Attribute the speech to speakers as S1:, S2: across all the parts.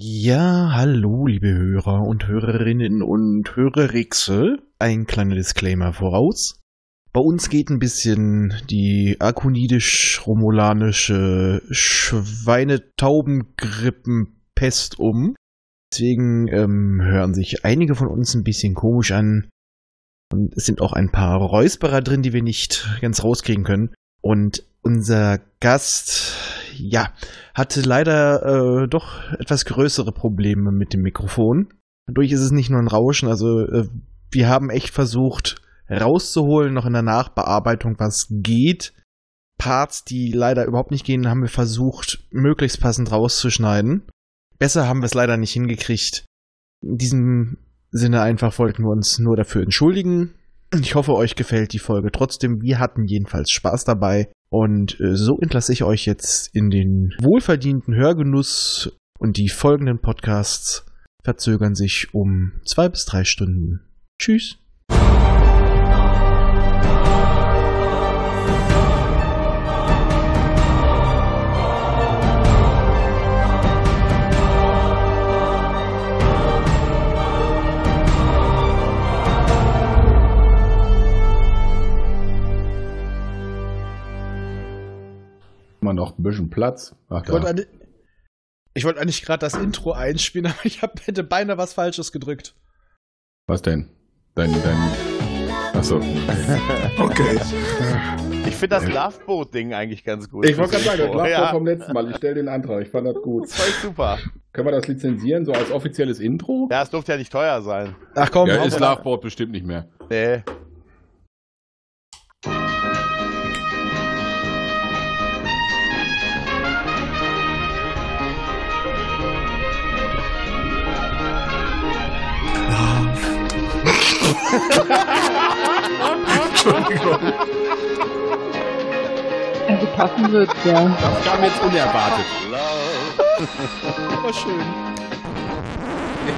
S1: Ja, hallo, liebe Hörer und Hörerinnen und Hörerixe. Ein kleiner Disclaimer voraus. Bei uns geht ein bisschen die akonidisch-romulanische Schweinetaubengrippenpest um. Deswegen ähm, hören sich einige von uns ein bisschen komisch an. Und es sind auch ein paar Räusperer drin, die wir nicht ganz rauskriegen können. Und unser Gast, ja, hatte leider äh, doch etwas größere Probleme mit dem Mikrofon. Dadurch ist es nicht nur ein Rauschen, also äh, wir haben echt versucht rauszuholen, noch in der Nachbearbeitung, was geht. Parts, die leider überhaupt nicht gehen, haben wir versucht, möglichst passend rauszuschneiden. Besser haben wir es leider nicht hingekriegt. In diesem Sinne einfach wollten wir uns nur dafür entschuldigen. Ich hoffe, euch gefällt die Folge trotzdem. Wir hatten jedenfalls Spaß dabei. Und äh, so entlasse ich euch jetzt in den wohlverdienten Hörgenuss. Und die folgenden Podcasts verzögern sich um zwei bis drei Stunden. Tschüss.
S2: Immer noch ein bisschen Platz. Ach,
S3: Ich
S2: da.
S3: wollte eigentlich- Ich wollte eigentlich gerade das Intro einspielen, aber ich hab, hätte beinahe was Falsches gedrückt.
S2: Was denn? Dein, dein. Achso.
S4: Okay.
S5: Ich finde das Love Boat Ding eigentlich ganz gut.
S2: Ich wollte gerade sagen, das war
S5: ja,
S2: vom letzten Mal. Ich stelle den Antrag. Ich fand das gut.
S5: das voll super.
S2: Können wir das lizenzieren, so als offizielles Intro?
S5: Ja, es durfte ja nicht teuer sein.
S3: Ach komm,
S2: Ja,
S3: hau
S2: ist
S3: mal.
S2: Loveboard bestimmt nicht mehr.
S5: Nee.
S4: Entschuldigung.
S6: Also passen wird ja.
S2: Das kam jetzt unerwartet.
S3: War schön.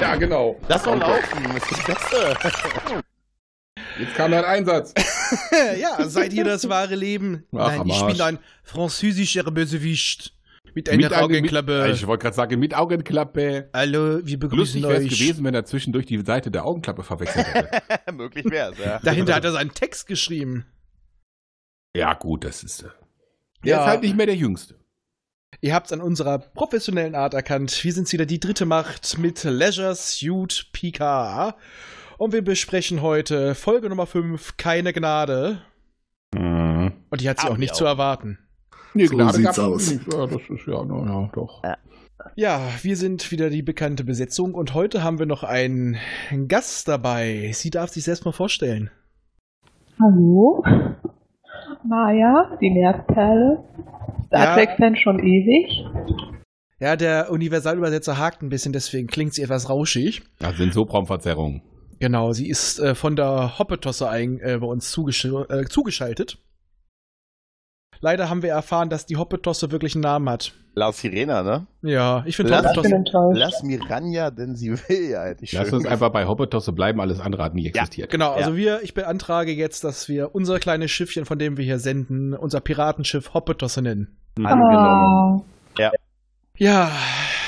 S2: Ja, genau.
S5: Lass doch laufen. Das ist das Beste.
S2: Jetzt kam dein Einsatz.
S3: ja, seid ihr das wahre Leben?
S2: Ach,
S3: Nein,
S2: am
S3: ich
S2: Arsch.
S3: bin ein französischer Bösewicht. Mit einer
S2: Augen-
S3: Augenklappe.
S2: Mit, Äh, ich wollte gerade sagen, mit Augenklappe.
S3: Hallo, wir begrüßen
S2: Lustig wäre es
S3: euch.
S2: gewesen, wenn er zwischendurch die Seite der Augenklappe verwechselt hätte.
S5: äh, Möglich wäre es, ja.
S3: Dahinter hat er seinen Text geschrieben.
S2: ja, gut, das ist. äh, Der
S3: Ja.
S2: ist halt nicht mehr der Jüngste.
S3: Ihr habt's an unserer professionellen Art erkannt. Wir sind wieder die dritte Macht mit Leisure Suit PK. Und wir besprechen heute Folge Nummer 5, Keine Gnade.
S2: Mhm.
S3: Und die hat sie
S5: Haben
S3: auch
S5: wir
S3: nicht
S5: auch.
S3: zu erwarten.
S2: Nee,
S4: So
S2: Gnade
S4: sieht's
S2: gab's
S4: aus.
S2: nicht. Ja, das ist ja, na, ja, doch.
S3: Ja, wir sind wieder die bekannte Besetzung und heute haben wir noch einen Gast dabei. Sie darf sich selbst mal vorstellen.
S6: Hallo? Maya, die Nervperle. Star
S3: Ja.
S6: Trek-Fan schon ewig.
S3: Ja, der Universalübersetzer hakt ein bisschen, deswegen klingt sie etwas rauschig.
S2: Das sind so Raumverzerrungen.
S3: Genau, sie ist äh, von der Hoppetosse ein, äh, bei uns zugesch äh, zugeschaltet. Leider haben wir erfahren, dass die Hoppetosse wirklich einen Namen hat.
S5: La Sirena, ne?
S3: Ja, ich finde
S5: Lass-
S6: Ich bin
S3: Hoppetosse.
S6: enttäuscht.
S5: Lass Miranja, denn sie will ja, hätte ich
S2: Lass
S5: schön
S2: uns einfach bei Hoppetosse bleiben, alles andere hat nie existiert.
S3: Genau, also wir, ich beantrage jetzt, dass wir unser kleines Schiffchen, von dem wir hier senden, unser Piratenschiff Hoppetosse nennen.
S5: angenommen.
S6: Ah,
S3: Ja,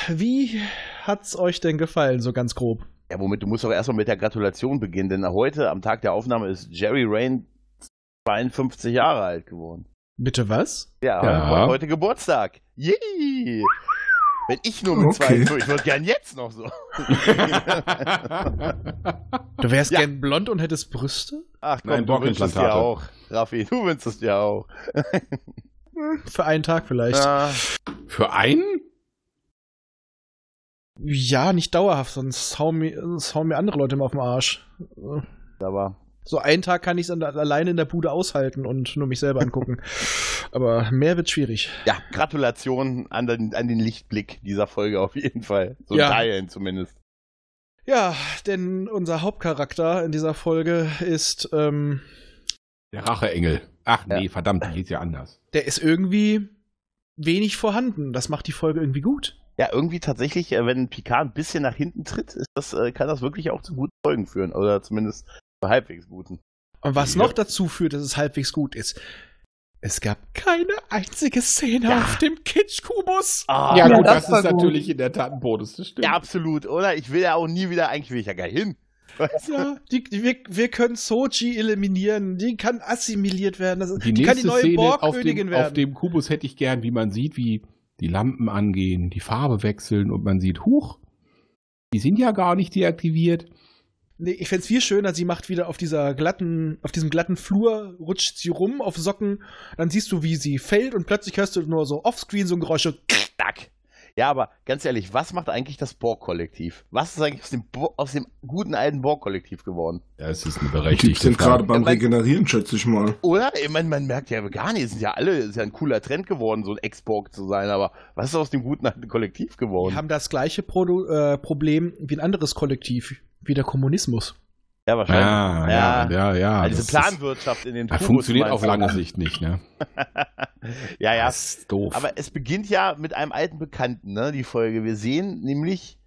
S3: wie hat's euch denn gefallen, so ganz grob?
S5: Ja, womit du musst doch erstmal mit der Gratulation beginnen, denn heute, am Tag der Aufnahme, ist Jerry Rain 52 Jahre alt geworden.
S3: Bitte was?
S5: Ja,
S2: Ja.
S5: heute- heute Geburtstag. Yay! Wenn ich nur mit
S4: Okay.
S5: zwei, ich würde gern jetzt noch so.
S3: Du wärst
S5: Ja.
S3: gern blond und hättest Brüste?
S5: Ach komm,
S2: Nein,
S5: du wünschst es dir
S2: Borkenimplantate.
S5: auch. Raffi, du wünschst es dir auch.
S3: Für einen Tag vielleicht. Ja,
S5: Ah,
S2: Für einen?
S3: nicht dauerhaft, sonst hauen, mir, sonst hauen mir andere Leute immer auf den Arsch.
S5: aber
S3: So einen Tag kann ich es alleine in der Bude aushalten und nur mich selber angucken. Aber mehr wird schwierig.
S5: ja, Gratulation an den, an den Lichtblick dieser Folge auf jeden Fall. So
S3: Ja.
S5: ja. Teilen zumindest.
S3: Ja, denn unser Hauptcharakter in dieser Folge ist, ähm,
S2: Der Racheengel. Ach nee, verdammt, die hieß ja anders.
S3: der ist irgendwie wenig vorhanden. Das macht die Folge irgendwie gut.
S5: Ja, irgendwie tatsächlich, äh, wenn Picard ein bisschen nach hinten tritt, ist das, äh, kann das wirklich auch zu guten Folgen führen. Oder zumindest zu halbwegs guten.
S3: Und was
S2: Ja.
S3: noch dazu führt, dass es halbwegs gut ist. Es gab keine einzige Szene auf dem Kitschkubus.
S5: Ah,
S2: ja,
S6: ja,
S2: gut,
S6: das
S2: das,
S6: war
S2: ist
S6: gut.
S2: natürlich in der Tat ein Bonus, das stimmt.
S5: ja, absolut, oder? Ich will ja auch nie wieder, eigentlich will ich ja gar nicht hin.
S3: Ja, die, die, wir, wir können Sochi eliminieren. Die kann assimiliert werden. Das,
S2: Die
S3: die,
S2: nächste
S3: kann die neue
S2: Szene auf
S3: Borgkönigin
S2: dem, auf
S3: werden.
S2: dem Kubus hätte ich gern, wie man sieht, wie die Lampen angehen, die Farbe wechseln und man sieht, huch, die sind ja gar nicht deaktiviert.
S3: Nee, ich fänd's viel schöner, sie macht wieder auf dieser glatten, auf diesem glatten Flur, rutscht sie rum auf Socken, dann siehst du, wie sie fällt und plötzlich hörst du nur so offscreen so ein Geräusch. so
S5: Dack. Ja, aber ganz ehrlich, was macht eigentlich das Borg-Kollektiv? Was ist eigentlich aus dem, Bo aus dem guten alten Borg-Kollektiv geworden?
S2: Das ist eine
S4: Die Typen
S2: berechtigte
S4: sind gerade
S2: Frage.
S4: beim
S5: Ja, mein-
S4: Regenerieren, schätze ich mal.
S5: Oder? Ich meine, man merkt ja gar nicht, es sind ja alle, es ist ja ein cooler Trend geworden, so ein Ex-Borg zu sein, aber was ist aus dem guten alten Kollektiv geworden?
S3: Wir haben das gleiche Produ äh, Problem wie ein anderes Kollektiv, wie der Kommunismus.
S5: ja,
S2: Ah, ja,
S5: Ja.
S2: ja, ja.
S5: also diese
S2: das ist-
S5: Planwirtschaft in den
S2: Das
S5: Kubus
S2: funktioniert
S5: meinst
S2: auf
S5: du?
S2: lange Sicht nicht, ne?
S5: ja, ja.
S2: Das ist doof.
S5: Aber es beginnt ja mit einem alten Bekannten, ne, die Folge. Wir sehen nämlich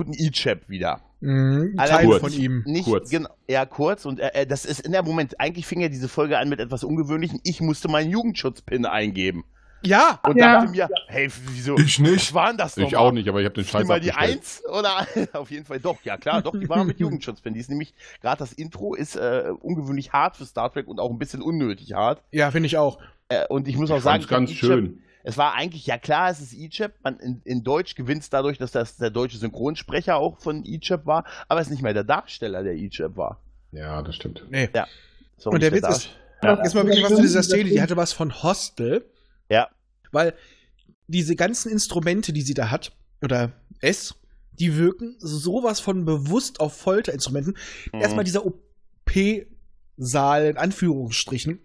S5: guten Ichab wieder.
S3: Mhm,
S5: Alle
S3: Teil
S2: kurz.
S3: von ihm.
S5: Nicht
S2: Kurz.
S5: Genau, ja, kurz. Und äh, äh, das ist in der Moment, eigentlich fing ja diese Folge an mit etwas Ungewöhnlichem. Ich musste meinen Jugendschutzpin eingeben.
S3: Ja,
S5: Und
S6: Ja.
S5: dachte mir, hey, wieso?
S4: Ich
S5: Was
S4: nicht.
S5: war denn das
S2: ich
S5: nochmal?
S2: auch nicht, aber ich habe den
S5: Die
S2: Scheiß
S5: mal die
S2: abgestellt.
S5: Eins oder auf jeden Fall doch, ja klar, doch, die waren mit Jugendschutzpin. Die ist nämlich, gerade das Intro ist äh, ungewöhnlich hart für Star Trek und auch ein bisschen unnötig hart.
S3: ja, finde ich auch.
S5: Äh, und ich muss auch
S2: Ich
S5: sagen,
S2: fand's ganz
S5: Ichab-
S2: schön.
S5: Es war eigentlich, ja klar, es ist Ichab. Man in, in Deutsch gewinnt es dadurch, dass das der deutsche Synchronsprecher auch von Ichab war, aber es ist nicht mehr der Darsteller, der Ichab war.
S2: Ja, das stimmt.
S3: Nee.
S5: So,
S3: Und der
S5: nicht
S3: Witz
S5: Darst-
S3: ist, jetzt mal wirklich was zu dieser Szene, die hatte was von Hostel.
S5: Ja.
S3: Weil diese ganzen Instrumente, die sie da hat, oder es, die wirken sowas von bewusst auf Folterinstrumenten.
S5: Mhm.
S3: Erstmal dieser OP-Saal in Anführungsstrichen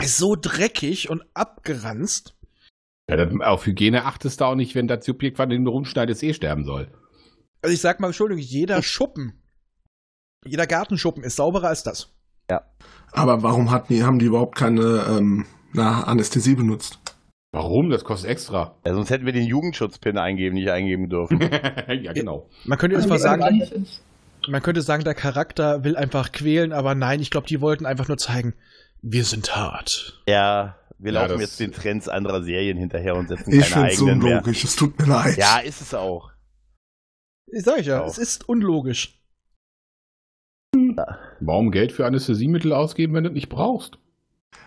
S3: ist so dreckig und abgeranzt.
S2: Ja, dann, auf Hygiene achtest du auch nicht, wenn das Subjekt, was du ihm rumschneidest, eh sterben soll.
S3: Also ich sag mal, Entschuldigung, jeder Schuppen, jeder Gartenschuppen ist sauberer als das.
S4: Aber warum hat die, haben die überhaupt keine ähm, na, Anästhesie benutzt?
S2: Warum? Das kostet extra.
S5: Ja, sonst hätten wir den Jugendschutzpin eingeben, nicht eingeben dürfen.
S2: ja, genau.
S3: Man könnte jetzt mal
S6: Also,
S3: sagen,
S6: ich-
S3: man könnte sagen, der Charakter will einfach quälen, aber nein, ich glaube, die wollten einfach nur zeigen, wir sind hart.
S5: ja, wir
S2: Ja,
S5: laufen
S2: das-
S5: jetzt den Trends anderer Serien hinterher und setzen
S4: Ich
S5: keine
S4: finde es
S5: eigenen mehr.
S4: unlogisch, es tut mir leid.
S5: Ja, ist es auch.
S3: Ich sag ich ja,
S5: Auch.
S3: es ist unlogisch.
S2: Warum Geld für Anästhesiemittel ausgeben, wenn du es nicht brauchst?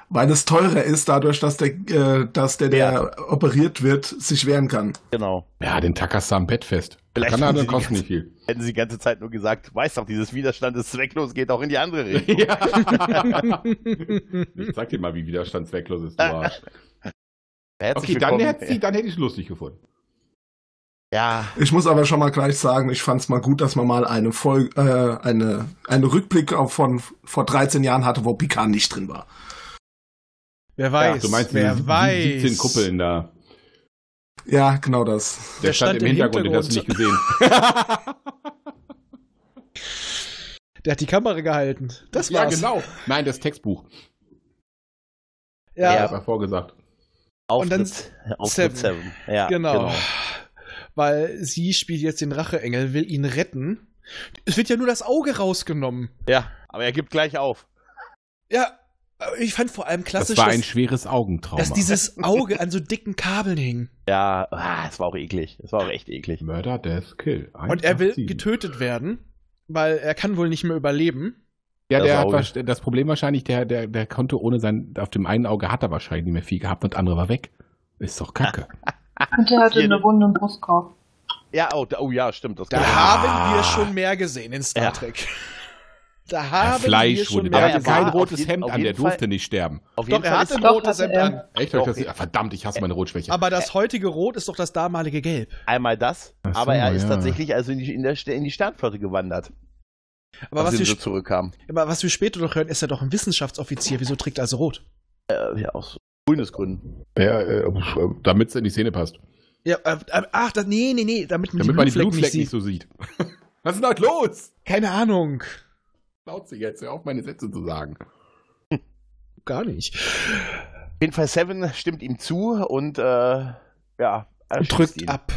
S4: Weil es teurer ist, dadurch, dass der, äh, dass der, der operiert wird, sich wehren kann.
S5: Genau.
S2: Ja, den tackerst du am Bett fest.
S5: Vielleicht
S2: Kann er,
S5: haben sie
S2: dann
S5: die
S2: kostet
S5: ganze-
S2: nicht viel.
S5: Hätten sie die ganze Zeit nur gesagt, weiß doch, dieses Widerstand ist zwecklos, geht auch in die andere Richtung.
S2: Ja. ich sag dir mal, wie widerstandswecklos ist, du Arsch.
S5: Herzlich
S2: Okay, dann
S5: willkommen.
S2: hätte sie- dann hätte ich es lustig gefunden.
S5: Ja,
S4: Ich muss aber schon mal gleich sagen, ich fand es mal gut, dass man mal eine Folge, äh, eine, eine Rückblick auf von vor 13 Jahren hatte, wo Picard nicht drin war.
S3: Wer weiß,
S2: Ach, du meinst
S3: wer
S2: diese sieb-
S3: weiß.
S2: 17 Kuppeln da.
S4: Ja, genau das.
S2: Der, stand, im Hintergrund, den hast du nicht gesehen.
S3: Der hat die Kamera gehalten. Das
S2: ja,
S3: war's.
S2: genau. Nein, das Textbuch.
S3: Ja,
S5: Ja,
S2: Das war vorgesagt.
S3: Und dann
S5: Auftritt, Auftritt
S3: Seven.
S5: Seven. Ja,
S3: genau. Weil sie spielt jetzt den Racheengel, will ihn retten. Es wird ja nur das Auge rausgenommen.
S5: Ja, aber er gibt gleich auf.
S3: Ja, aber ich fand vor allem klassisch,
S2: das war ein
S3: dass,
S2: schweres Augentrauma.
S3: dass dieses Auge an so dicken Kabeln hing.
S5: Ja, ah, es war auch eklig. Es war auch echt eklig.
S2: Murder, Death, Kill.
S3: Und er will
S2: 187.
S3: getötet werden, weil er kann wohl nicht mehr überleben.
S2: Ja,
S5: Das
S2: der hat
S5: Auge.
S2: wahrsch- das Problem wahrscheinlich, der, der, der konnte ohne sein, auf dem einen Auge hat er wahrscheinlich nicht mehr viel gehabt und das andere war weg. Ist doch kacke.
S6: Und er hatte eine Wunde im Brustkorb.
S5: Ja, oh, da- oh ja, stimmt. Das
S3: Da
S5: kann-
S3: haben wir schon mehr gesehen in Star
S5: Ja.
S3: Trek. Da
S2: Der
S3: haben wir
S2: Fleischwunde,
S3: schon
S2: der
S5: Aber
S3: mehr
S2: hatte
S5: er
S3: gesehen.
S5: war
S2: kein
S5: auf
S2: rotes
S5: jeden-
S2: Hemd
S5: auf
S2: an, der
S5: jeden
S2: durfte
S5: Fall-
S2: nicht sterben.
S5: Auf jeden
S3: Doch, er
S5: Fall
S3: hatte
S5: ist äh,
S3: ein
S6: Doch,
S3: rotes
S6: hatte
S3: Hemd
S6: er.
S3: an.
S2: Echt? Hab ich das-
S5: Okay.
S2: Ah, Verdammt, ich hasse meine Rotschwäche.
S5: äh,
S3: Aber das heutige Rot ist doch das damalige Gelb.
S5: einmal das,
S2: Ach so,
S5: aber er ist
S2: ja.
S5: tatsächlich also in die, in, der, St- in die Sternflotte gewandert,
S3: Aber was,
S5: nachdem
S3: wir,
S5: sie
S3: sp-
S5: zurückkam.
S3: aber was wir später noch hören, ist er doch ein Wissenschaftsoffizier. Wieso trägt er also Rot?
S5: Äh, ja, aus grünes Gründen.
S2: Ja, äh, damit es in die Szene passt.
S3: Ja, äh, äh, ach, das, nee, nee, nee, damit man
S2: Damit
S3: die
S2: man die
S3: Blutflecken
S2: Blutfleck
S3: nicht sieht.
S2: nicht so sieht. Was ist denn da los?
S3: Keine Ahnung.
S2: Laut sie jetzt, hör auf, meine Sätze zu sagen.
S3: Gar nicht.
S5: Auf jeden Fall Seven stimmt ihm zu und äh, ja,
S3: Und
S5: erschießt
S3: drückt
S5: ihn.
S3: ab.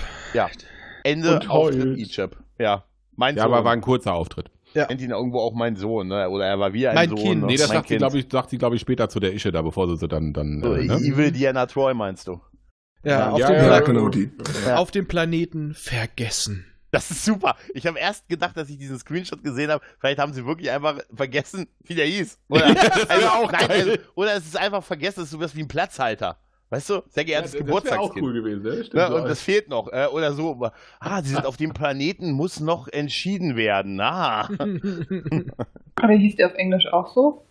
S5: Ende
S2: Und
S5: Auftritt
S2: heult.
S5: Ichab. Ja, mein
S2: Ja,
S5: Sohn.
S2: aber war ein kurzer Auftritt.
S3: Ja.
S5: Nennt ihn irgendwo auch mein Sohn, ne? Oder er war wie ein
S3: Mein
S5: Sohn.
S3: Kind.
S5: ne?
S2: Nee, das
S5: mein
S2: sagt sie,
S5: Kind.
S2: glaube ich, sagt sie, glaube ich, später zu der Ische da, bevor sie sie dann, dann
S5: So,
S2: äh, ne?
S5: Evil Diana Troy meinst du?
S3: Ja,
S5: Ja,
S3: auf,
S2: ja,
S3: dem
S2: ja.
S4: Ja,
S3: Plan-
S4: genau, die.
S5: ja.
S3: auf dem Planeten vergessen.
S5: Das ist super. Ich habe erst gedacht, dass ich diesen Screenshot gesehen habe. Vielleicht haben sie wirklich einfach vergessen, wie der hieß. Oder,
S2: das wär auch geil.
S5: also, oder es ist einfach vergessen, dass du bist wie ein Platzhalter. Weißt du, sehr geehrtes
S2: Ja, das wär auch
S5: Geburtstagskind.
S2: cool gewesen, ne? Stimmt
S5: Ja,
S2: so.
S5: und das fehlt noch. Äh, oder so. aber, Ah, sie sind auf dem Planeten, muss noch entschieden werden. Ah.
S6: Aber hieß der auf Englisch auch so?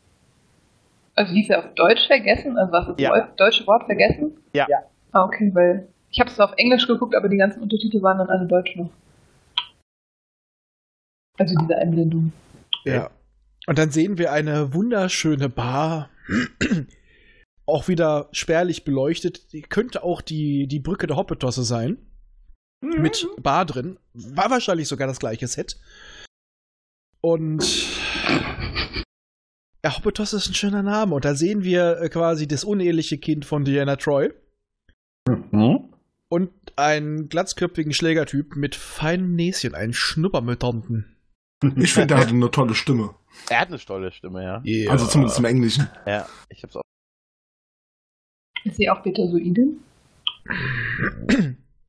S6: Also hieß er auf Deutsch vergessen? Also was ist
S5: Ja.
S6: das deutsche Wort vergessen?
S5: Ja.
S6: Ah, okay, weil ich habe es auf Englisch geguckt, aber die ganzen Untertitel waren dann alle deutsch noch. Also diese Einblendung.
S3: Ja. Und dann sehen wir eine wunderschöne Bar. auch wieder spärlich beleuchtet. Die könnte auch die, die Brücke der Hoppetosse sein. Mit Bar drin. War wahrscheinlich sogar das gleiche Set. Und. Ja, Hoppetosse ist ein schöner Name. Und da sehen wir äh, quasi das uneheliche Kind von Diana Troy.
S2: Hm?
S3: Und einen glatzköpfigen Schlägertyp mit feinem Näschen, einen Schnuppermütternden.
S4: Ich finde, der hatte eine tolle Stimme.
S5: Er hat eine tolle Stimme, ja.
S3: Yeah.
S4: Also zumindest im Englischen.
S5: Ja, ich hab's auch.
S6: Ist sie auch Petersoidin?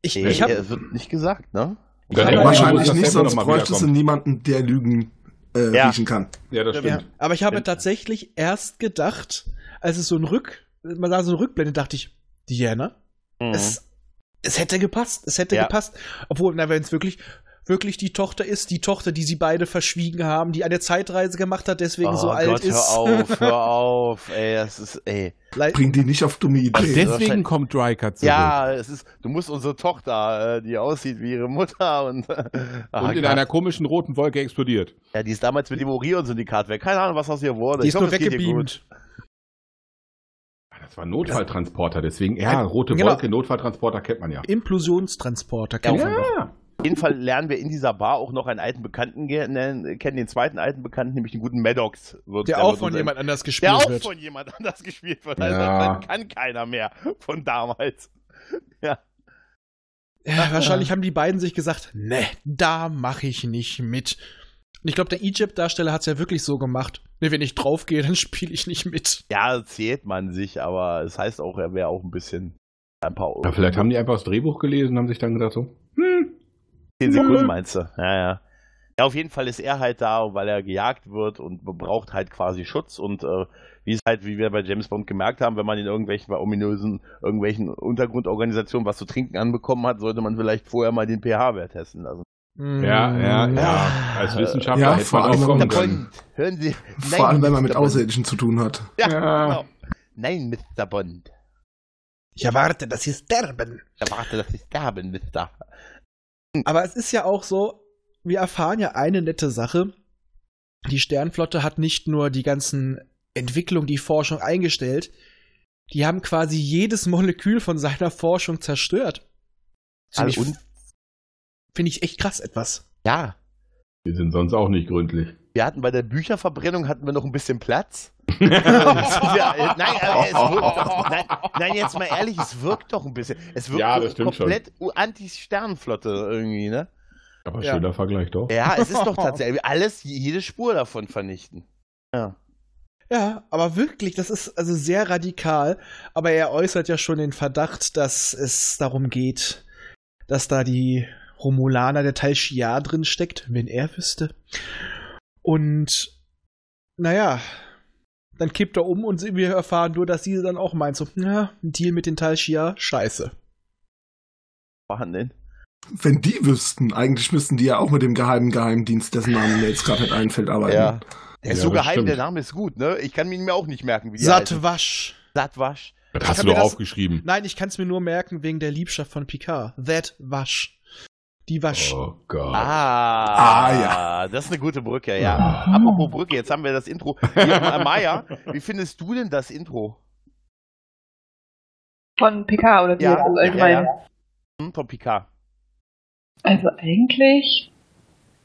S3: Ich, ich hab,
S5: es wird nicht gesagt, ne?
S2: Ja,
S6: aber
S2: muss
S4: Wahrscheinlich
S2: das
S4: nicht,
S2: selber noch
S4: sonst
S2: mal
S4: bräuchtest du
S2: wiederkommen.
S4: niemanden, der Lügen äh,
S5: Ja.
S4: riechen kann.
S2: Ja, das stimmt.
S3: Ja, aber ich habe
S5: Stimmt.
S3: tatsächlich erst gedacht, als es so ein Rück, man sah so eine Rückblende, dachte ich, Diana,
S5: Mhm.
S3: es, es hätte gepasst, es hätte
S5: Ja.
S3: gepasst. Obwohl, na, wenn es wirklich, wirklich die Tochter ist, die Tochter, die sie beide verschwiegen haben, die eine Zeitreise gemacht hat, deswegen so alt
S5: Oh Gott,
S3: ist.
S5: hör auf, hör auf, ey, das ist, ey.
S3: Le-
S4: Bring die nicht auf dumme Ideen.
S2: Deswegen kommt Dryker zurück.
S5: Ja, es ist, du musst unsere Tochter, äh, die aussieht wie ihre Mutter und, Ah,
S2: Und in
S5: Gott.
S2: einer komischen roten Wolke explodiert.
S5: ja, die ist damals mit dem Orion-Syndikat weg. Keine Ahnung, was aus ihr wurde.
S3: die
S5: Ich
S3: ist
S5: hoffe,
S3: nur
S5: es geht ihr gut.
S3: weggebeamt.
S2: Das war ein Notfalltransporter, deswegen, ja, rote
S3: genau.
S2: Wolke, Notfalltransporter kennt man ja.
S3: Implosionstransporter. kennt man noch.
S5: Auf jeden Fall lernen wir in dieser Bar auch noch einen alten Bekannten ge- nennen- kennen, den zweiten alten Bekannten, nämlich den guten Maddox. Wird,
S3: Der auch
S5: wird
S3: von
S5: uns-
S3: jemand anders gespielt
S5: der auch
S3: wird.
S5: von jemand anders gespielt wird. Also
S2: Ja.
S5: man kann keiner mehr von damals.
S3: Ja,
S2: äh.
S3: wahrscheinlich haben die beiden sich gesagt, ne, da mache ich nicht mit. Und ich glaube, der Egypt-Darsteller hat es ja wirklich so gemacht. Ne, wenn ich draufgehe, dann spiele ich nicht mit.
S5: Ja, zählt man sich, aber es heißt auch, er wäre auch ein bisschen ein paar
S2: Ja, vielleicht haben die einfach das Drehbuch gelesen und haben sich dann gedacht so, hm,
S5: 10 Sekunden meinst du? Ja, ja. Ja, auf jeden Fall ist er halt da, weil er gejagt wird und braucht halt quasi Schutz und äh, wie es halt, wie wir bei James Bond gemerkt haben, wenn man in irgendwelchen bei ominösen, irgendwelchen Untergrundorganisationen was zu trinken anbekommen hat, sollte man vielleicht vorher mal den pH-Wert testen lassen.
S2: ja, ja, ja, als Wissenschaftler
S4: Ja,
S2: hätte
S4: vor
S2: man auch
S4: allem, wenn
S2: kommen
S4: man-
S2: können.
S5: Hören Sie.
S4: Vor allem, wenn man mit
S5: Mr. Bond.
S4: Außerirdischen zu tun hat.
S5: Ja,
S2: Ja.
S5: genau. Nein, Mr. Bond.
S3: Ich erwarte, dass sie sterben.
S5: Ich erwarte, dass Sie sterben, Mr.
S3: Aber es ist ja auch so, wir erfahren ja eine nette Sache. Die Sternflotte hat nicht nur die ganzen Entwicklung, die Forschung eingestellt, die haben quasi jedes Molekül von seiner Forschung zerstört. Finde ich,
S5: All- und-
S3: finde ich echt krass etwas.
S5: Ja,
S2: Wir sind sonst auch nicht gründlich.
S5: wir hatten bei der Bücherverbrennung hatten wir noch ein bisschen Platz. ja, äh, nein, aber es wirkt doch, nein, nein, jetzt mal ehrlich, es wirkt doch ein bisschen. Es wirkt
S2: Ja, das stimmt
S5: komplett u- anti-Sternenflotte irgendwie, ne?
S2: Aber
S3: Ja.
S2: schöner Vergleich doch.
S5: Ja, es ist doch tatsächlich alles, jede Spur davon vernichten. Ja.
S3: Ja, aber wirklich, das ist also sehr radikal. Aber er äußert ja schon den Verdacht, dass es darum geht, dass da die Romulaner der Teil Shiar drin steckt, wenn er wüsste. Und naja, dann kippt er um und wir erfahren nur, dass sie dann auch meint, so, ja, ein Deal mit den Teil Shiar, scheiße.
S5: Verhandeln.
S4: Wenn die wüssten, eigentlich müssten die ja auch mit dem geheimen Geheimdienst, dessen Namen mir jetzt gerade nicht einfällt, arbeiten.
S5: Ja. Der ist
S2: Ja,
S5: so
S2: das
S5: geheim,
S2: stimmt.
S5: der Name ist gut, ne? Ich kann ihn mir auch nicht merken, wie die heißen.
S3: Satwasch.
S5: Sattwasch.
S2: Das
S3: Ich hab
S2: hast du
S3: mir
S2: doch
S3: das-
S2: aufgeschrieben.
S3: Nein, ich kann es mir nur merken wegen der Liebschaft von Picard. That Wasch. Die Wasch.
S2: Oh Gott.
S5: Ah,
S4: Ah,
S5: ja. Das ist eine gute Brücke, ja. Apropos Brücke, jetzt haben wir das Intro. Hier, Maya, wie findest du denn das Intro?
S6: Von PK oder wie
S5: Ja,
S6: jetzt, also
S5: ja,
S6: allgemein.
S5: ja. Hm, von Picard.
S6: Also eigentlich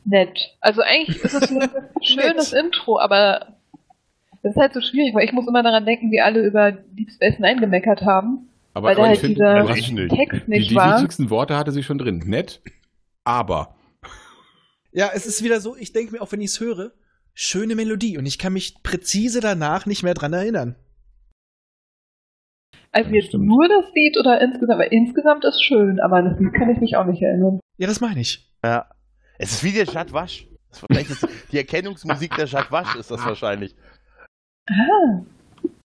S6: nett. Also eigentlich ist es ein schönes Intro, aber das ist halt so schwierig, weil ich muss immer daran denken, wie alle über Deep Space Nine gemeckert haben,
S2: aber
S6: weil da
S2: aber
S6: halt
S2: ich finde,
S6: dieser
S2: du hast-
S6: Text
S2: die,
S6: nicht
S2: die
S6: war.
S2: wichtigsten Worte hatte sie schon drin. Nett, aber.
S3: Ja, es ist wieder so, ich denke mir, auch wenn ich es höre, schöne Melodie und ich kann mich präzise danach nicht mehr dran erinnern.
S6: Also
S2: Ja,
S6: jetzt
S2: stimmt.
S6: nur das Lied oder insgesamt? Weil insgesamt ist schön, aber an das Lied kann ich mich auch nicht erinnern.
S3: Ja, das meine ich.
S5: Ja. Es ist wie der Stadtwasch. Das war vielleicht das, die Erkennungsmusik der Stadtwasch ist das wahrscheinlich.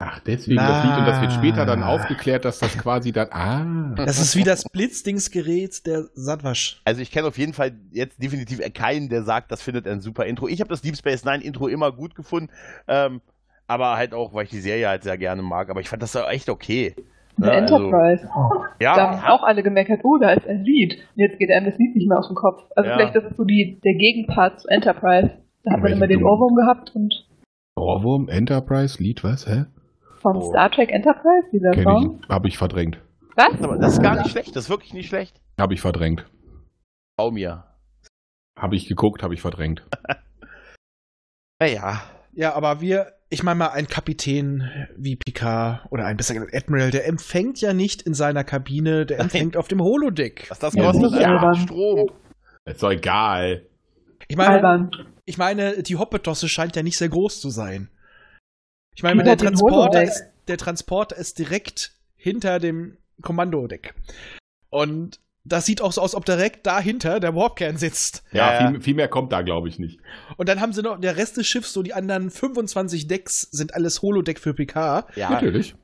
S2: Ach, deswegen das Lied und das wird später dann
S1: Ah.
S2: aufgeklärt, dass das quasi dann. Ah.
S3: Das ist wie das Blitzdingsgerät der Sandwasch.
S5: Also ich kenne auf jeden Fall jetzt definitiv keinen, der sagt, das findet ein super Intro. Ich habe das Deep Space Nine Intro immer gut gefunden, ähm, aber halt auch, weil ich die Serie halt sehr gerne mag. Aber ich fand das auch echt okay.
S6: Und
S5: Ja,
S6: der
S5: also-
S6: Enterprise.
S5: Ja,
S6: da haben auch alle gemeckert, oh, da ist ein Lied. Und jetzt geht einem das Lied nicht mehr aus dem Kopf. Also
S5: Ja.
S6: vielleicht das ist so die, der Gegenpart zu Enterprise. Da hat man
S2: Welchen
S6: immer den
S2: Grund?
S6: Ohrwurm gehabt und
S2: Ohrwurm, Enterprise, Lied, was? Hä?
S6: von
S5: Oh.
S6: Star Trek Enterprise, dieser Song.
S2: Kenn ich, hab ich verdrängt.
S6: Was?
S5: aber das ist gar nicht schlecht. Das ist wirklich nicht schlecht.
S2: Hab ich verdrängt.
S5: Bau mir.
S2: Hab ich geguckt, hab ich verdrängt.
S5: Naja.
S3: Ja, aber wir, ich meine mal, ein Kapitän wie Picard oder ein besser gesagt Admiral, der empfängt ja nicht in seiner Kabine, der empfängt auf dem Holodeck.
S5: Was das
S2: Ja,
S5: kostet?
S2: sicher.
S5: Ja, Strom.
S2: Ist doch egal.
S3: Ich meine,
S6: Albern.
S3: ich meine, die Hoppetosse scheint ja nicht sehr groß zu sein. Ich meine,
S6: Über
S3: der
S6: den
S3: Transporter,
S6: Holodeck.
S3: ist, der Transporter ist direkt hinter dem Kommandodeck. Und das sieht auch so aus, ob direkt dahinter der Warpkern sitzt.
S2: Ja,
S5: Ja, ja.
S2: Viel, viel mehr kommt da, glaube ich, nicht.
S3: Und dann haben sie noch, der Rest des Schiffs, so die anderen 25 Decks sind alles Holodeck für PK.
S5: Ja.
S2: Natürlich.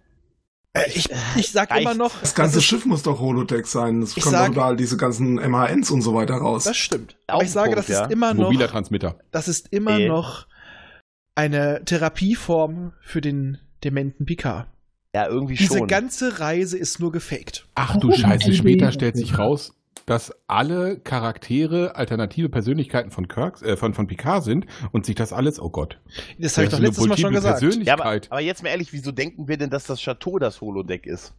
S3: Äh, ich, ich sag
S5: reicht.
S3: immer noch,
S4: Das ganze
S3: ist-
S4: Schiff muss doch Holodeck sein. Das
S3: Also Ich
S4: kommt
S3: sag-
S4: doch überall diese ganzen MHNs und so weiter raus.
S3: das stimmt.
S5: Auch
S3: Aber
S5: ein
S3: ich sage,
S5: Punkt,
S3: das
S5: ja.
S3: ist immer noch,
S2: Mobiler Transmitter.
S3: das ist immer
S5: Nee.
S3: noch eine Therapieform für den dementen PK.
S5: Ja, irgendwie
S3: Diese
S5: schon.
S3: ganze Reise ist nur gefaked.
S2: Ach du
S6: Oh,
S2: Scheiße,
S6: die
S2: später
S6: Idee.
S2: stellt sich raus, dass alle Charaktere alternative Persönlichkeiten von Kirk, äh, von, von Picard sind und sich das alles, oh Gott.
S3: Das habe ich
S2: das
S3: doch
S2: ist eine
S3: letztes Mal schon
S2: multiple
S3: gesagt.
S5: ja, aber,
S2: Persönlichkeit.
S5: aber jetzt mal ehrlich, wieso denken wir denn, dass das Chateau das Holodeck ist?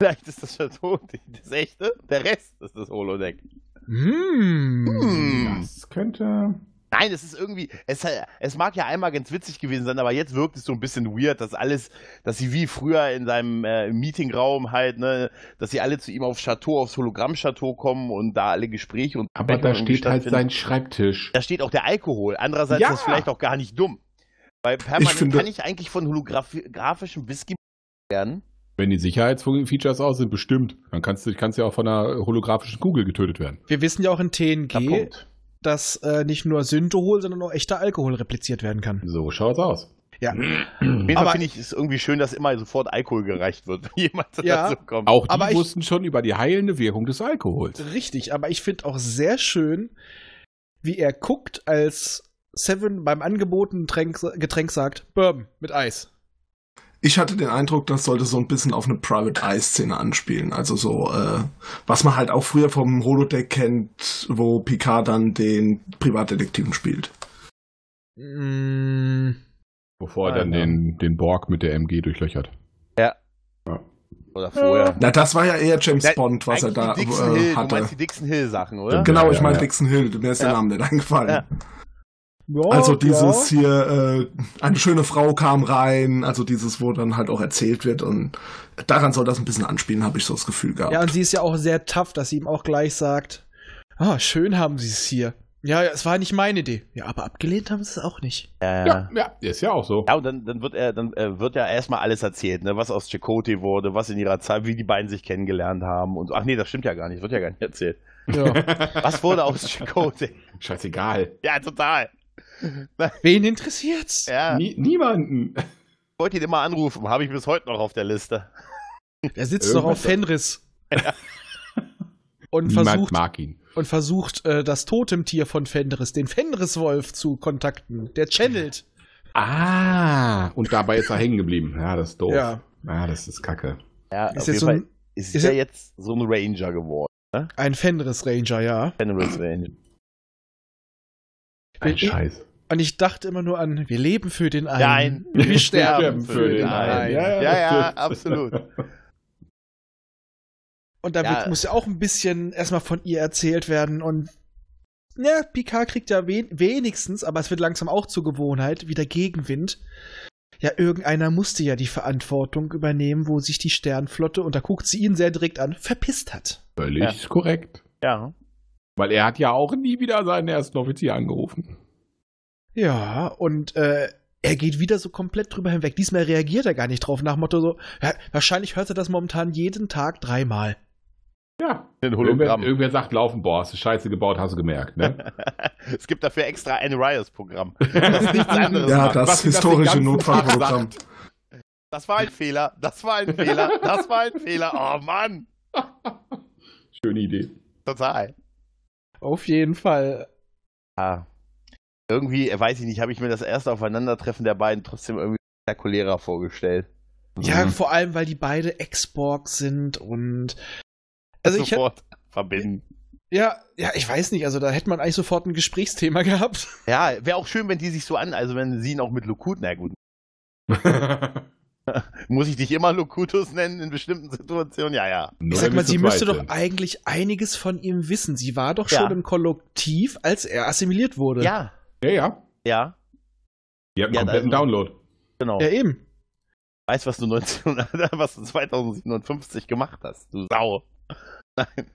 S5: Vielleicht ist das Chateau die- das echte, der Rest ist das Holodeck.
S3: Hm.
S5: Hm.
S2: das könnte.
S5: Nein, es ist irgendwie, es, es mag ja einmal ganz witzig gewesen sein, aber jetzt wirkt es so ein bisschen weird, dass alles, dass sie wie früher in seinem äh, Meetingraum halt, ne, dass sie alle zu ihm aufs Chateau, aufs Hologramm-Chateau kommen und da alle Gespräche und
S2: Aber da
S5: Besprechungen irgendwie
S2: steht halt sein
S5: stattfinden.
S2: Schreibtisch.
S5: Da steht auch der Alkohol. Andererseits
S2: Ja.
S5: ist das vielleicht auch gar nicht dumm. Weil permanent
S4: finde-
S5: kann ich eigentlich von holographischem Whisky werden.
S2: Wenn die Sicherheitsfeatures aus sind, bestimmt. Dann kannst du kannst ja auch von einer holographischen Kugel getötet werden.
S3: Wir wissen ja auch in
S5: Da
S3: TNG,
S5: Punkt.
S3: dass äh, nicht nur Syntohol, sondern auch echter Alkohol repliziert werden kann.
S2: So schaut's aus.
S3: Ja.
S5: Auf jeden Fall
S3: Aber-
S5: finde ich es irgendwie schön, dass immer sofort Alkohol gereicht wird, wenn jemand
S3: Ja.
S5: dazu kommt.
S2: Auch die
S3: Aber ich-
S2: wussten schon über die heilende Wirkung des Alkohols.
S3: Richtig, aber ich finde auch sehr schön, wie er guckt, als Seven beim angebotenen Tränk, Getränk sagt, Bourbon mit Eis.
S4: Ich hatte den Eindruck, das sollte so ein bisschen auf eine Private Eye Szene anspielen. Also so, äh, was man halt auch früher vom Holodeck kennt, wo Picard dann den Privatdetektiven spielt.
S3: Mm,
S2: Bevor er
S5: Ah,
S2: dann
S5: ja.
S2: den, den Borg mit der MG durchlöchert.
S5: Oder vorher.
S4: Na, das war ja eher James
S5: Ja,
S4: Bond, was er
S5: Eigentlich
S4: da
S5: die Dixon
S4: äh,
S5: Hill, du
S4: hatte.
S5: meinst die Dixon Hill Sachen, oder?
S2: Genau.
S4: Genau,
S2: Ja,
S4: ich
S2: ja,
S4: meine
S2: ja.
S4: Dixon Hill, mir ist
S5: Ja.
S4: der Name nicht eingefallen.
S5: Ja.
S3: ja,
S4: Also
S3: Oh, ja.
S4: dieses hier, äh, eine schöne Frau kam rein, also dieses, wo dann halt auch erzählt wird und daran soll das ein bisschen anspielen, habe ich so das Gefühl gehabt.
S3: Ja, und sie ist ja auch sehr tough, dass sie ihm auch gleich sagt, ah, schön haben sie es hier. Ja, ja, es war nicht meine Idee. Ja, aber abgelehnt haben sie es auch nicht.
S5: Ja, ja.
S2: Ja, ja, ist ja auch so.
S5: Ja, und dann, dann wird er, dann äh, wird ja erstmal alles erzählt, ne? was aus Chakotay wurde, was in ihrer Zeit, wie die beiden sich kennengelernt haben und so. Ach nee, das stimmt ja gar nicht, wird ja gar nicht erzählt.
S3: Ja.
S5: Was wurde aus Chakotay?
S2: Scheißegal.
S5: Ja, total.
S3: Wen interessiert's?
S5: Ja,
S2: Nie, niemanden.
S5: ich wollte ihn immer anrufen, habe ich bis heute noch auf der Liste.
S3: Er sitzt doch auf Fenris. Und
S2: Niemand
S3: versucht,
S2: mag ihn.
S3: und versucht, äh, das Totemtier von Fenris, den Fenris-Wolf, zu kontakten. Der channelt.
S2: Ah, und dabei ist er hängen geblieben. Ja, das ist doof.
S3: Ja.
S2: Ah, das ist kacke.
S5: Ja,
S3: Ist
S5: auf
S3: jetzt
S5: jeden
S3: so
S5: Fall
S3: ein,
S5: ist,
S3: ist
S5: er
S3: ja-
S5: jetzt so ein Ranger geworden.
S3: ein Fenris-Ranger, ja.
S5: Generous Ranger.
S2: Ein
S3: Ich-
S2: Scheiß.
S3: Und ich dachte immer nur an, wir leben für den einen.
S5: Nein.
S3: wir sterben.
S5: für den einen.
S2: Ja,
S5: Ja,
S2: ja,
S5: ja,
S2: das-
S5: absolut.
S3: Und da
S5: Ja.
S3: wird- muss ja auch ein bisschen erstmal von ihr erzählt werden. Und ja, Picard kriegt ja wen wenigstens, aber es wird langsam auch zur Gewohnheit, wieder Gegenwind. Ja, irgendeiner musste ja die Verantwortung übernehmen, wo sich die Sternflotte, und da guckt sie ihn sehr direkt an, verpisst hat.
S2: Völlig korrekt.
S5: Ja.
S2: Weil er hat ja auch nie wieder seinen ersten Offizier angerufen.
S3: Ja, und äh, er geht wieder so komplett drüber hinweg. Diesmal reagiert er gar nicht drauf, nach Motto so, ja, wahrscheinlich hört er das momentan jeden Tag dreimal.
S2: Ja.
S5: Ein
S2: Irgendwer,
S5: Hologramm.
S2: irgendwer sagt laufen, boah, hast du Scheiße gebaut, hast du gemerkt, ne?
S5: es gibt dafür extra ein Rios-Programm. Das nichts anderes
S4: Ja,
S5: macht.
S4: das
S2: was sie das den
S4: historische
S2: ganzen Tag
S4: Notfallprogramm.
S5: Das war ein Fehler, das war ein Fehler, das war ein Fehler. Oh Mann,
S2: Schöne Idee.
S5: total.
S3: Auf jeden Fall.
S5: Ah. Irgendwie, äh, weiß ich nicht, habe ich mir das erste Aufeinandertreffen der beiden trotzdem irgendwie spektakulärer vorgestellt.
S2: Mhm.
S3: Ja, vor allem, weil die beide Ex-Borg sind und. Also ich hätte,
S5: Sofort verbinden.
S3: ja, ja, ich weiß nicht, also da hätte man eigentlich sofort ein Gesprächsthema gehabt.
S5: Ja, wäre auch schön, wenn die sich so an, also wenn sie ihn auch mit Lokut, na gut, muss ich dich immer Lokutus nennen in bestimmten Situationen? Ja, ja.
S2: Nur
S3: Ich sag
S2: wenn
S3: mal,
S2: wir zu
S3: sie müsste
S2: zweit
S3: doch
S2: sind.
S3: eigentlich einiges von ihm wissen. Sie war doch
S5: Ja.
S3: schon im Kollektiv, als er assimiliert wurde.
S5: Ja,
S2: Ja, ja.
S5: ja,
S2: Ihr habt
S5: Ja,
S2: einen kompletten
S5: also-
S2: Download.
S5: genau.
S3: Ja, eben.
S5: Weiß, was du, 19, was du 2057 gemacht hast, du Sau. Nein.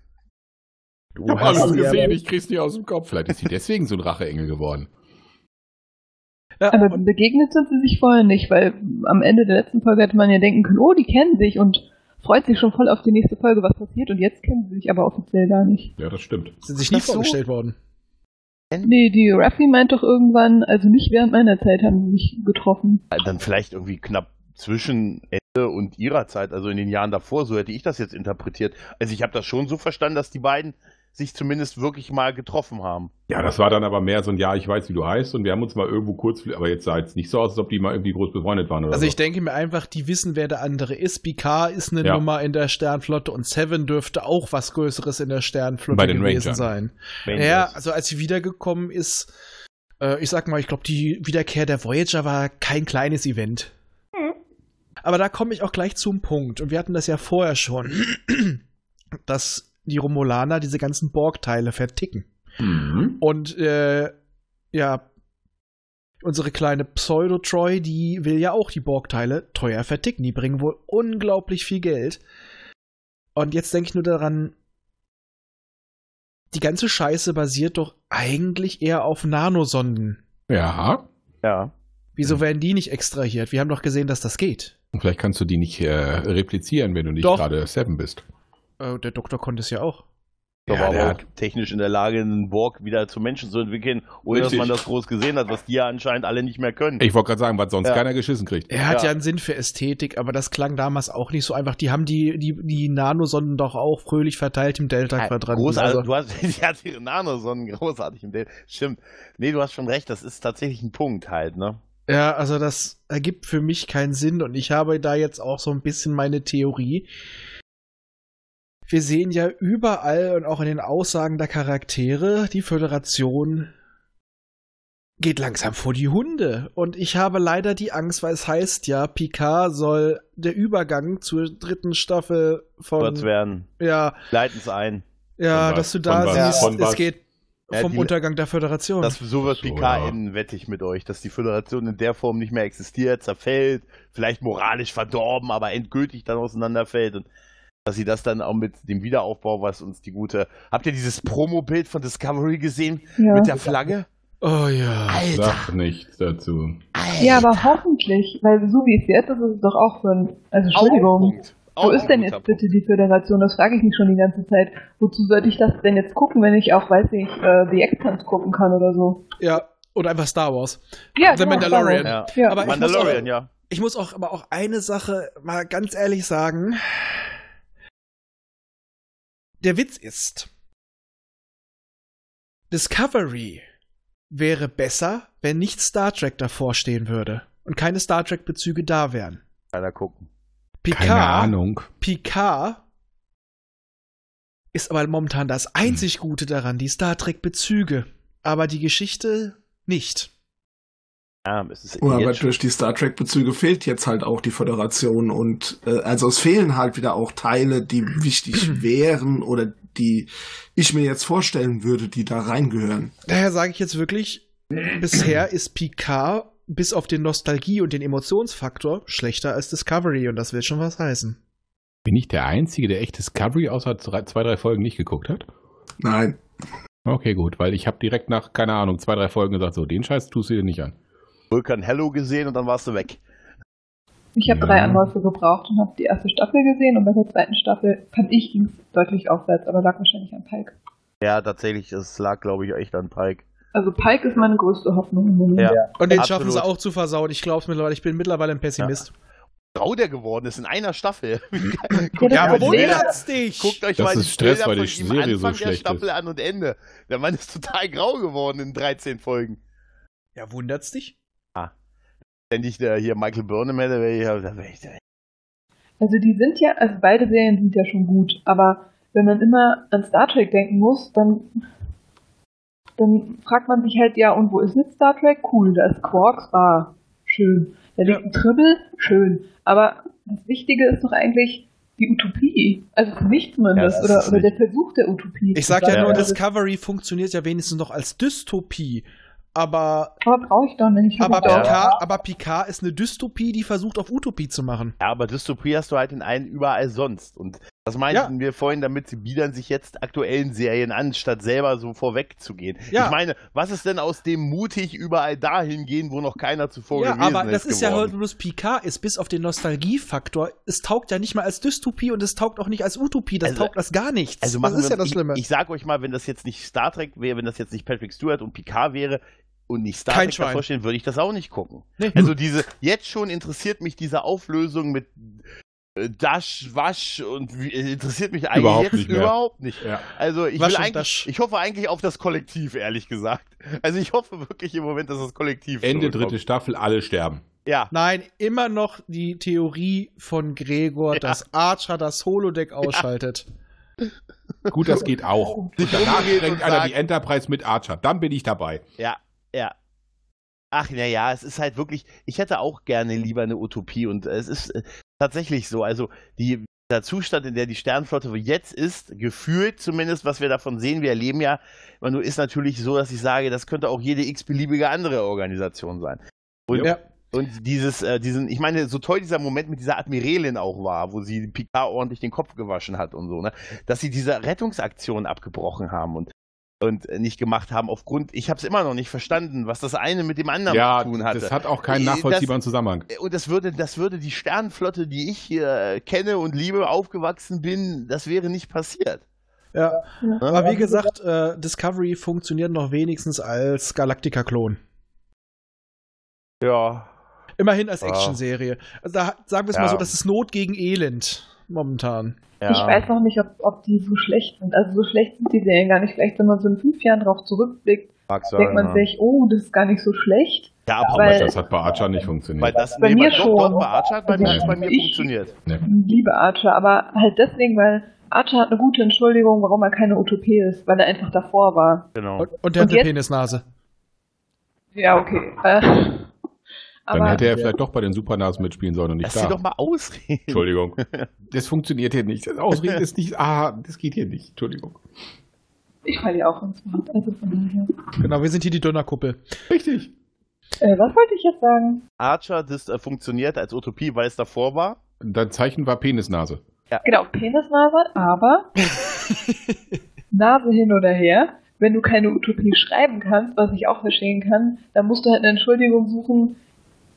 S3: Du
S2: Ich hab alles
S3: sie
S2: gesehen, ich krieg's nicht aus dem Kopf. Vielleicht ist sie deswegen so ein Racheengel geworden.
S3: ja,
S6: Aber
S3: und-
S6: begegnet sind sie sich vorher nicht, weil am Ende der letzten Folge hätte man ja denken können, oh, die kennen sich und freut sich schon voll auf die nächste Folge, was passiert und jetzt kennen sie sich aber offiziell gar nicht.
S2: Ja, das stimmt.
S3: sind sich nicht
S5: Wieso?
S3: vorgestellt worden.
S6: Nee, die Raffi meint doch irgendwann, also nicht während meiner Zeit haben sie sich getroffen.
S5: Dann vielleicht irgendwie knapp zwischen Ende und ihrer Zeit, also in den Jahren davor, so hätte ich das jetzt interpretiert. Also ich habe das schon so verstanden, dass die beiden sich zumindest wirklich mal getroffen haben.
S2: Ja, das war dann aber mehr so ein Ja, ich weiß, wie du heißt und wir haben uns mal irgendwo kurz, aber jetzt sah es nicht so aus, als ob die mal irgendwie groß befreundet waren oder
S3: Also
S2: so.
S3: ich denke mir einfach, die wissen, wer der andere ist. Picard ist eine
S2: Ja.
S3: Nummer in der Sternflotte und Seven dürfte auch was Größeres in der Sternflotte
S2: Bei den
S3: gewesen
S2: Rangern.
S3: sein.
S5: Wenn
S3: Ja,
S5: das-
S3: also als sie wiedergekommen ist, äh, ich sag mal, ich glaube, die Wiederkehr der Voyager war kein kleines Event. Aber da komme ich auch gleich zum Punkt. Und wir hatten das ja vorher schon, dass die Romulaner diese ganzen Borg-Teile verticken.
S2: Mhm.
S3: Und äh, ja, unsere kleine Pseudo-Troy, die will ja auch die Borg-Teile teuer verticken. Die bringen wohl unglaublich viel Geld. Und jetzt denke ich nur daran, die ganze Scheiße basiert doch eigentlich eher auf Nanosonden.
S2: Ja.
S5: ja.
S3: Wieso
S5: Mhm.
S3: werden die nicht extrahiert? Wir haben doch gesehen, dass das geht.
S2: Und vielleicht kannst du die nicht äh, replizieren, wenn du nicht
S3: Doch.
S2: gerade Seven bist.
S3: Äh, der Doktor konnte es ja auch.
S5: Da
S2: Ja,
S5: war
S2: der
S5: aber auch technisch in der Lage, einen Borg wieder zu Menschen zu entwickeln, ohne
S2: Richtig.
S5: dass man das groß gesehen hat, was die ja anscheinend alle nicht mehr können.
S2: Ich wollte gerade sagen, was sonst
S5: Ja.
S2: keiner geschissen kriegt.
S3: Er hat
S5: Ja.
S3: ja. einen Sinn für Ästhetik, aber das klang damals auch nicht so einfach. Die haben die, die, die Nanosonden doch auch fröhlich verteilt im Delta-Quadranten.
S5: Großartig,
S3: Also-
S5: du hast, die hat ihre Nanosonnen großartig im Bild. Stimmt. Nee, du hast schon recht, das ist tatsächlich ein Punkt halt, ne?
S3: Ja, also das ergibt für mich keinen Sinn und ich habe da jetzt auch so ein bisschen meine Theorie. Wir sehen ja überall und auch in den Aussagen der Charaktere, die Föderation geht langsam vor die Hunde. Und ich habe leider die Angst, weil es heißt ja, Picard soll der Übergang zur dritten Staffel
S5: Wird's
S3: von.
S5: werden.
S3: Ja,
S5: Leiten's ein.
S3: ja,
S2: Von
S3: dass du
S2: was?
S3: da
S2: Von
S5: was?
S3: siehst,
S2: Von was?
S3: es geht
S5: Ja,
S3: vom
S5: die-
S3: Untergang der Föderation.
S5: Das, so wird
S2: So,
S5: Picard
S2: ja.
S5: enden, wette ich mit euch, dass die Föderation in der Form nicht mehr existiert, zerfällt, vielleicht moralisch verdorben, aber endgültig dann auseinanderfällt und dass sie das dann auch mit dem Wiederaufbau, was uns die gute. Habt ihr dieses Promo-Bild von Discovery gesehen?
S6: Ja.
S5: Mit der Flagge?
S3: oh ja.
S2: Sag nichts dazu.
S6: ja, aber hoffentlich, weil so wie es jetzt ist, ist es doch auch für ein, also Entschuldigung. Wo ist denn jetzt bitte die Föderation? Das frage ich mich schon die ganze Zeit. Wozu sollte ich das denn jetzt gucken, wenn ich auch, weiß nicht, äh, The Expanse gucken kann oder so?
S3: Ja, oder einfach Star Wars.
S6: Ja, genau,
S3: The Mandalorian.
S5: Ja.
S6: Ja.
S3: Aber ich muss
S5: Mandalorian,
S3: auch-
S5: ja.
S3: Ich muss auch aber auch eine Sache mal ganz ehrlich sagen. Der Witz ist, Discovery wäre besser, wenn nicht Star Trek davor stehen würde und keine Star Trek Bezüge da wären.
S5: Keiner gucken.
S2: Keine
S3: Picard,
S2: Ahnung.
S3: Picard ist aber momentan das einzig
S2: Hm.
S3: Gute daran, die Star Trek Bezüge, aber die Geschichte nicht.
S5: Ja, es ist
S2: Oh,
S5: eh
S4: Ja, aber
S5: jetzt schon-
S4: durch die Star Trek-Bezüge fehlt jetzt halt auch die Föderation und äh, also es fehlen halt wieder auch Teile, die wichtig wären oder die ich mir jetzt vorstellen würde, die da reingehören.
S3: Daher sage ich jetzt wirklich, bisher ist Picard bis auf den Nostalgie- und den Emotionsfaktor schlechter als Discovery und das will schon was heißen.
S2: Bin ich der Einzige, der echt Discovery außer drei- zwei, drei Folgen nicht geguckt hat?
S4: Nein.
S2: Okay, gut, weil ich habe direkt nach, keine Ahnung, zwei, drei Folgen gesagt, so, den Scheiß tust du dir nicht an.
S5: Vulkan Hello gesehen und dann warst du weg.
S6: Ich habe
S2: Ja.
S6: drei Anläufe gebraucht und habe die erste Staffel gesehen und bei der zweiten Staffel fand ich ging es deutlich aufwärts, aber lag wahrscheinlich an Pike.
S5: Ja, tatsächlich, es lag, glaube ich, echt an Pike.
S6: Also Pike ist meine größte Hoffnung im Moment.
S5: Ja.
S3: Und den
S5: Absolut.
S3: schaffen sie auch zu versauen. Ich glaube mittlerweile, ich bin mittlerweile ein Pessimist.
S5: Grau der geworden ist in einer Staffel.
S6: Ja,
S5: euch
S6: aber
S5: mal die
S6: wo
S5: Bilder-
S3: wundert's dich?
S5: Guckt euch
S2: Das
S5: mal die
S2: ist Stress,
S5: Bilder
S2: weil
S5: von
S2: die
S5: ihm
S2: Serie so
S5: Anfang der
S2: schlecht
S5: Staffel
S2: ist.
S5: an und Ende. Der Mann ist total grau geworden in 13 Folgen.
S3: ja, wundert's dich?
S5: Wenn ich da hier Michael Burnham hätte, wäre ich, ja- da wäre ich da.
S6: Also die sind ja, also beide Serien sind ja schon gut, aber wenn man immer an Star Trek denken muss, dann, dann fragt man sich halt, ja, und wo ist jetzt Star Trek? Cool, da ist Quarks, ah, schön. Da liegt ein Tribble, schön. Aber das Wichtige ist doch eigentlich die Utopie. Also für mich
S5: Ja,
S6: zumindest,
S5: das ist
S6: oder,
S5: es
S6: oder der
S5: nicht.
S6: Versuch der Utopie. Also
S3: Ich sag ja,
S5: Ja,
S3: nur,
S5: ja.
S3: Discovery funktioniert ja wenigstens noch als Dystopie. Aber,
S6: Aber brauche ich doch nicht. Ich hab
S3: aber,
S6: doch-
S5: Ja.
S3: Picard, aber Picard ist eine Dystopie, die versucht, auf Utopie zu machen.
S5: Ja, aber Dystopie hast du halt in allen überall sonst. Und das meinten wir vorhin damit, sie biedern sich jetzt aktuellen Serien an, statt selber so vorwegzugehen.
S3: Ja.
S5: Ich meine, was ist denn aus dem mutig überall dahin gehen, wo noch keiner zuvor
S3: Ja,
S5: gewesen
S3: aber das ist ja heute
S5: geworden?
S3: bloß Picard ist, bis auf den Nostalgiefaktor. Es taugt ja nicht mal als Dystopie und es taugt auch nicht als Utopie. Das
S5: Also-
S3: taugt als gar nichts.
S5: Also
S3: das
S5: machen
S3: ist
S5: wir,
S3: ja das Schlimme.
S5: Ich, ich sag euch mal, wenn das jetzt nicht Star Trek wäre, wenn das jetzt nicht Patrick Stewart und Picard wäre und nicht Star
S3: Kein
S5: Trek
S3: Schwein.
S5: davor stehen, würde ich das auch nicht gucken.
S3: Nee.
S5: Also diese, jetzt schon interessiert mich diese Auflösung mit äh, Dash, Wasch und wie, äh, interessiert mich eigentlich
S2: Überhaupt
S5: jetzt
S2: nicht mehr.
S5: überhaupt nicht.
S2: Ja.
S5: Also ich
S3: Wasch
S5: will
S3: und
S5: eigentlich,
S3: Dash.
S5: ich hoffe eigentlich auf das Kollektiv, ehrlich gesagt. Also ich hoffe wirklich im Moment, dass das Kollektiv
S2: Ende
S5: zurückkommt.
S2: dritte Staffel, alle sterben.
S5: Ja.
S3: Nein, immer noch die Theorie von Gregor, dass Archer das Holodeck ausschaltet.
S2: Gut, das geht auch. Und
S5: Sich
S2: danach
S5: umgeht
S2: sprengt
S5: und
S2: einer
S5: sagt-
S2: die Enterprise mit Archer. Dann bin ich dabei.
S5: Ach, naja, es ist halt wirklich, ich hätte auch gerne lieber eine Utopie und äh, es ist äh, tatsächlich so. Also, die, der Zustand, in der die Sternenflotte jetzt ist, gefühlt zumindest, was wir davon sehen, wir erleben ja, man ist natürlich so, dass ich sage, das könnte auch jede x-beliebige andere Organisation sein. Und,
S3: Ja.
S5: und dieses, äh, diesen, ich meine, so toll dieser Moment mit dieser Admirälin auch war, wo sie Picard ordentlich den Kopf gewaschen hat und so, ne? dass sie diese Rettungsaktion abgebrochen haben und und äh, nicht gemacht haben aufgrund, ich habe es immer noch nicht verstanden, was das eine mit dem anderen
S2: Ja,
S5: zu tun hatte.
S2: das hat auch keinen
S5: Äh,
S2: nachvollziehbaren Zusammenhang.
S5: Und das würde, das würde die Sternenflotte, die ich hier äh, kenne und liebe, aufgewachsen bin, das wäre nicht passiert. Ne?
S3: Ja.
S6: Ja.
S3: Aber wie gesagt, äh, Discovery funktioniert noch wenigstens als Galactica-Klon.
S5: Ja.
S3: Immerhin als
S5: Ja.
S3: Action-Serie. Also da sagen wir es
S5: Ah. Ja.
S3: mal so, das ist Not gegen Elend momentan.
S5: ja.
S6: Ich weiß noch nicht, ob, ob die so schlecht sind. Also so schlecht sind die Serien gar nicht. Vielleicht, wenn man so in fünf Jahren drauf zurückblickt,
S5: Mag
S6: denkt man
S5: ja.
S6: sich, oh, das ist gar nicht so schlecht.
S5: Ja, aber
S6: weil-
S5: weil,
S2: Das hat bei Archer nicht
S5: weil
S2: funktioniert.
S5: das
S6: Bei mir
S5: doch,
S6: schon.
S5: Doch, bei Archer hat bei mir,
S6: Also
S5: bei mir
S6: ich-
S5: funktioniert.
S6: liebe Archer, aber halt deswegen, weil Archer hat eine gute Entschuldigung, warum er keine Utopie ist, weil er einfach davor war.
S5: Genau.
S3: Und, und der hat
S6: Und
S3: eine
S6: jetzt-
S3: Penisnase.
S6: Ja, okay. Äh,
S2: Dann
S6: aber
S2: hätte er vielleicht doch bei den Supernasen mitspielen sollen und nicht
S5: Lass
S2: da.
S5: sie doch mal ausreden.
S2: Entschuldigung. Das funktioniert hier nicht. Das Ausreden ist nicht. Ah, das geht hier nicht. Entschuldigung.
S6: ich falle ja auch ins Wort. Also von daher.
S3: Genau, wir sind hier die Donnerkuppel.
S2: Richtig.
S6: Äh, was wollte ich jetzt sagen?
S5: Archer das, äh, funktioniert als Utopie, weil es davor war.
S2: Dein Zeichen war Penisnase.
S6: Genau, Penisnase, aber Nase hin oder her. Wenn du keine Utopie schreiben kannst, was ich auch verstehen kann, dann musst du halt eine Entschuldigung suchen,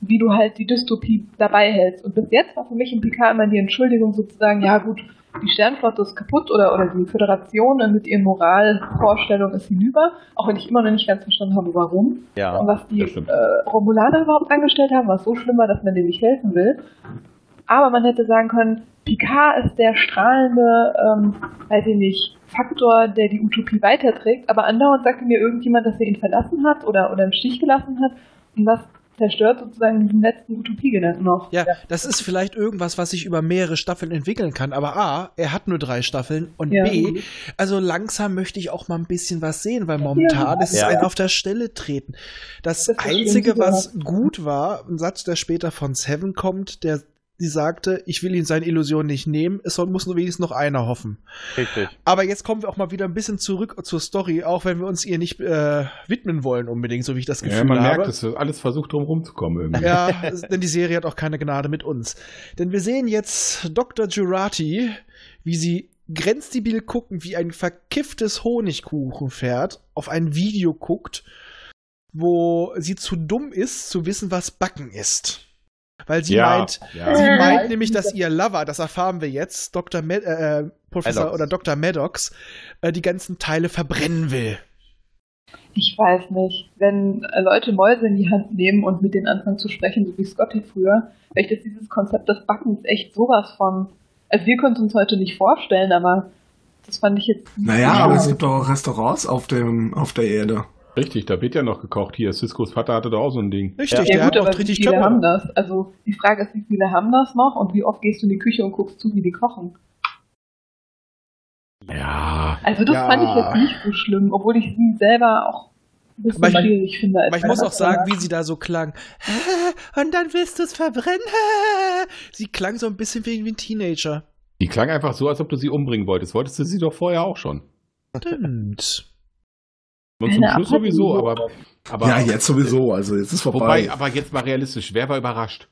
S6: wie du halt die Dystopie dabei hältst. Und bis jetzt war für mich im PK immer die Entschuldigung sozusagen, ja gut, die Sternflotte ist kaputt oder, oder die Föderation mit ihren Moralvorstellungen ist hinüber, auch wenn ich immer noch nicht ganz verstanden habe, warum und
S5: Ja.
S6: was die
S2: das stimmt.
S6: äh, Romulaner überhaupt angestellt haben, was so schlimm war, dass man denen nicht helfen will. Aber man hätte sagen können, Picard ist der strahlende, ähm, weiß ich nicht, Faktor, der die Utopie weiterträgt, aber andauernd sagte mir irgendjemand, dass er ihn verlassen hat oder, oder im Stich gelassen hat und das zerstört sozusagen diesen letzten Utopiegedanken noch.
S3: Ja, das ist vielleicht irgendwas, was sich über mehrere Staffeln entwickeln kann. Aber A, er hat nur drei Staffeln und
S6: Ja.
S3: B, also langsam möchte ich auch mal ein bisschen was sehen, weil momentan ist es
S5: Ja.
S3: ein auf der Stelle treten. Das,
S6: Das ist
S3: Einzige,
S6: schlimm,
S3: was gut war, ein Satz, der später von Seven kommt, der die sagte, ich will ihn seine Illusion nicht nehmen, es soll, muss nur wenigstens noch einer hoffen.
S5: Richtig.
S3: Aber jetzt kommen wir auch mal wieder ein bisschen zurück zur Story, auch wenn wir uns ihr nicht äh, widmen wollen unbedingt, so wie ich das Gefühl
S2: Ja, man
S3: habe.
S2: merkt, dass er alles versucht, drum rumzukommen. Irgendwie.
S3: Ja, denn die Serie hat auch keine Gnade mit uns. Denn wir sehen jetzt Dr. Jurati, wie sie grenzdebil gucken, wie ein verkifftes Honigkuchenpferd auf ein Video guckt, wo sie zu dumm ist, zu wissen, was Backen ist. Weil sie
S2: Ja,
S3: meint,
S2: ja.
S3: sie
S6: Äh.
S3: meint nämlich, dass ihr Lover, das erfahren wir jetzt, Dr. Med äh, Professor
S5: Maddox.
S3: oder Dr. Maddox, äh, die ganzen Teile verbrennen will.
S6: Ich weiß nicht. Wenn äh, Leute Mäuse in die Hand nehmen und mit denen anfangen zu sprechen, so wie Scotty früher, vielleicht ist dieses Konzept des Backens echt sowas von. Also wir können es uns heute nicht vorstellen, aber das fand ich jetzt.
S4: Naja, aber es gibt auch Restaurants auf, dem, auf der Erde.
S2: Richtig, da wird ja noch gekocht. Hier, Ciscos Vater hatte doch auch so ein Ding.
S3: Richtig,
S5: Ja,
S3: der
S6: ja, gut,
S3: hat auch
S6: aber wie
S3: richtig
S6: viele
S3: Töpfe.
S6: haben das? Also die Frage ist, wie viele haben das noch und wie oft gehst du in die Küche und guckst zu, wie die kochen?
S2: Ja.
S6: Also das
S3: Ja.
S6: fand ich jetzt nicht so schlimm, obwohl ich sie selber auch ein bisschen
S3: Aber ich-
S6: schwierig finde. als
S3: Aber ich muss auch sagen,
S6: Erwachsener.
S3: wie sie da so klang. Und dann willst du es verbrennen. Sie klang so ein bisschen wie ein Teenager.
S2: Die klang einfach so, als ob du sie umbringen wolltest. Wolltest du sie doch vorher auch schon.
S3: Stimmt.
S2: Und zum
S6: Eine
S2: Schluss sowieso,
S6: Appetit.
S2: aber. aber
S4: ja, jetzt sowieso, also jetzt ist vorbei.
S2: Wobei, aber jetzt mal realistisch, wer war überrascht?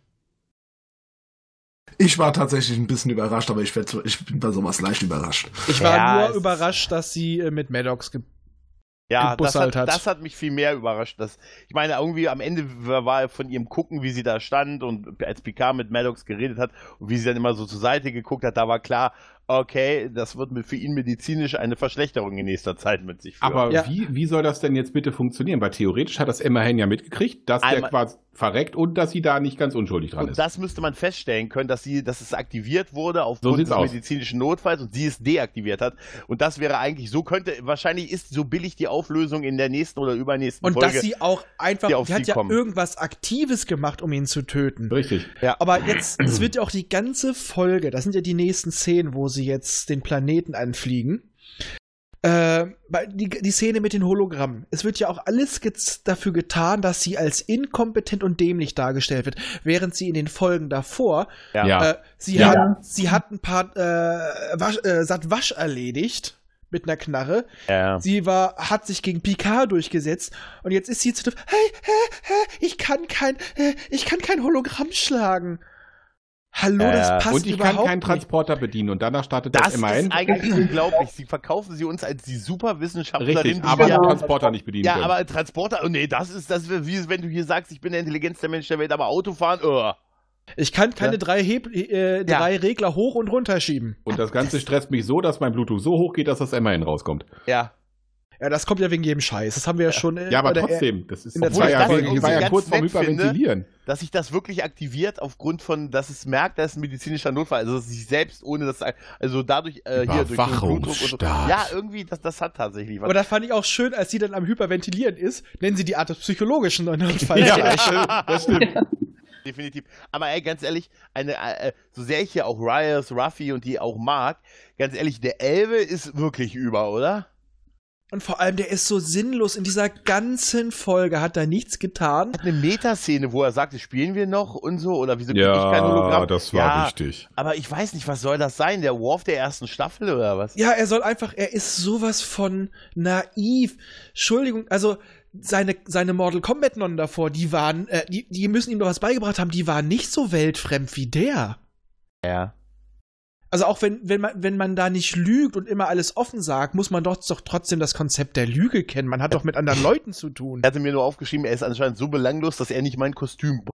S4: ich war tatsächlich ein bisschen überrascht, aber ich, werd, so- ich bin bei sowas leicht überrascht.
S3: Ich war
S5: Ja, es-
S3: nur überrascht, dass sie äh, mit Maddox. ge-
S5: Ja, das
S3: gebussert
S5: halt hat,
S3: hat.
S5: das hat mich viel mehr überrascht. Dass, ich meine, irgendwie am Ende war von ihrem Gucken, wie sie da stand und als Picard mit Maddox geredet hat und wie sie dann immer so zur Seite geguckt hat, da war klar, okay, das wird mit- für ihn medizinisch eine Verschlechterung in nächster Zeit mit sich führen.
S2: Aber
S3: Ja.
S2: wie, wie soll das denn jetzt bitte funktionieren? Weil theoretisch hat das immerhin ja mitgekriegt, dass der
S5: Einmal-
S2: quasi verreckt und dass sie da nicht ganz unschuldig dran
S5: und
S2: ist.
S5: das müsste man feststellen können, dass sie, dass es aktiviert wurde
S2: So
S5: aufgrund
S2: sieht's
S5: des
S2: aus.
S5: medizinischen Notfalls und sie es deaktiviert hat. Und das wäre eigentlich so könnte wahrscheinlich ist so billig die Auflösung in der nächsten oder übernächsten
S3: Und
S5: Folge.
S3: dass sie auch einfach.
S5: die
S3: Die,
S5: auf
S3: hat
S5: sie
S3: ja
S5: kommen.
S3: irgendwas Aktives gemacht, um ihn zu töten.
S2: Richtig.
S3: Aber jetzt, es wird ja auch die ganze Folge, das sind ja die nächsten Szenen, wo sie jetzt den Planeten anfliegen. Äh, bei- die, die Szene mit den Hologrammen. Es wird ja auch alles gez- dafür getan, dass sie als inkompetent und dämlich dargestellt wird, während sie in den Folgen davor,
S5: Ja.
S3: äh, sie,
S2: Ja.
S3: hat, sie hat ein paar äh, Wasch, äh, Sattwasch erledigt mit einer Knarre.
S5: ja.
S2: Ähm,
S3: Sie war, hat sich gegen Picard durchgesetzt und jetzt ist sie zu doof. Hey, hey, hey, ich kann kein, äh, ich kann kein Hologramm schlagen. Hallo,
S5: Ja, ja.
S3: das passt
S2: Äh, und ich kann
S3: überhaupt
S2: keinen
S3: nicht.
S2: Transporter bedienen und danach startet das,
S5: Das
S2: immerhin.
S5: ist eigentlich unglaublich. Sie verkaufen sie uns als die Superwissenschaftlerin,
S2: Richtig,
S5: die
S2: aber
S5: wir-
S2: einen Transporter nicht bedienen
S5: ja,
S2: können.
S5: aber Transporter, oh nee, das ist das wär wie wenn du hier sagst, ich bin der intelligenteste Mensch der Welt, aber Auto fahren, oh.
S3: Ich kann keine drei, Heb äh,
S5: Ja.
S3: drei Regler hoch und runter schieben.
S2: und das Ganze stresst mich so, dass mein Bluetooth so hoch geht, dass das immerhin rauskommt.
S5: Ja.
S3: Ja, das kommt ja wegen jedem Scheiß. Das haben wir ja schon. äh,
S2: Ja, aber
S3: bei der-
S2: trotzdem, das ist
S3: in der
S2: das war ja,
S5: zweiten
S2: ich
S5: Folge
S2: war ja
S5: ganz
S2: kurz vorm
S5: nett finde.
S2: Hyperventilieren.
S5: Dass sich das wirklich aktiviert aufgrund von, dass es merkt, dass es ein medizinischer Notfall, also dass es sich selbst ohne das, also dadurch äh, hier durch den Blutdruck und so.
S2: Überwachungsstaat.
S5: Ja, irgendwie, das, das hat tatsächlich was.
S3: Aber da fand ich auch schön, als sie dann am Hyperventilieren ist, nennen sie die Art des psychologischen Notfalls.
S2: Ja, das stimmt, das stimmt.
S5: Definitiv. Aber ey, ganz ehrlich, eine, äh, so sehr ich hier auch Rios, Ruffy und die auch mag, ganz ehrlich, der Elbe ist wirklich über, oder?
S3: Und vor allem, der ist so sinnlos. In dieser ganzen Folge hat er nichts getan.
S5: Eine Metaszene, wo er sagte, spielen wir noch und so, oder wieso krieg Ja,
S2: richtig.
S5: Aber ich weiß nicht, was soll das sein? Der Worf der ersten Staffel oder was?
S3: Ja, er soll einfach, er ist sowas von naiv. Entschuldigung, also seine, seine Mortal Kombat Nonnen davor, die waren, äh, die, die müssen ihm doch was beigebracht haben, die waren nicht so weltfremd wie der.
S5: Ja.
S3: Also auch wenn, wenn man, wenn man da nicht lügt und immer alles offen sagt, muss man doch, doch trotzdem das Konzept der Lüge kennen. Man hat doch mit anderen Leuten zu tun.
S5: Er hatte mir nur aufgeschrieben, er ist anscheinend so belanglos, dass er nicht mein Kostüm braucht.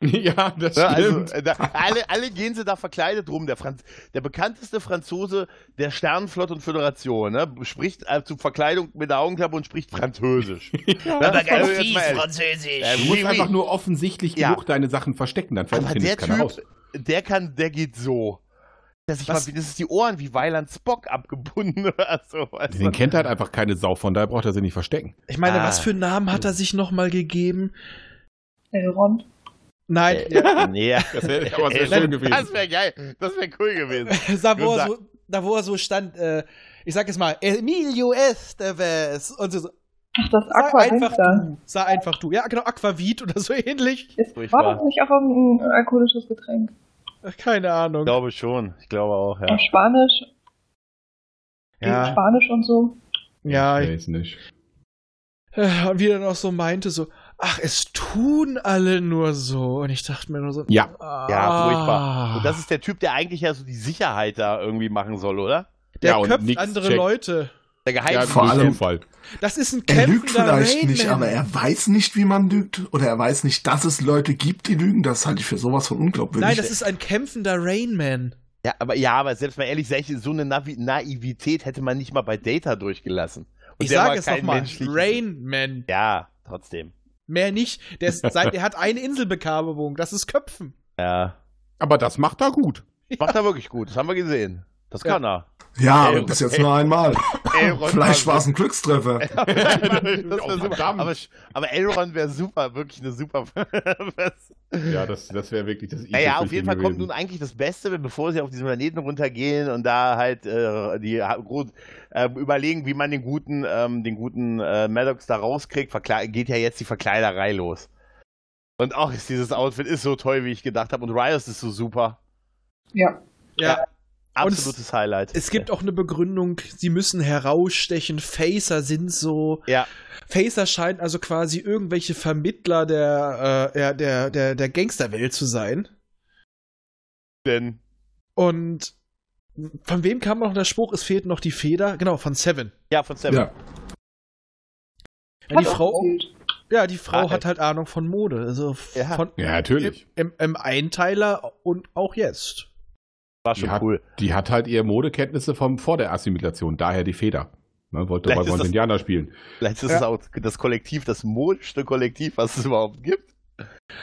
S2: Ja, das
S5: Ne? Also,
S2: stimmt.
S5: äh, da, alle, alle gehen sie da verkleidet rum. Der, Franz, der bekannteste Franzose der Sternenflotte und Föderation ne? spricht äh, zur Verkleidung mit der Augenklappe und spricht Französisch. Ne, also
S2: Ja,
S5: Aber
S2: das war-
S5: ganz fies Französisch.
S2: Du musst einfach nur offensichtlich
S5: Ja.
S2: genug deine Sachen verstecken, dann
S5: Äh, Aber
S2: findet
S5: der
S2: keiner
S5: Typ,
S2: raus.
S5: der kann, der geht so. Dass ich mal,
S3: Was?
S5: das ist die Ohren wie Weiland Spock abgebunden oder so. weißt
S2: Den
S5: du?
S2: kennt halt einfach keine Sau, von daher braucht er sie nicht verstecken.
S3: Ich meine,
S5: Ah.
S3: was für einen Namen hat er sich nochmal gegeben?
S6: Elrond.
S3: Nein,
S5: Äh,
S3: ja,
S5: nee.
S2: Das wäre aber sehr
S5: Äh,
S2: schön
S5: Das
S2: gewesen.
S5: wäre geil. Das wäre cool gewesen.
S3: da, wo er
S5: Guten
S3: so, da wo er so stand, äh, ich sag jetzt mal, Emilio Estevez. Und so, so
S6: Ach, das
S3: sag
S6: Aqua
S3: einfach
S6: Winter.
S3: du. Sag einfach du. Ja, genau, Aquavit oder so ähnlich.
S6: Ist,
S5: Furchtbar.
S6: war das nicht auch ein alkoholisches Getränk?
S3: Ach, Keine
S5: Ich
S3: Ahnung.
S5: glaube schon. Ich glaube auch, ja.
S6: Auf Spanisch, gegen Spanisch und so.
S3: ja.
S2: Ich weiß nicht.
S3: Äh, Und wie er dann auch so meinte, so, ach, es tun alle nur so. Und ich dachte mir nur so,
S2: Ja.
S3: ah.
S5: Ja, furchtbar. Und das ist der Typ, der eigentlich ja so die Sicherheit da irgendwie machen soll, oder?
S3: Der
S2: Ja, und
S3: köpft
S2: nix
S3: andere
S2: checkt.
S3: Leute.
S5: Der
S2: Ja,
S5: Geheimnis.
S4: vor
S2: auf
S4: allem-
S2: jeden Fall.
S3: Das ist ein
S4: Er lügt
S3: kämpfender
S4: vielleicht
S3: Rainman.
S4: nicht, aber er weiß nicht, wie man lügt. Oder er weiß nicht, dass es Leute gibt, die lügen. Das halte ich für sowas von unglaubwürdig.
S3: Nein, das ist ein kämpfender Rainman.
S5: Ja, aber, ja, aber selbst mal ehrlich, solche- so eine Navi Naivität hätte man nicht mal bei Data durchgelassen. Und
S3: Ich
S5: der war
S3: sage es
S5: kein
S3: nochmal.
S5: menschliches-
S3: Rainman.
S5: Ja, trotzdem.
S3: Mehr nicht. Der, ist, seit- der hat eine Inselbekabelung. Das ist Köpfen.
S5: Ja.
S2: Aber das macht er gut.
S5: Macht er wirklich gut, das haben wir gesehen. Das kann er.
S4: ja, aber
S5: Ey,
S4: bis jetzt nur einmal.
S5: Elrond
S4: Vielleicht war
S5: war
S4: es ein Glückstreffer.
S5: Das wär
S2: Oh,
S5: super.
S2: verdammt.
S5: Aber, aber Elrond wäre super, wirklich eine super.
S2: Ja, das, das wäre wirklich das
S5: naja, auf
S2: i-Tüpfelchen
S5: jeden Fall kommt nun
S2: gewesen.
S5: eigentlich das Beste, bevor sie auf diesen Planeten runtergehen und da halt äh, die ha- gro- äh, überlegen, wie man den guten, ähm, den guten äh, Maddox da rauskriegt, Verkle geht ja jetzt die Verkleiderei los. Und auch ist dieses Outfit ist so toll, wie ich gedacht habe. Und Rios ist so super.
S6: Ja.
S3: Ja. Und es-
S5: Absolutes Highlight.
S3: Es gibt auch eine Begründung, sie müssen herausstechen. Facer sind so.
S5: Ja.
S3: Facer scheinen also quasi irgendwelche Vermittler der, äh, ja, der, der, der Gangsterwelt zu sein.
S5: denn
S3: Und von wem kam noch der Spruch, es fehlt noch die Feder? Genau, von Seven.
S5: ja von Sam.
S4: Ja.
S3: Ja, die
S6: Hat auch
S3: Frau,
S6: gefehlt.
S3: ja, die Frau
S5: Ah,
S3: hat halt Ahnung von Mode. Also
S5: Ja.
S3: von
S2: Ja, natürlich.
S3: Im, im Einteiler und auch jetzt.
S5: War schon
S2: Ja.
S5: cool.
S2: Die hat halt ihre Modekenntnisse vom, vor der Assimilation, daher die Feder. Ne, wollte
S5: Vielleicht
S2: bei
S5: ist
S2: Bons
S5: das-
S2: Indianer spielen.
S5: Vielleicht ist es auch das Kollektiv, das modischste Kollektiv, was es überhaupt gibt.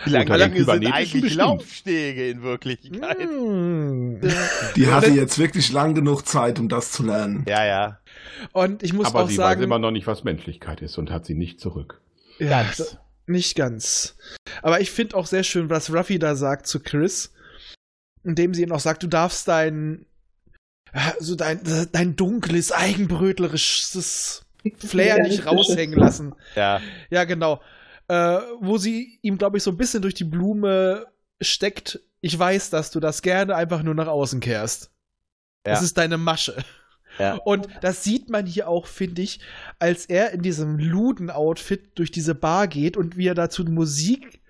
S5: Wie
S2: Unter
S5: lange,
S2: den
S5: lange sind
S2: Kybernetischen
S5: eigentlich
S2: bestimmt.
S5: Laufstege in
S3: Hm.
S5: Wirklichkeit?
S3: Mm.
S4: Die hatte jetzt wirklich lang genug Zeit, um das zu lernen.
S5: Ja, ja.
S3: Und ich muss
S2: Aber
S3: auch
S2: sie
S3: sagen,
S2: weiß immer noch nicht, was Menschlichkeit ist und hat sie nicht zurück.
S3: ja, d- nicht ganz. Aber ich finde auch sehr schön, was Ruffy da sagt zu Chris, indem sie ihm auch sagt, du darfst dein äh, so dein, dein dunkles, eigenbrötlerisches Flair nicht raushängen lassen.
S5: Ja,
S3: Ja, genau. Äh, wo sie ihm, glaube ich, so ein bisschen durch die Blume steckt. Ich weiß, dass du das gerne einfach nur nach außen kehrst.
S5: Ja.
S3: Das ist deine Masche.
S5: Ja.
S3: Und das sieht man hier auch, finde ich, als er in diesem Luden-Outfit durch diese Bar geht und wie er dazu Musik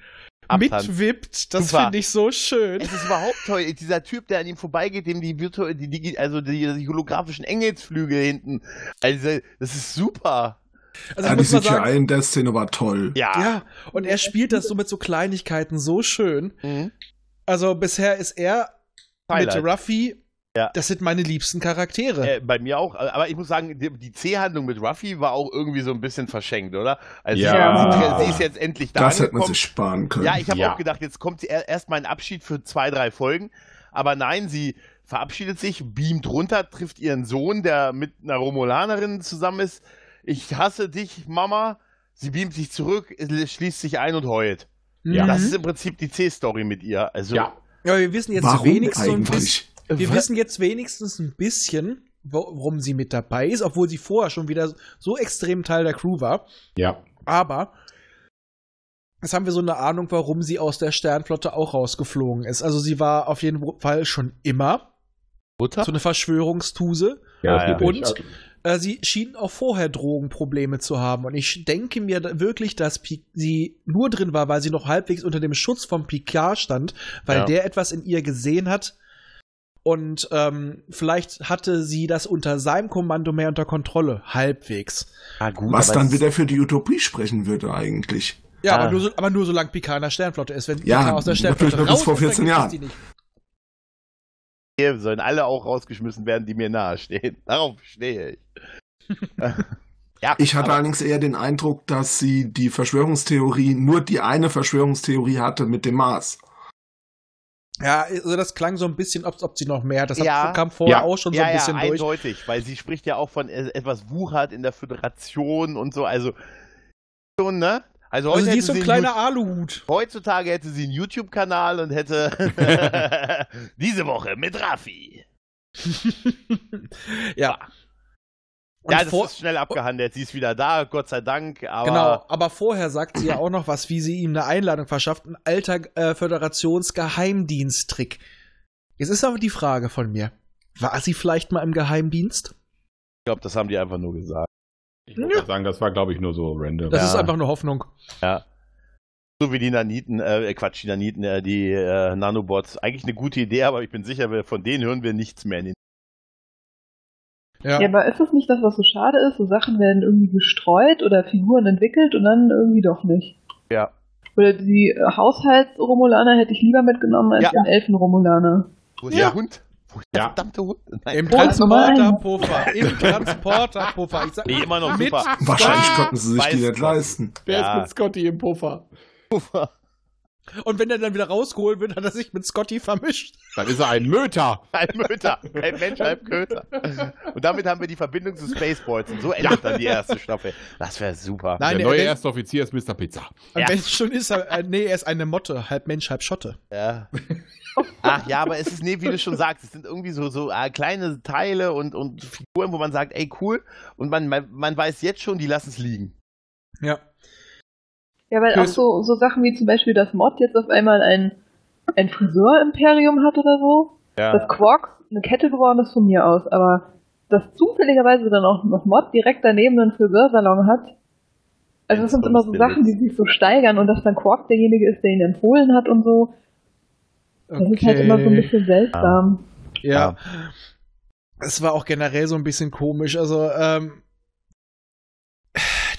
S5: Abtanz.
S3: mitwippt. Das
S5: Super.
S3: finde ich so schön.
S5: Es ist überhaupt toll. Dieser Typ, der an ihm vorbeigeht, dem die, virtu die, die also die, die holographischen Engelsflügel hinten. Also, das ist super.
S3: Also
S4: Ja,
S3: ich
S4: die
S3: muss mal
S4: CGI
S3: sagen,
S4: in der Szene war toll.
S5: Ja.
S3: ja, und er spielt das so mit so Kleinigkeiten so schön.
S5: Mhm.
S3: Also bisher ist er
S5: Highlight.
S3: mit Ruffy,
S5: Ja.
S3: das sind meine liebsten Charaktere.
S5: Äh, bei mir auch. Aber ich muss sagen, die, die C-Handlung mit Ruffy war auch irgendwie so ein bisschen verschenkt, oder? Also,
S2: Ja.
S5: sie, sie ist jetzt endlich da.
S4: das hätte man
S5: angekommen.
S4: sich sparen können.
S5: Ja, ich habe
S2: Ja.
S5: auch gedacht, jetzt kommt sie er- erst mal ein Abschied für zwei, drei Folgen. Aber nein, sie verabschiedet sich, beamt runter, trifft ihren Sohn, der mit einer Romulanerin zusammen ist. Ich hasse dich, Mama. Sie beamt sich zurück, es schließt sich ein und heult.
S2: ja. Mhm.
S5: Das ist im Prinzip die C-Story mit ihr. Also,
S2: Ja,
S3: Ja, wir wissen jetzt
S4: Warum
S3: wenigstens so ein bisschen,
S4: eigentlich?
S3: wir wissen jetzt wenigstens ein bisschen, wo- warum sie mit dabei ist, obwohl sie vorher schon wieder so extrem Teil der Crew war.
S2: ja.
S3: Aber jetzt haben wir so eine Ahnung, warum sie aus der Sternflotte auch rausgeflogen ist. Also sie war auf jeden Fall schon immer
S5: Mutter?
S3: so eine Verschwörungstuse.
S5: Ja, ja.
S2: geht nicht.
S3: Und? Äh, sie schienen auch vorher Drogenprobleme zu haben. Und ich denke mir da wirklich, dass Pi sie nur drin war, weil sie noch halbwegs unter dem Schutz von Picard stand, weil
S5: Ja.
S3: der etwas in ihr gesehen hat. Und ähm, vielleicht hatte sie das unter seinem Kommando mehr unter Kontrolle. Halbwegs.
S5: Ah, gut,
S4: Was
S5: aber
S4: dann
S5: es-
S4: wieder für die Utopie sprechen würde eigentlich.
S3: Ja,
S5: Ah.
S3: aber, nur so, aber nur solange Picard in der Sternflotte ist. Wenn
S4: Ja,
S3: Picard aus der Sternflotte
S4: natürlich nur bis vor
S3: ist, dann
S4: 14
S3: gibt es
S4: Jahren.
S3: die nicht.
S5: Hier sollen alle auch rausgeschmissen werden, die mir nahestehen. Darauf stehe ich. ja,
S4: Ich hatte
S5: aber-
S4: allerdings eher den Eindruck, dass sie die Verschwörungstheorie, nur die eine Verschwörungstheorie hatte mit dem Mars.
S3: Ja, also das klang so ein bisschen, als ob sie noch mehr hat. Das
S5: Ja.
S3: kam vorher
S2: Ja.
S3: auch schon so ein bisschen durch.
S5: eindeutig, weil sie spricht ja auch von e- etwas Wuchert in der Föderation und so, also schon, ne? Also, heute
S3: Also die
S5: hätte
S3: ist so ein
S5: sie
S3: kleiner
S5: einen
S3: Aluhut.
S5: Ju- Heutzutage hätte sie einen YouTube-Kanal und hätte diese Woche mit Raffi.
S3: ja. Und
S5: ja, das
S3: vor-
S5: ist schnell abgehandelt. Sie ist wieder da, Gott sei Dank. Aber
S3: genau, aber vorher sagt sie ja auch noch was, wie sie ihm eine Einladung verschafft, ein alter äh, Föderationsgeheimdiensttrick. Jetzt ist aber die Frage von mir. War sie vielleicht mal im Geheimdienst?
S5: ich glaube, das haben die einfach nur gesagt.
S2: Ich muss sagen, das war, glaube ich, nur so random.
S3: Das
S5: Ja.
S3: ist einfach eine Hoffnung.
S5: So wie die Naniten, äh, Quatsch, die Naniten, äh, die äh, Nanobots. Eigentlich eine gute Idee, aber ich bin sicher, wir- von denen hören wir nichts mehr in den
S6: Ja. aber ist das nicht das, was so schade ist? So Sachen werden irgendwie gestreut oder Figuren entwickelt und dann irgendwie doch nicht.
S5: Ja.
S6: Oder die äh, Haushaltsromulaner hätte ich lieber mitgenommen als
S5: Ja.
S6: den Elfenromulaner.
S5: Wo ist der Hund? Wo ist der verdammte Hund? Nein.
S3: Im
S6: Oh,
S3: Transporterpuffer. Im Transporterpuffer. Ich sag
S5: Nee, immer noch
S3: Mit-
S5: super.
S4: Wahrscheinlich konnten sie sich
S5: Weiß
S4: die nicht
S5: Gott.
S4: leisten.
S2: Wer
S5: Ja.
S2: ist mit Scotty im Puffer?
S3: Und wenn er dann wieder rausgeholt wird, hat er sich mit Scotty vermischt.
S2: Dann ist er ein Möter.
S5: Halb Möter. Halb Mensch, halb Köter. Und damit haben wir die Verbindung zu Spaceballs. Und so endet dann die erste Staffel. Das wäre super.
S3: Nein,
S2: der
S3: er
S2: neue
S3: denkt-
S2: erste Offizier ist Mr. Pizza.
S5: Ja.
S3: Ja. Wenn es schon ist, er, äh, nee, er ist eine Motte. Halb Mensch, halb Schotte.
S5: Ja. Ach ja, aber es ist, nee, wie du schon sagst, es sind irgendwie so, so äh, kleine Teile und, und Figuren, wo man sagt, ey, cool. Und man, man, man weiß jetzt schon, die lassen es liegen.
S3: Ja.
S6: Ja, weil auch
S3: Höchst-
S6: so, so Sachen wie zum Beispiel, dass Mod jetzt auf einmal ein, ein Friseur-Imperium hat oder so. Dass Quarks eine Kette geworden ist von mir aus, aber dass zufälligerweise dann auch noch Mod direkt daneben einen Friseursalon hat. Also das sind immer so Sachen, die sich so steigern und dass dann Quark derjenige ist, der ihn empfohlen hat und so. Das ist halt immer so ein bisschen seltsam.
S3: Ja. Es war auch generell so ein bisschen komisch. Also, ähm,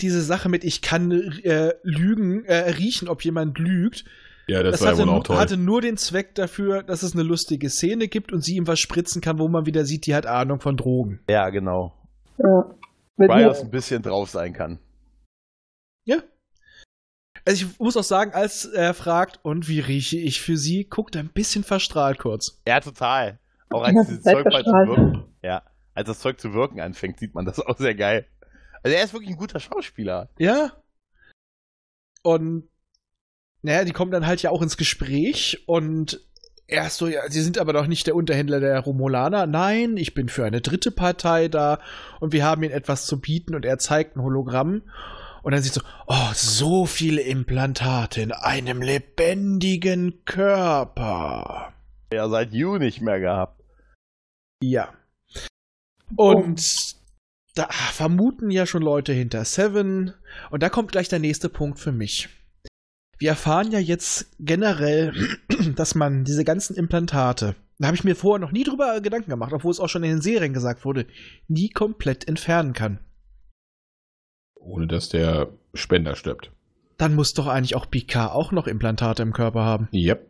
S3: diese Sache mit, ich kann äh, lügen, äh, riechen, ob jemand lügt,
S2: Ja, das,
S3: das
S2: war ja
S3: hatte,
S2: wohl
S3: nu-
S2: auch toll.
S3: hatte nur den Zweck dafür, dass es eine lustige Szene gibt und sie ihm was spritzen kann, wo man wieder sieht, die hat Ahnung von Drogen.
S5: Ja, genau.
S6: Ja. Weil die-
S5: Ryers ein bisschen drauf sein kann.
S3: Also ich muss auch sagen, als er fragt, und wie rieche ich für sie, guckt er ein bisschen verstrahlt kurz.
S5: Ja, total. Auch
S6: Die
S5: als
S6: ganze
S5: das
S6: Zeit
S5: Zeug mal zu
S6: verstrahlt.
S5: wirken. Ja, als das Zeug zu wirken anfängt, sieht man das auch sehr geil. Also er ist wirklich ein guter Schauspieler.
S3: Ja. Und naja, die kommen dann halt ja auch ins Gespräch und erst so, ja, sie sind aber doch nicht der Unterhändler der Romulaner. Nein, ich bin für eine dritte Partei da und wir haben ihnen etwas zu bieten und er zeigt ein Hologramm. Und dann sieht so, oh, so viele Implantate in einem lebendigen Körper.
S5: Ja, seit You nicht mehr gehabt.
S3: Ja.
S4: Oh.
S3: Und da vermuten ja schon Leute hinter Seven. Und da kommt gleich der nächste Punkt für mich. Wir erfahren ja jetzt generell, dass man diese ganzen Implantate, da habe ich mir vorher noch nie drüber Gedanken gemacht, obwohl es auch schon in den Serien gesagt wurde, nie komplett entfernen kann.
S2: Ohne dass der Spender stirbt.
S3: Dann muss doch eigentlich auch Picard auch noch Implantate im Körper haben.
S2: Yep.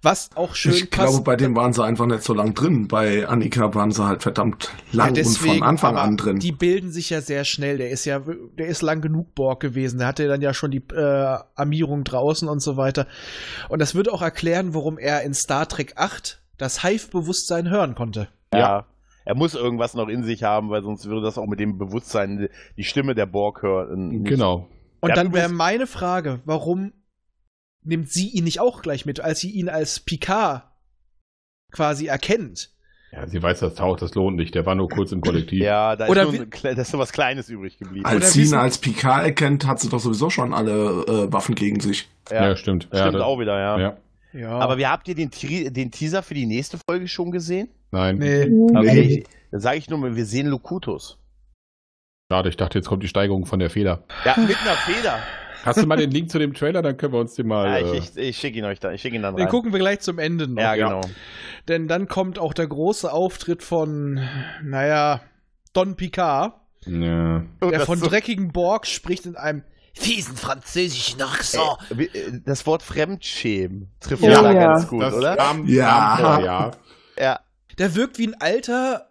S3: Was auch schön
S4: ich
S3: passt.
S4: glaube, bei dem waren sie einfach nicht so lang drin. Bei Annika waren sie halt verdammt lang und von Anfang
S3: aber
S4: an drin.
S3: Die bilden sich ja sehr schnell. Der ist ja, der ist lang genug Borg gewesen. Der hatte dann ja schon die äh, Armierung draußen und so weiter. Und das würde auch erklären, warum er in Star Trek 8 das Hive-Bewusstsein hören konnte.
S5: Ja. Er muss irgendwas noch in sich haben, weil sonst würde das auch mit dem Bewusstsein die Stimme der Borg hören.
S2: Genau.
S3: Und
S5: Ja,
S3: dann
S5: du
S3: wäre
S5: bist-
S3: meine Frage, warum nimmt sie ihn nicht auch gleich mit, als sie ihn als Picard quasi erkennt?
S2: Ja, sie weiß, das taucht, das lohnt nicht. Der war nur kurz im Kollektiv.
S5: Ja, da ist,
S3: Oder
S5: nur
S3: wie-
S5: ein, kle- da ist nur was Kleines übrig geblieben.
S3: Oder
S4: als sie ihn
S3: wissen-
S4: als Picard erkennt, hat sie doch sowieso schon alle äh, Waffen gegen sich.
S2: ja, stimmt. ja,
S5: Stimmt
S2: das-
S5: auch wieder, ja.
S2: Ja.
S3: Ja.
S5: Aber wie habt ihr den, Tri- den Teaser für die nächste Folge schon gesehen?
S2: Nein.
S3: nee.
S5: Okay. Da sage ich nur mal, wir sehen Locutus.
S2: Schade, ich dachte, jetzt kommt die Steigerung von der Feder.
S5: Ja, mit einer Feder.
S2: Hast du mal den Link zu dem Trailer? Dann können wir uns den mal.
S5: Ja,
S2: äh,
S5: ich ich, ich schicke ihn euch dann. Ich schicke ihn dann rein.
S3: Den gucken wir gleich zum Ende noch.
S5: ja, genau.
S3: Denn dann kommt auch der große Auftritt von, naja, Don Picard,
S2: ja.
S3: der
S5: Oh, Das
S3: von
S5: so-
S3: dreckigen Borg spricht in einem fiesen französischen Akzent.
S5: Ey, wie- äh, Das Wort Fremdschämen trifft
S6: Ja,
S5: ja, da
S6: ja.
S5: ganz gut,
S2: das
S5: oder?
S2: Kam,
S4: Ja.
S2: Kam vor, ja.
S5: Ja.
S3: Der wirkt wie ein alter,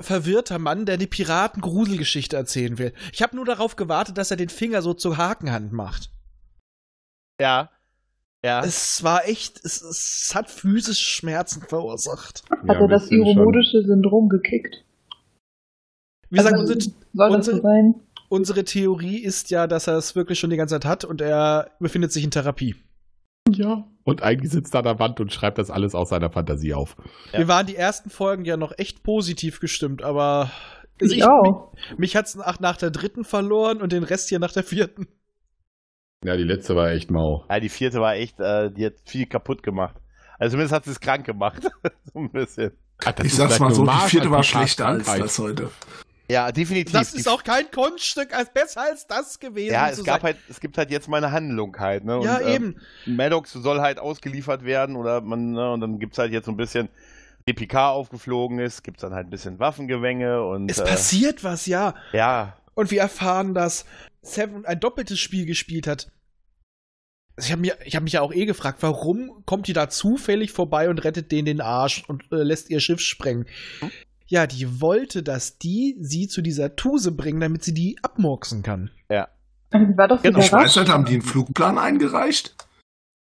S3: verwirrter Mann, der die Piraten Gruselgeschichte erzählen will. Ich habe nur darauf gewartet, dass er den Finger so zur Hakenhand macht.
S5: Ja. Ja.
S3: Es war echt, es, es hat physische Schmerzen verursacht.
S6: hat
S2: ja,
S6: er
S2: ein
S6: das
S2: bisschen schon.
S6: iromodische Syndrom gekickt.
S3: Wie gesagt,
S6: Also,
S3: unsere,
S6: soll das so
S3: unsere-
S6: sein?
S3: unsere Theorie ist ja, dass er es wirklich schon die ganze Zeit hat und er befindet sich in Therapie.
S2: Ja. Und eigentlich sitzt er an der Wand und schreibt das alles aus seiner Fantasie auf.
S5: Ja.
S3: Wir waren die ersten Folgen ja noch echt positiv gestimmt, aber also
S6: Ich auch.
S3: mich, mich hat's nach, nach der dritten verloren und den Rest hier nach der vierten.
S2: Ja, die letzte war echt mau.
S5: ja, die vierte war echt, äh, die hat viel kaputt gemacht. Also zumindest hat sie es krank gemacht. so ein bisschen.
S2: Ach, das
S4: ich
S2: ist
S4: sag's
S2: vielleicht
S4: mal
S2: eine
S4: so, die
S2: Hommage
S4: vierte
S2: an
S4: war
S2: Picards
S4: schlechter als
S2: Krankheit.
S4: das heute.
S5: Ja, definitiv.
S3: Das
S5: Die-
S3: ist auch kein Kunststück, als besser als das gewesen
S5: ja,
S3: zu
S5: es gab
S3: sein.
S5: halt, es gibt halt jetzt mal eine Handlung halt, ne?
S3: ja,
S5: Und, ähm,
S3: eben.
S5: Maddox soll halt ausgeliefert werden oder man, ne, und dann gibt's halt jetzt so ein bisschen DPK aufgeflogen ist, gibt's dann halt ein bisschen Waffengewänge und
S3: Es
S5: äh,
S3: passiert was, ja.
S5: ja,
S3: Und wir erfahren, dass Seven ein doppeltes Spiel gespielt hat. Also Ich habe mich, ich hab mich ja auch eh gefragt, warum kommt die da zufällig vorbei und rettet denen den Arsch und äh, lässt ihr Schiff sprengen?
S5: Hm?
S3: Ja, die wollte, dass die sie zu dieser Tuse bringen, damit sie die abmurksen kann.
S6: Aber sie war doch so
S5: Genau,
S4: Ich weiß
S6: überrascht.
S4: nicht, haben die einen Flugplan eingereicht?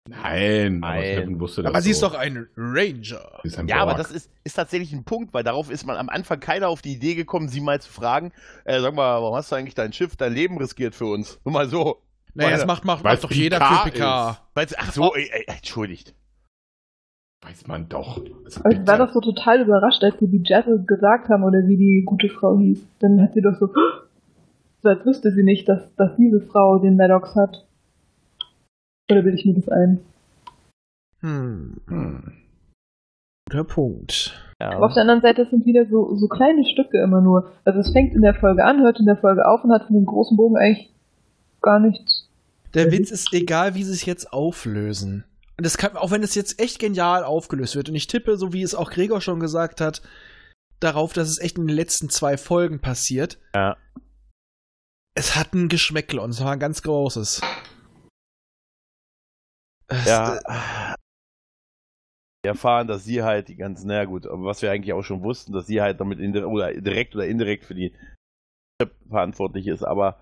S2: Nein, aber
S5: Nein.
S2: Steffen wusste das.
S3: Aber sie ist
S2: so.
S3: doch ein Ranger.
S2: Sie Ist ein
S5: ja, aber
S2: Borg.
S5: das ist, ist tatsächlich ein Punkt, weil darauf ist man am Anfang keiner auf die Idee gekommen, sie mal zu fragen, äh, sag mal, warum hast du eigentlich dein Schiff, dein Leben riskiert für uns? Nur mal so.
S3: Naja,
S5: Weil-
S3: das macht, macht,
S2: weil
S3: macht doch jeder
S2: Picard
S3: für Picard.
S5: Weil's, ach so, ey, ey, entschuldigt.
S2: Weiß man doch.
S4: Äh,
S2: Also
S6: Aber sie
S2: bitte.
S6: war doch so total überrascht, als sie die Jazzle gesagt haben oder wie die gute Frau hieß. Dann hat sie doch so, "Oh!" so als wüsste sie nicht, dass, dass diese Frau den Maddox hat. Oder will ich mir das ein?
S3: Hm,
S2: Hm.
S3: guter Punkt.
S6: Aber auf der anderen Seite das sind wieder so, so kleine Stücke immer nur. Also es fängt in der Folge an, hört in der Folge auf und hat von dem großen Bogen eigentlich gar nichts.
S3: Der Witz ist egal, wie sie es jetzt auflösen. Und das kann, auch wenn es jetzt echt genial aufgelöst wird. Und ich tippe, so wie es auch Gregor schon gesagt hat, darauf, dass es echt in den letzten zwei Folgen passiert.
S5: Ja.
S3: Es hat ein Geschmäckle und zwar ein ganz großes. Es-
S5: Ja.
S3: äh,
S5: Wir erfahren, dass sie halt die ganzen, naja gut, aber was wir eigentlich auch schon wussten, dass sie halt damit indi- oder direkt oder indirekt für die verantwortlich ist, aber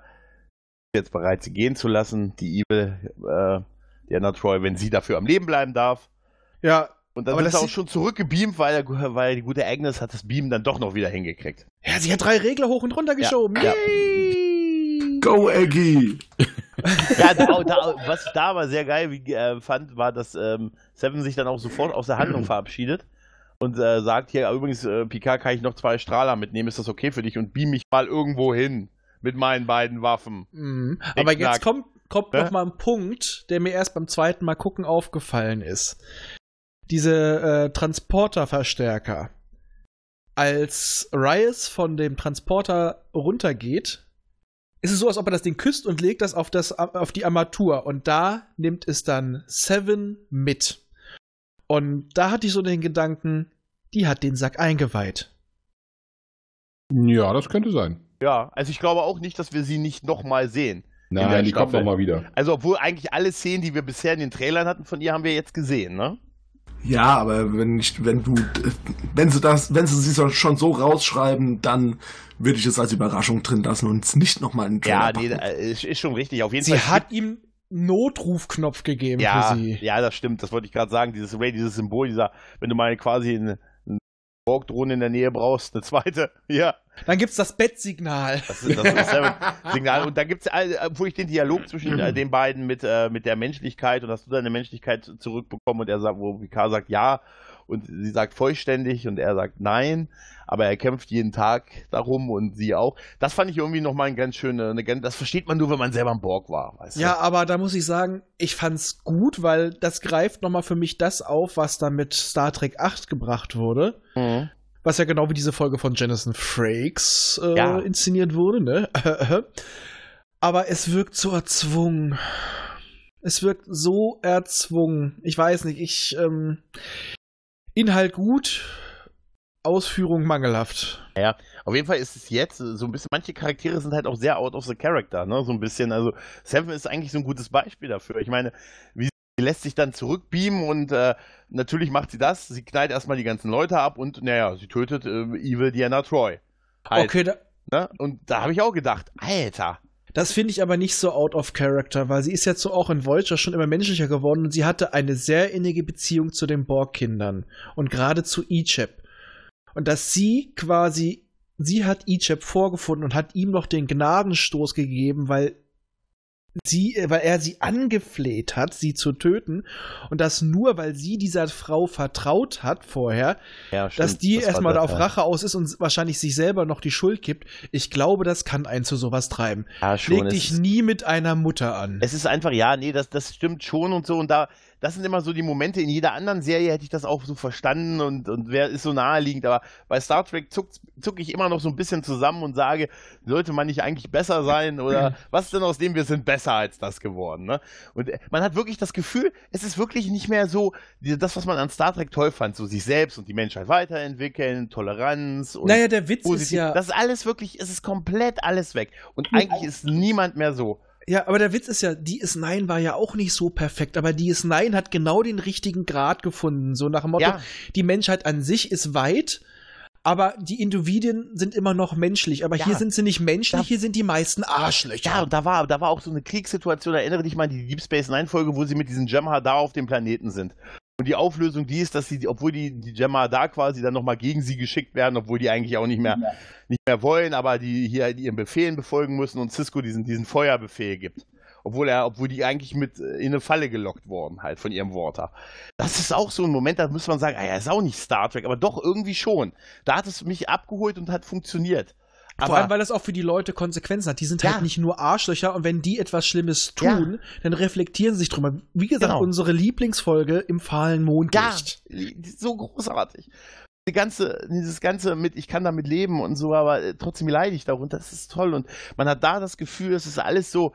S5: ist jetzt bereit, sie gehen zu lassen, die Evil, äh, Diana Troy, wenn sie dafür am Leben bleiben darf.
S3: äh, Ja,
S5: Und dann
S3: Aber
S5: ist
S3: das
S5: er auch
S3: sie-
S5: schon zurückgebeamt, weil, der- weil die gute Agnes hat das Beam dann doch noch wieder hingekriegt.
S3: ja, sie hat drei Regler hoch und runter geschoben.
S5: Ja.
S3: Yay!
S4: Go, Eggy!
S5: Ja, da, oh, da, was ich da aber sehr geil wie, äh, fand, war, dass ähm, Seven sich dann auch sofort aus der Handlung verabschiedet und äh, sagt hier, übrigens, äh, Picard, kann ich noch zwei Strahler mitnehmen, ist das okay für dich? Und beam mich mal irgendwo hin mit meinen beiden Waffen.
S3: Mhm. Aber
S5: Knack.
S3: jetzt kommt, kommt
S5: Hä?
S3: noch mal ein Punkt, der mir erst beim zweiten Mal gucken aufgefallen ist. Diese äh, Transporterverstärker. Als Rias von dem Transporter runtergeht, ist es so, als ob er das Ding küsst und legt das auf, das, auf die Armatur. Und da nimmt es dann Seven mit. Und da hatte ich so den Gedanken, die hat den Sack eingeweiht.
S2: Ja, das könnte sein.
S5: Ja, also ich glaube auch nicht, dass wir sie nicht nochmal sehen. der
S2: Nein, die kommt
S5: Staffel.
S2: nochmal wieder.
S5: Also, obwohl eigentlich alle Szenen, die wir bisher in den Trailern hatten, von ihr haben wir jetzt gesehen, ne?
S4: Ja, aber wenn nicht, wenn du, wenn sie das, wenn sie sie so- schon so rausschreiben, dann würde ich es als Überraschung drin lassen und es nicht nochmal in den
S5: Ja,
S4: Trailer
S5: nee,
S4: packen.
S5: da- äh, ist, ist schon richtig. Auf jeden
S3: Sie
S5: Fall.
S3: hat ihm einen Notrufknopf gegeben
S5: ja,
S3: für sie.
S5: ja, das stimmt. Das wollte ich gerade sagen. Dieses Ray, dieses Symbol, dieser, wenn du mal quasi eine, eine Borg-Drohne in der Nähe brauchst, eine zweite. Ja,
S3: Dann gibt's das Bettsignal.
S5: das ist das ist das Seven-Signal. Und da gibt es, obwohl ich den Dialog zwischen äh, den beiden mit, äh, mit der Menschlichkeit und hast du deine Menschlichkeit z- zurückbekommen und er sagt, wo Picard sagt ja und sie sagt vollständig und er sagt nein, aber er kämpft jeden Tag darum und sie auch. Das fand ich irgendwie nochmal eine ganz schöne, eine, ganz- das versteht man nur, wenn man selber ein Borg war, weißt
S3: Ja,
S5: du?
S3: aber da muss ich sagen, ich fand's gut, weil das greift nochmal für mich das auf, was da mit Star Trek 8 gebracht wurde.
S5: Mhm.
S3: Was ja genau wie diese Folge von Jonathan Frakes äh,
S5: Ja.
S3: inszeniert wurde, ne? aber es wirkt so erzwungen. Es wirkt so erzwungen. Ich weiß nicht, ich. Ähm, Inhalt gut, Ausführung mangelhaft.
S5: Auf jeden Fall ist es jetzt äh, so ein bisschen, manche Charaktere sind halt auch sehr out of the character, ne? So ein bisschen. Also Seven ist eigentlich so ein gutes Beispiel dafür. Ich meine, wie sie lässt sich dann zurückbeamen und äh, natürlich macht sie das. Sie knallt erstmal die ganzen Leute ab und naja, sie tötet äh, Evil Diana Troy. Halt,
S3: Okay, da,
S5: ne? Und da habe ich auch gedacht, Alter.
S3: Das finde ich aber nicht so out of character, weil sie ist jetzt so auch in Voyager schon immer menschlicher geworden und sie hatte eine sehr innige Beziehung zu den Borg-Kindern und gerade zu Ichep. Und dass sie quasi, sie hat Ichep vorgefunden und hat ihm noch den Gnadenstoß gegeben, weil sie, äh, weil er sie angefleht hat, sie zu töten und das nur, weil sie dieser Frau vertraut hat vorher,
S5: Ja,
S3: dass die
S5: das war
S3: erstmal da
S5: das,
S3: auf
S5: ja.
S3: Rache aus ist und wahrscheinlich sich selber noch die Schuld gibt. Ich glaube, das kann einen zu sowas treiben.
S5: Ja,
S3: Leg
S5: schon. Es
S3: dich
S5: ist,
S3: nie mit einer Mutter an.
S5: es ist einfach, ja, nee, das, das stimmt schon und so. Und da, das sind immer so die Momente. In jeder anderen Serie hätte ich das auch so verstanden und, und wer ist so naheliegend. Aber bei Star Trek zuck, zuck ich immer noch so ein bisschen zusammen und sage, sollte man nicht eigentlich besser sein oder was denn aus dem, wir sind besser als das geworden. Ne? Und äh, man hat wirklich das Gefühl, es ist wirklich nicht mehr so die- das, was man an Star Trek toll fand, so sich selbst und die Menschheit weiterentwickeln, Toleranz und
S7: Naja, der Witz ist
S5: positiv.
S7: ja.
S5: Das ist alles wirklich, es ist komplett alles weg. Und eigentlich ist niemand mehr so.
S3: Ja, aber der Witz ist ja, DS9 war ja auch nicht so perfekt, aber DS9 hat genau den richtigen Grad gefunden. So nach dem Motto,
S5: Ja.
S3: die Menschheit an sich ist weit, aber die Individuen sind immer noch menschlich. Aber
S5: Ja.
S3: hier sind sie nicht menschlich,
S5: Da-
S3: hier sind die meisten Arschlöcher.
S5: Ja, und da war, da war auch so eine Kriegssituation. Erinnere dich mal an die Deep Space Nine Folge, wo sie mit diesen Jem'Hadar auf dem Planeten sind. Und die Auflösung, die ist, dass sie, obwohl die, die Jem'Hadar quasi dann nochmal gegen sie geschickt werden, obwohl die eigentlich auch nicht mehr, nicht mehr wollen, aber die hier ihren Befehlen befolgen müssen und Cisco diesen, diesen Feuerbefehl gibt. Obwohl er, obwohl die eigentlich mit äh, in eine Falle gelockt wurden, halt von ihrem Worter. Das ist auch so ein Moment, da muss man sagen, ah ja, ist auch nicht Star Trek, aber doch irgendwie schon. Da hat es mich abgeholt und hat funktioniert.
S3: Vor allem, weil das auch für die Leute Konsequenzen hat. Die sind
S5: Ja.
S3: halt nicht nur Arschlöcher und wenn die etwas Schlimmes
S5: Ja.
S3: tun, dann reflektieren sie sich drüber. Wie gesagt,
S5: Genau.
S3: unsere Lieblingsfolge im fahlen
S5: Ja,
S3: Mondlicht.
S5: so großartig. Die ganze, dieses ganze mit, ich kann damit leben und so, aber äh, trotzdem leide ich darunter, das ist toll. Und man hat da das Gefühl, es ist alles so,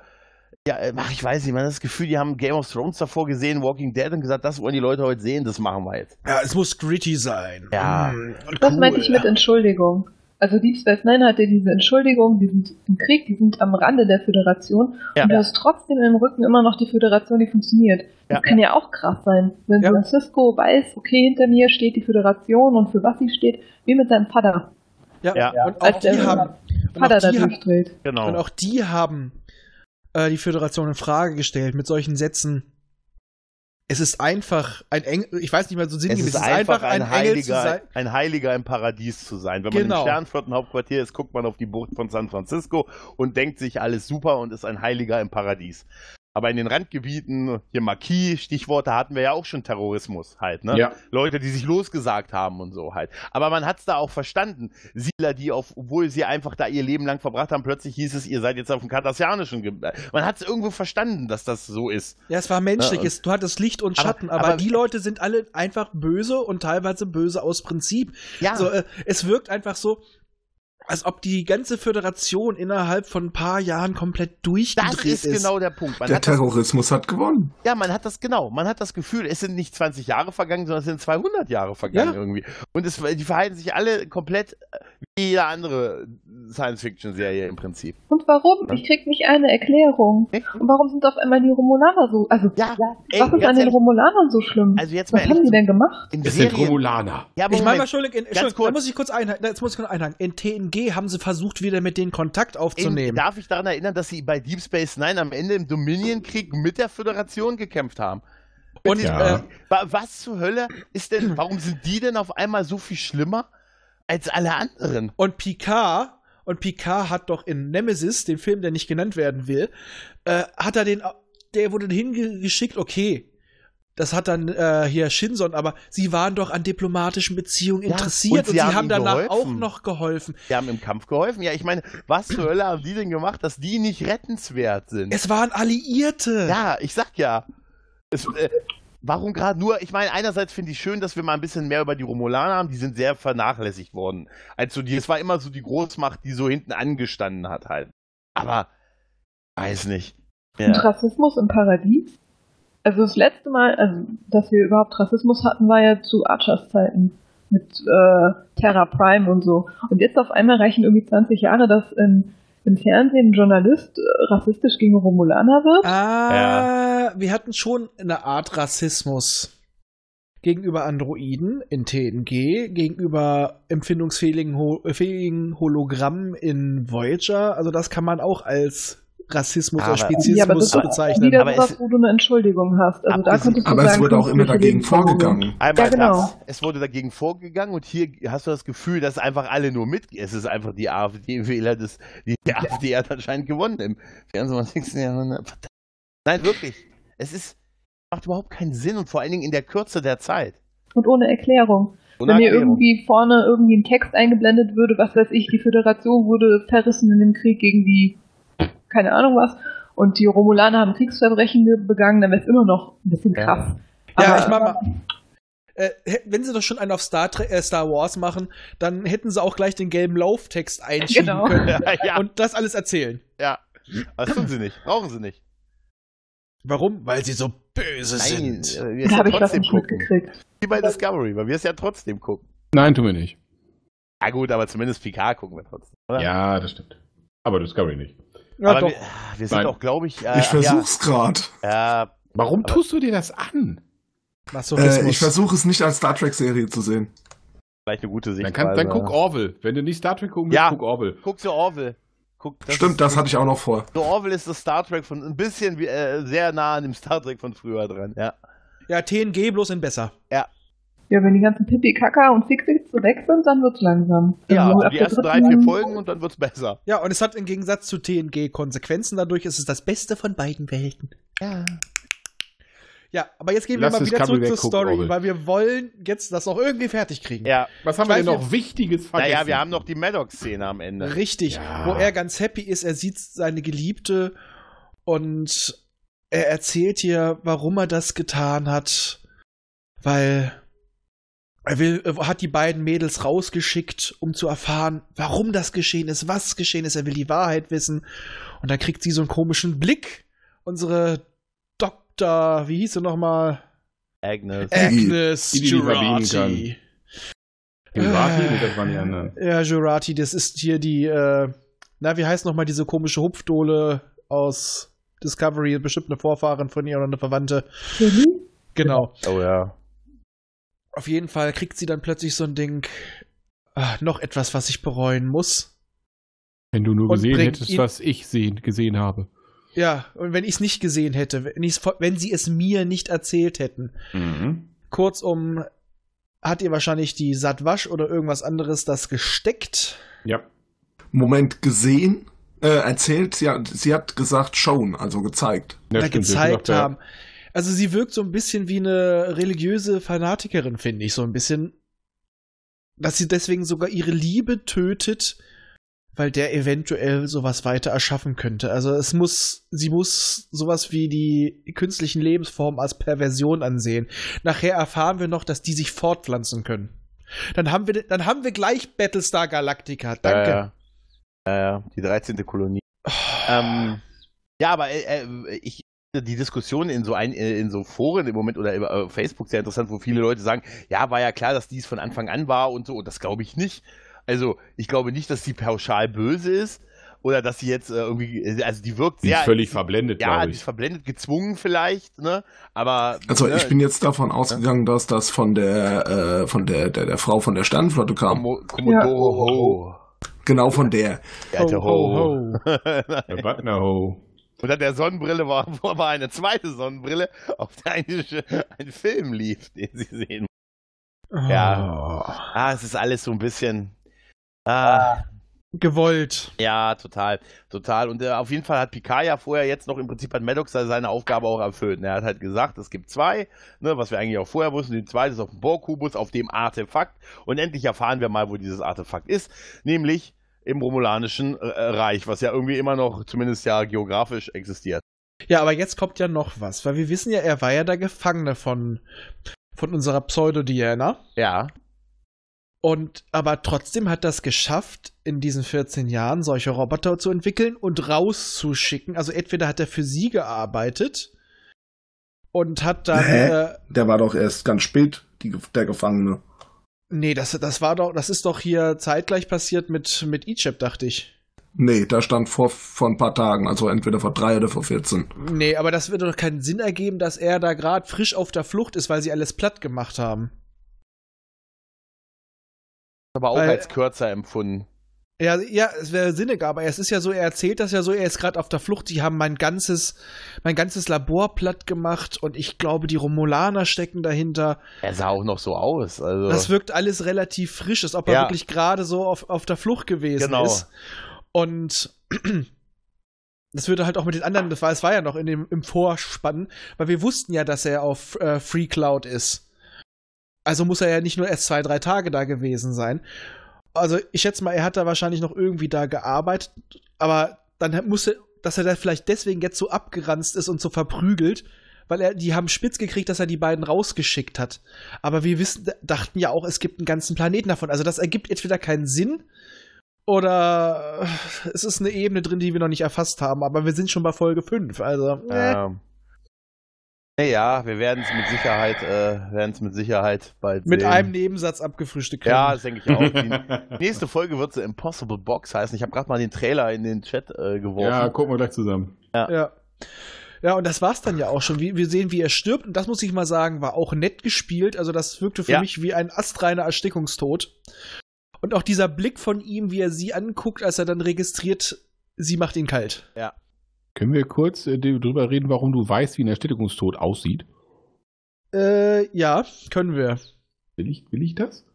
S5: ja, äh, ach, ich weiß nicht, man hat das Gefühl, die haben Game of Thrones davor gesehen, Walking Dead und gesagt, das wollen die Leute heute sehen, das machen wir jetzt.
S3: Ja, es muss gritty sein.
S5: Ja.
S3: Mm, und
S6: Das
S3: cool.
S6: meinte ich mit Entschuldigung. Also Deep Space Nine hatte diese Entschuldigung, die sind im Krieg, die sind am Rande der Föderation
S5: Ja.
S6: und du hast trotzdem im Rücken immer noch die Föderation, die funktioniert. Das
S5: Ja.
S6: kann ja auch krass sein, wenn
S3: Ja.
S6: Francisco weiß, okay, hinter mir steht die Föderation und für was sie steht, wie mit seinem Vater,
S3: Ja,
S5: Ja.
S3: Und auch
S6: als
S3: die
S6: der
S3: haben, und
S6: Vater
S3: auch
S6: da
S3: die, haben,
S6: durchdreht.
S5: Genau.
S3: und auch die haben äh, die Föderation in Frage gestellt mit solchen Sätzen. Es ist einfach ein Engel, ich weiß nicht mal so
S5: es
S3: sinngemäß,
S5: ist einfach ein,
S3: Engel zu
S5: Heiliger,
S3: sein.
S5: ein Heiliger im Paradies zu sein. Wenn man
S3: Genau.
S5: im Sternflottenhauptquartier ist, guckt man auf die Bucht von San Francisco und denkt sich alles super und ist ein Heiliger im Paradies. Aber in den Randgebieten, hier Marquis, Stichworte hatten wir ja auch schon Terrorismus halt, ne?
S2: Ja.
S5: Leute, die sich losgesagt haben und so halt. Aber man hat es da auch verstanden. Siedler, die auf, obwohl sie einfach da ihr Leben lang verbracht haben, plötzlich hieß es, ihr seid jetzt auf dem kardassianischen Gebiet. Man hat es irgendwo verstanden, dass das so ist.
S3: Ja, es war menschlich.
S5: Ja, und-
S3: es, du hattest Licht und
S5: Aber-
S3: Schatten, aber,
S5: aber-
S3: die Leute sind alle einfach böse und teilweise böse aus Prinzip.
S5: Ja.
S3: So, äh, es wirkt einfach so, als ob die ganze Föderation innerhalb von ein paar Jahren komplett durchgedreht
S5: das ist, genau der Punkt. Man
S4: Der
S5: hat das
S4: Terrorismus hat gewonnen.
S5: Ja, man hat das genau. Man hat das Gefühl, es sind nicht 20 Jahre vergangen, sondern es sind 200 Jahre vergangen
S3: Ja.
S5: irgendwie. Und es, die verhalten sich alle komplett äh, wie jede andere Science-Fiction-Serie im Prinzip.
S6: Und warum? Ich krieg nicht eine Erklärung.
S5: Ne?
S6: Und warum sind auf einmal die Romulaner so, also
S5: Ja, ey,
S6: was
S5: ganz
S6: ist an den
S5: ehrlich,
S6: Romulanern so schlimm?
S5: Also jetzt mal
S6: was haben
S5: ehrlich,
S6: die denn gemacht?
S5: in
S2: Es sind
S5: Serien-
S2: Romulaner.
S5: Ja, aber
S3: Ich meine,
S5: Moment,
S3: Entschuldigung, in- Entschuldigung
S5: kurz.
S3: da muss ich kurz einhaken. da- Jetzt muss ich kurz einhaken. In TNG haben sie versucht, wieder mit denen Kontakt
S5: in,
S3: aufzunehmen.
S5: darf ich daran erinnern, dass sie bei Deep Space Nine am Ende im Dominion-Krieg mit der Föderation gekämpft haben?
S3: und
S2: Ja.
S3: äh,
S5: Wa- Was zur Hölle ist denn, warum sind die denn auf einmal so viel schlimmer als alle anderen?
S3: Und Picard, und Picard hat doch in Nemesis, dem Film, der nicht genannt werden will, äh, hat er den, der wurde hingeschickt, okay. Das hat dann äh, hier Shinson, aber sie waren doch an diplomatischen Beziehungen
S5: Ja,
S3: interessiert
S5: und sie
S3: und sie
S5: haben
S3: haben,
S5: ihm
S3: danach
S5: geholfen.
S3: auch noch geholfen.
S5: Die haben im Kampf geholfen. Ja, ich meine, was zur Hölle haben die denn gemacht, dass die nicht rettenswert sind?
S3: Es waren Alliierte.
S5: Ja, ich sag ja. Es, äh, warum gerade nur? Ich meine, einerseits finde ich schön, dass wir mal ein bisschen mehr über die Romulaner haben. Die sind sehr vernachlässigt worden. Also, die, es war immer so die Großmacht, die so hinten angestanden hat halt. Aber, weiß nicht.
S6: Und
S5: Ja.
S6: Rassismus im Paradies? Also das letzte Mal, also, dass wir überhaupt Rassismus hatten, war ja zu Archers Zeiten mit äh, Terra Prime und so. Und jetzt auf einmal reichen irgendwie 20 Jahre, dass in, im Fernsehen ein Journalist äh, rassistisch gegen Romulaner wird.
S3: Ah, wir hatten schon eine Art Rassismus gegenüber Androiden in TNG, gegenüber empfindungsfähigen Ho fähigen Hologrammen in Voyager. Also das kann man auch als Rassismus
S5: Aber-
S3: oder Speziesmus
S6: doch
S3: bezeichnen.
S6: wieder
S5: aber
S6: sowas,
S5: es-
S6: wo du eine Entschuldigung hast. Also da
S5: Abgesehen-
S6: könntest du
S4: Aber
S6: sagen,
S4: es wurde auch immer
S6: künstliche
S4: dagegen
S6: Lebensbedingungen.
S4: vorgegangen.
S5: Einmal
S6: Ja, genau.
S5: das. Es wurde dagegen vorgegangen und hier hast du das Gefühl, dass einfach alle nur mit. Es ist einfach die AfD-Wähler, des- die, die AfD hat anscheinend gewonnen im 24. Jahrhundert. Verdammt. Nein, wirklich. Es ist, macht überhaupt keinen Sinn und vor allen Dingen in der Kürze der Zeit.
S6: Und ohne Erklärung.
S5: Ohne
S6: Wenn mir
S5: Erklärung.
S6: irgendwie vorne irgendwie ein Text eingeblendet würde, was weiß ich, die Föderation wurde verrissen in dem Krieg gegen die, keine Ahnung was, und die Romulaner haben Kriegsverbrechen ge- begangen, dann wäre es immer noch ein bisschen
S5: Ja.
S6: krass.
S3: Ja,
S6: Aber-
S3: ich mach mal. Äh, hä- wenn sie doch schon einen auf Star, Trek- äh, Star Wars machen, dann hätten sie auch gleich den gelben Lauftext einschieben
S6: Genau.
S3: können
S5: ja,
S3: und das alles erzählen.
S5: das tun sie nicht. Brauchen sie nicht.
S3: Warum? Weil sie so böse sind.
S5: äh, wir
S6: Da habe ich was
S5: trotzdem
S6: nicht
S5: gucken.
S6: mitgekriegt.
S5: Wie bei Discovery, weil wir es ja trotzdem gucken.
S2: Nein, tun wir nicht.
S5: Ja gut, aber zumindest PK gucken wir trotzdem. Oder?
S2: Ja, das stimmt. Aber Discovery nicht.
S3: Ja,
S5: aber
S3: doch.
S5: Wir, ah, wir sind
S2: Nein.
S5: doch, glaube ich. Äh,
S4: ich versuch's grad.
S5: Ja, ja,
S2: Warum
S5: Aber-
S2: tust du dir das an?
S4: Äh, ich
S3: Masochismus.
S4: versuche es nicht als Star Trek-Serie zu sehen.
S5: vielleicht eine gute Sicht. äh,
S2: Dann, kann, dann guck Orwell. Wenn du nicht Star Trek gucken willst,
S5: Ja.
S2: guck Orwell.
S5: Guck zu Orville. Guck,
S4: Stimmt,
S5: ist-
S4: das hatte ich auch noch vor.
S5: So Orville ist das Star Trek von ein bisschen wie, äh, sehr nah an dem Star Trek von früher dran, ja.
S3: ja, TNG bloß in besser.
S6: Ja, wenn die ganzen Pipi, Kaka und Fickfick so weg sind, dann wird's langsam.
S5: Ja,
S6: Also ab
S5: die
S6: der
S5: ersten drei,
S6: dritten
S5: vier
S6: Mal-
S5: Folgen und dann wird's besser.
S3: Ja, und es hat im Gegensatz zu TNG Konsequenzen. Dadurch ist es das Beste von beiden Welten.
S5: Ja.
S3: Ja, aber jetzt gehen
S2: Lass
S3: wir mal
S2: das
S3: wieder zurück
S2: Kabel
S3: zur
S2: weggucken,
S3: Story,
S2: Orwell.
S3: weil wir wollen jetzt das auch irgendwie fertig kriegen.
S5: Ja.
S2: Was haben wir
S3: Weiß
S2: denn noch Wichtiges vergessen?
S5: Naja, wir haben noch die Maddox-Szene am Ende.
S3: Richtig,
S2: Ne? Ja.
S3: wo er ganz happy ist, er sieht seine Geliebte und er erzählt ihr, warum er das getan hat, weil er will, er hat die beiden Mädels rausgeschickt, um zu erfahren, warum das geschehen ist, was geschehen ist. Er will die Wahrheit wissen und dann kriegt sie so einen komischen Blick. Unsere Doktor, wie hieß sie nochmal?
S5: Agnes.
S3: Äh. Agnes
S2: die die die verbiegen
S3: Girardi.
S2: Privati? Nee, das waren die anderen.
S3: Ja, Jurati, das ist hier die, äh, na, wie heißt nochmal diese komische Hupfdohle aus Discovery, bestimmt eine Vorfahrin von ihr oder eine Verwandte.
S6: Mhm.
S3: Genau.
S5: Oh ja.
S3: Auf jeden Fall kriegt sie dann plötzlich so ein Ding, ah, noch etwas, was ich bereuen muss.
S2: Wenn du nur
S3: Und
S2: gesehen
S3: bringt
S2: hättest,
S3: ihn-
S2: was ich sehen, gesehen habe.
S3: Ja, und wenn ich es nicht gesehen hätte, wenn, ich's vor- wenn sie es mir nicht erzählt hätten.
S2: Mhm.
S3: Kurzum, hat ihr wahrscheinlich die Satwasch oder irgendwas anderes das gesteckt?
S2: Ja.
S4: Moment, gesehen? Äh, erzählt? Ja, sie hat gesagt, shown, also gezeigt.
S2: Ja,
S3: da
S2: stimmt, wir
S3: gezeigt
S2: gesagt,
S3: haben. Also sie wirkt so ein bisschen wie eine religiöse Fanatikerin, finde ich, so ein bisschen. Dass sie deswegen sogar ihre Liebe tötet, weil der eventuell sowas weiter erschaffen könnte. Also es muss, sie muss sowas wie die künstlichen Lebensformen als Perversion ansehen. Nachher erfahren wir noch, dass die sich fortpflanzen können. Dann haben wir, dann haben wir gleich Battlestar Galactica. Danke.
S5: Äh, ja, ja, die 13. Kolonie. ähm, ja, aber äh, äh, ich die Diskussion in so ein, äh, in so Foren im Moment oder über äh, Facebook sehr interessant, wo viele Leute sagen, ja, war ja klar, dass dies von Anfang an war und so, und das glaube ich nicht. Also, ich glaube nicht, dass sie pauschal böse ist oder dass sie jetzt äh, irgendwie äh, also die wirkt
S2: Die
S5: sehr
S2: ist völlig verblendet,
S5: ja,
S2: glaube
S5: die ist
S2: ich.
S5: verblendet, gezwungen vielleicht, ne? Aber
S4: Also
S5: ne,
S4: ich bin jetzt davon ausgegangen, dass das von der, äh, von der, der, der Frau von der Sternenflotte kam.
S5: Kommo- Commodore Ho.
S4: Genau von der.
S5: Der alte Ho.
S3: ho.
S2: Der Wagner Ho.
S5: Unter der Sonnenbrille war, war eine zweite Sonnenbrille, auf der eigentlich ein Film lief, den sie sehen. Ja. Ah, es ist alles so ein bisschen. Ah,
S3: Gewollt.
S5: ja, total. Total. Und äh, auf jeden Fall hat Picard ja vorher jetzt noch im Prinzip hat Maddox da seine Aufgabe auch erfüllt. Und Er hat halt gesagt, es gibt zwei, ne, was wir eigentlich auch vorher wussten. Den zweiten ist auf dem Borg-Kubus, auf dem Artefakt. Und endlich erfahren wir mal, wo dieses Artefakt ist. Nämlich im Romulanischen äh, Reich, was ja irgendwie immer noch zumindest ja geografisch existiert.
S3: Ja, aber jetzt kommt ja noch was, weil wir wissen ja, er war ja der Gefangene von, von unserer Pseudo-Diana.
S5: Ja.
S3: Und aber trotzdem hat das geschafft, in diesen 14 Jahren solche Roboter zu entwickeln und rauszuschicken. Also entweder hat er für sie gearbeitet und hat dann.
S4: Hä?
S3: Äh,
S4: Der war doch erst ganz spät, die, Ge- der Gefangene.
S3: nee, das, das war doch, das ist doch hier zeitgleich passiert mit, mit Egypt, dachte ich.
S4: Nee, da stand vor, vor ein paar Tagen, also entweder vor drei oder vor 14.
S3: Nee, aber das würde doch keinen Sinn ergeben, dass er da gerade frisch auf der Flucht ist, weil sie alles platt gemacht haben.
S5: Aber auch
S3: Weil-
S5: als kürzer empfunden.
S3: Ja, ja, es wäre sinnig, aber es ist ja so, er erzählt das ja so, er ist gerade auf der Flucht, die haben mein ganzes, mein ganzes Labor platt gemacht und ich glaube, die Romulaner stecken dahinter.
S5: Er sah auch noch so aus. Also.
S3: Das wirkt alles relativ frisch, als ob er
S5: Ja.
S3: wirklich gerade so auf, auf der Flucht gewesen
S5: Genau.
S3: ist. Und das würde halt auch mit den anderen, das war, es war ja noch in dem, im Vorspann, weil wir wussten ja, dass er auf äh, Free Cloud ist. Also muss er ja nicht nur erst zwei, drei Tage da gewesen sein. Also ich schätze mal, er hat da wahrscheinlich noch irgendwie da gearbeitet, aber dann musste, dass er da vielleicht deswegen jetzt so abgeranzt ist und so verprügelt, weil er, die haben spitz gekriegt, dass er die beiden rausgeschickt hat. Aber wir wissen, dachten ja auch, es gibt einen ganzen Planeten davon. Also das ergibt entweder keinen Sinn oder es ist eine Ebene drin, die wir noch nicht erfasst haben. Aber wir sind schon bei Folge 5. Also, äh.
S5: Ähm, naja, wir werden es mit Sicherheit, äh, werden es mit Sicherheit bald
S3: mit
S5: sehen.
S3: einem Nebensatz abgefrühstückt.
S5: Ja,
S3: werden.
S5: das denke ich auch. Die nächste Folge wird The Impossible Box heißen. Ich habe gerade mal den Trailer in den Chat äh, geworfen.
S2: Ja, gucken wir gleich zusammen.
S3: Ja. Ja, und das war's dann ja auch schon. Wir, wir sehen, wie er stirbt. Und das muss ich mal sagen, war auch nett gespielt. Also das wirkte für
S5: Ja.
S3: mich wie ein astreiner Erstickungstod. Und auch dieser Blick von ihm, wie er sie anguckt, als er dann registriert, sie macht ihn kalt.
S2: Können wir kurz äh, drüber reden, warum du weißt, wie ein Erstickungstod aussieht?
S3: Äh, ja, können wir.
S2: Will ich, will ich das?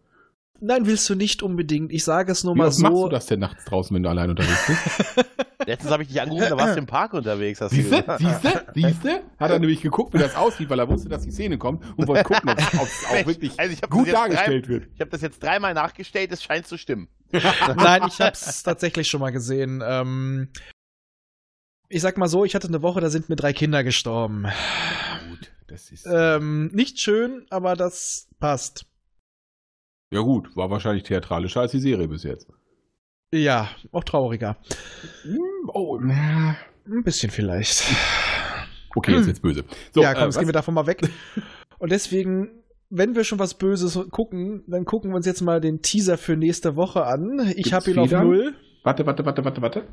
S3: Nein, willst du nicht unbedingt. Ich sage es nur
S2: Wie
S3: mal
S2: oft machst
S3: so.
S2: du das denn nachts draußen, wenn du allein unterwegs bist?
S5: Letztens habe ich dich angerufen, da warst du im Park unterwegs, hast du
S2: siehste,
S5: gesagt.
S2: siehste, siehste? Hat er nämlich geguckt, wie das aussieht, weil er wusste, dass die Szene kommt und wollte gucken, ob es auch wirklich
S5: Also ich hab das
S2: gut
S5: jetzt
S2: dargestellt wird.
S5: Ich habe das jetzt dreimal nachgestellt, es scheint zu stimmen.
S3: Nein, ich hab's tatsächlich schon mal gesehen. Ähm, ich sag mal so, ich hatte eine Woche, da sind mir drei Kinder gestorben.
S2: Gut, das ist.
S3: Ähm, nicht schön, aber das passt.
S2: ja, gut, war wahrscheinlich theatralischer als die Serie bis jetzt.
S3: Ja, auch trauriger.
S2: Oh, na.
S3: Ein bisschen vielleicht.
S2: Okay, ist jetzt böse. So,
S3: ja, komm, jetzt
S2: äh,
S3: gehen wir
S2: was,
S3: davon mal weg. Und deswegen, wenn wir schon was Böses gucken, dann gucken wir uns jetzt mal den Teaser für nächste Woche an. Ich
S2: Gibt's
S3: habe ihn auf
S2: Federn?
S3: Null.
S2: warte, warte, warte, warte, warte.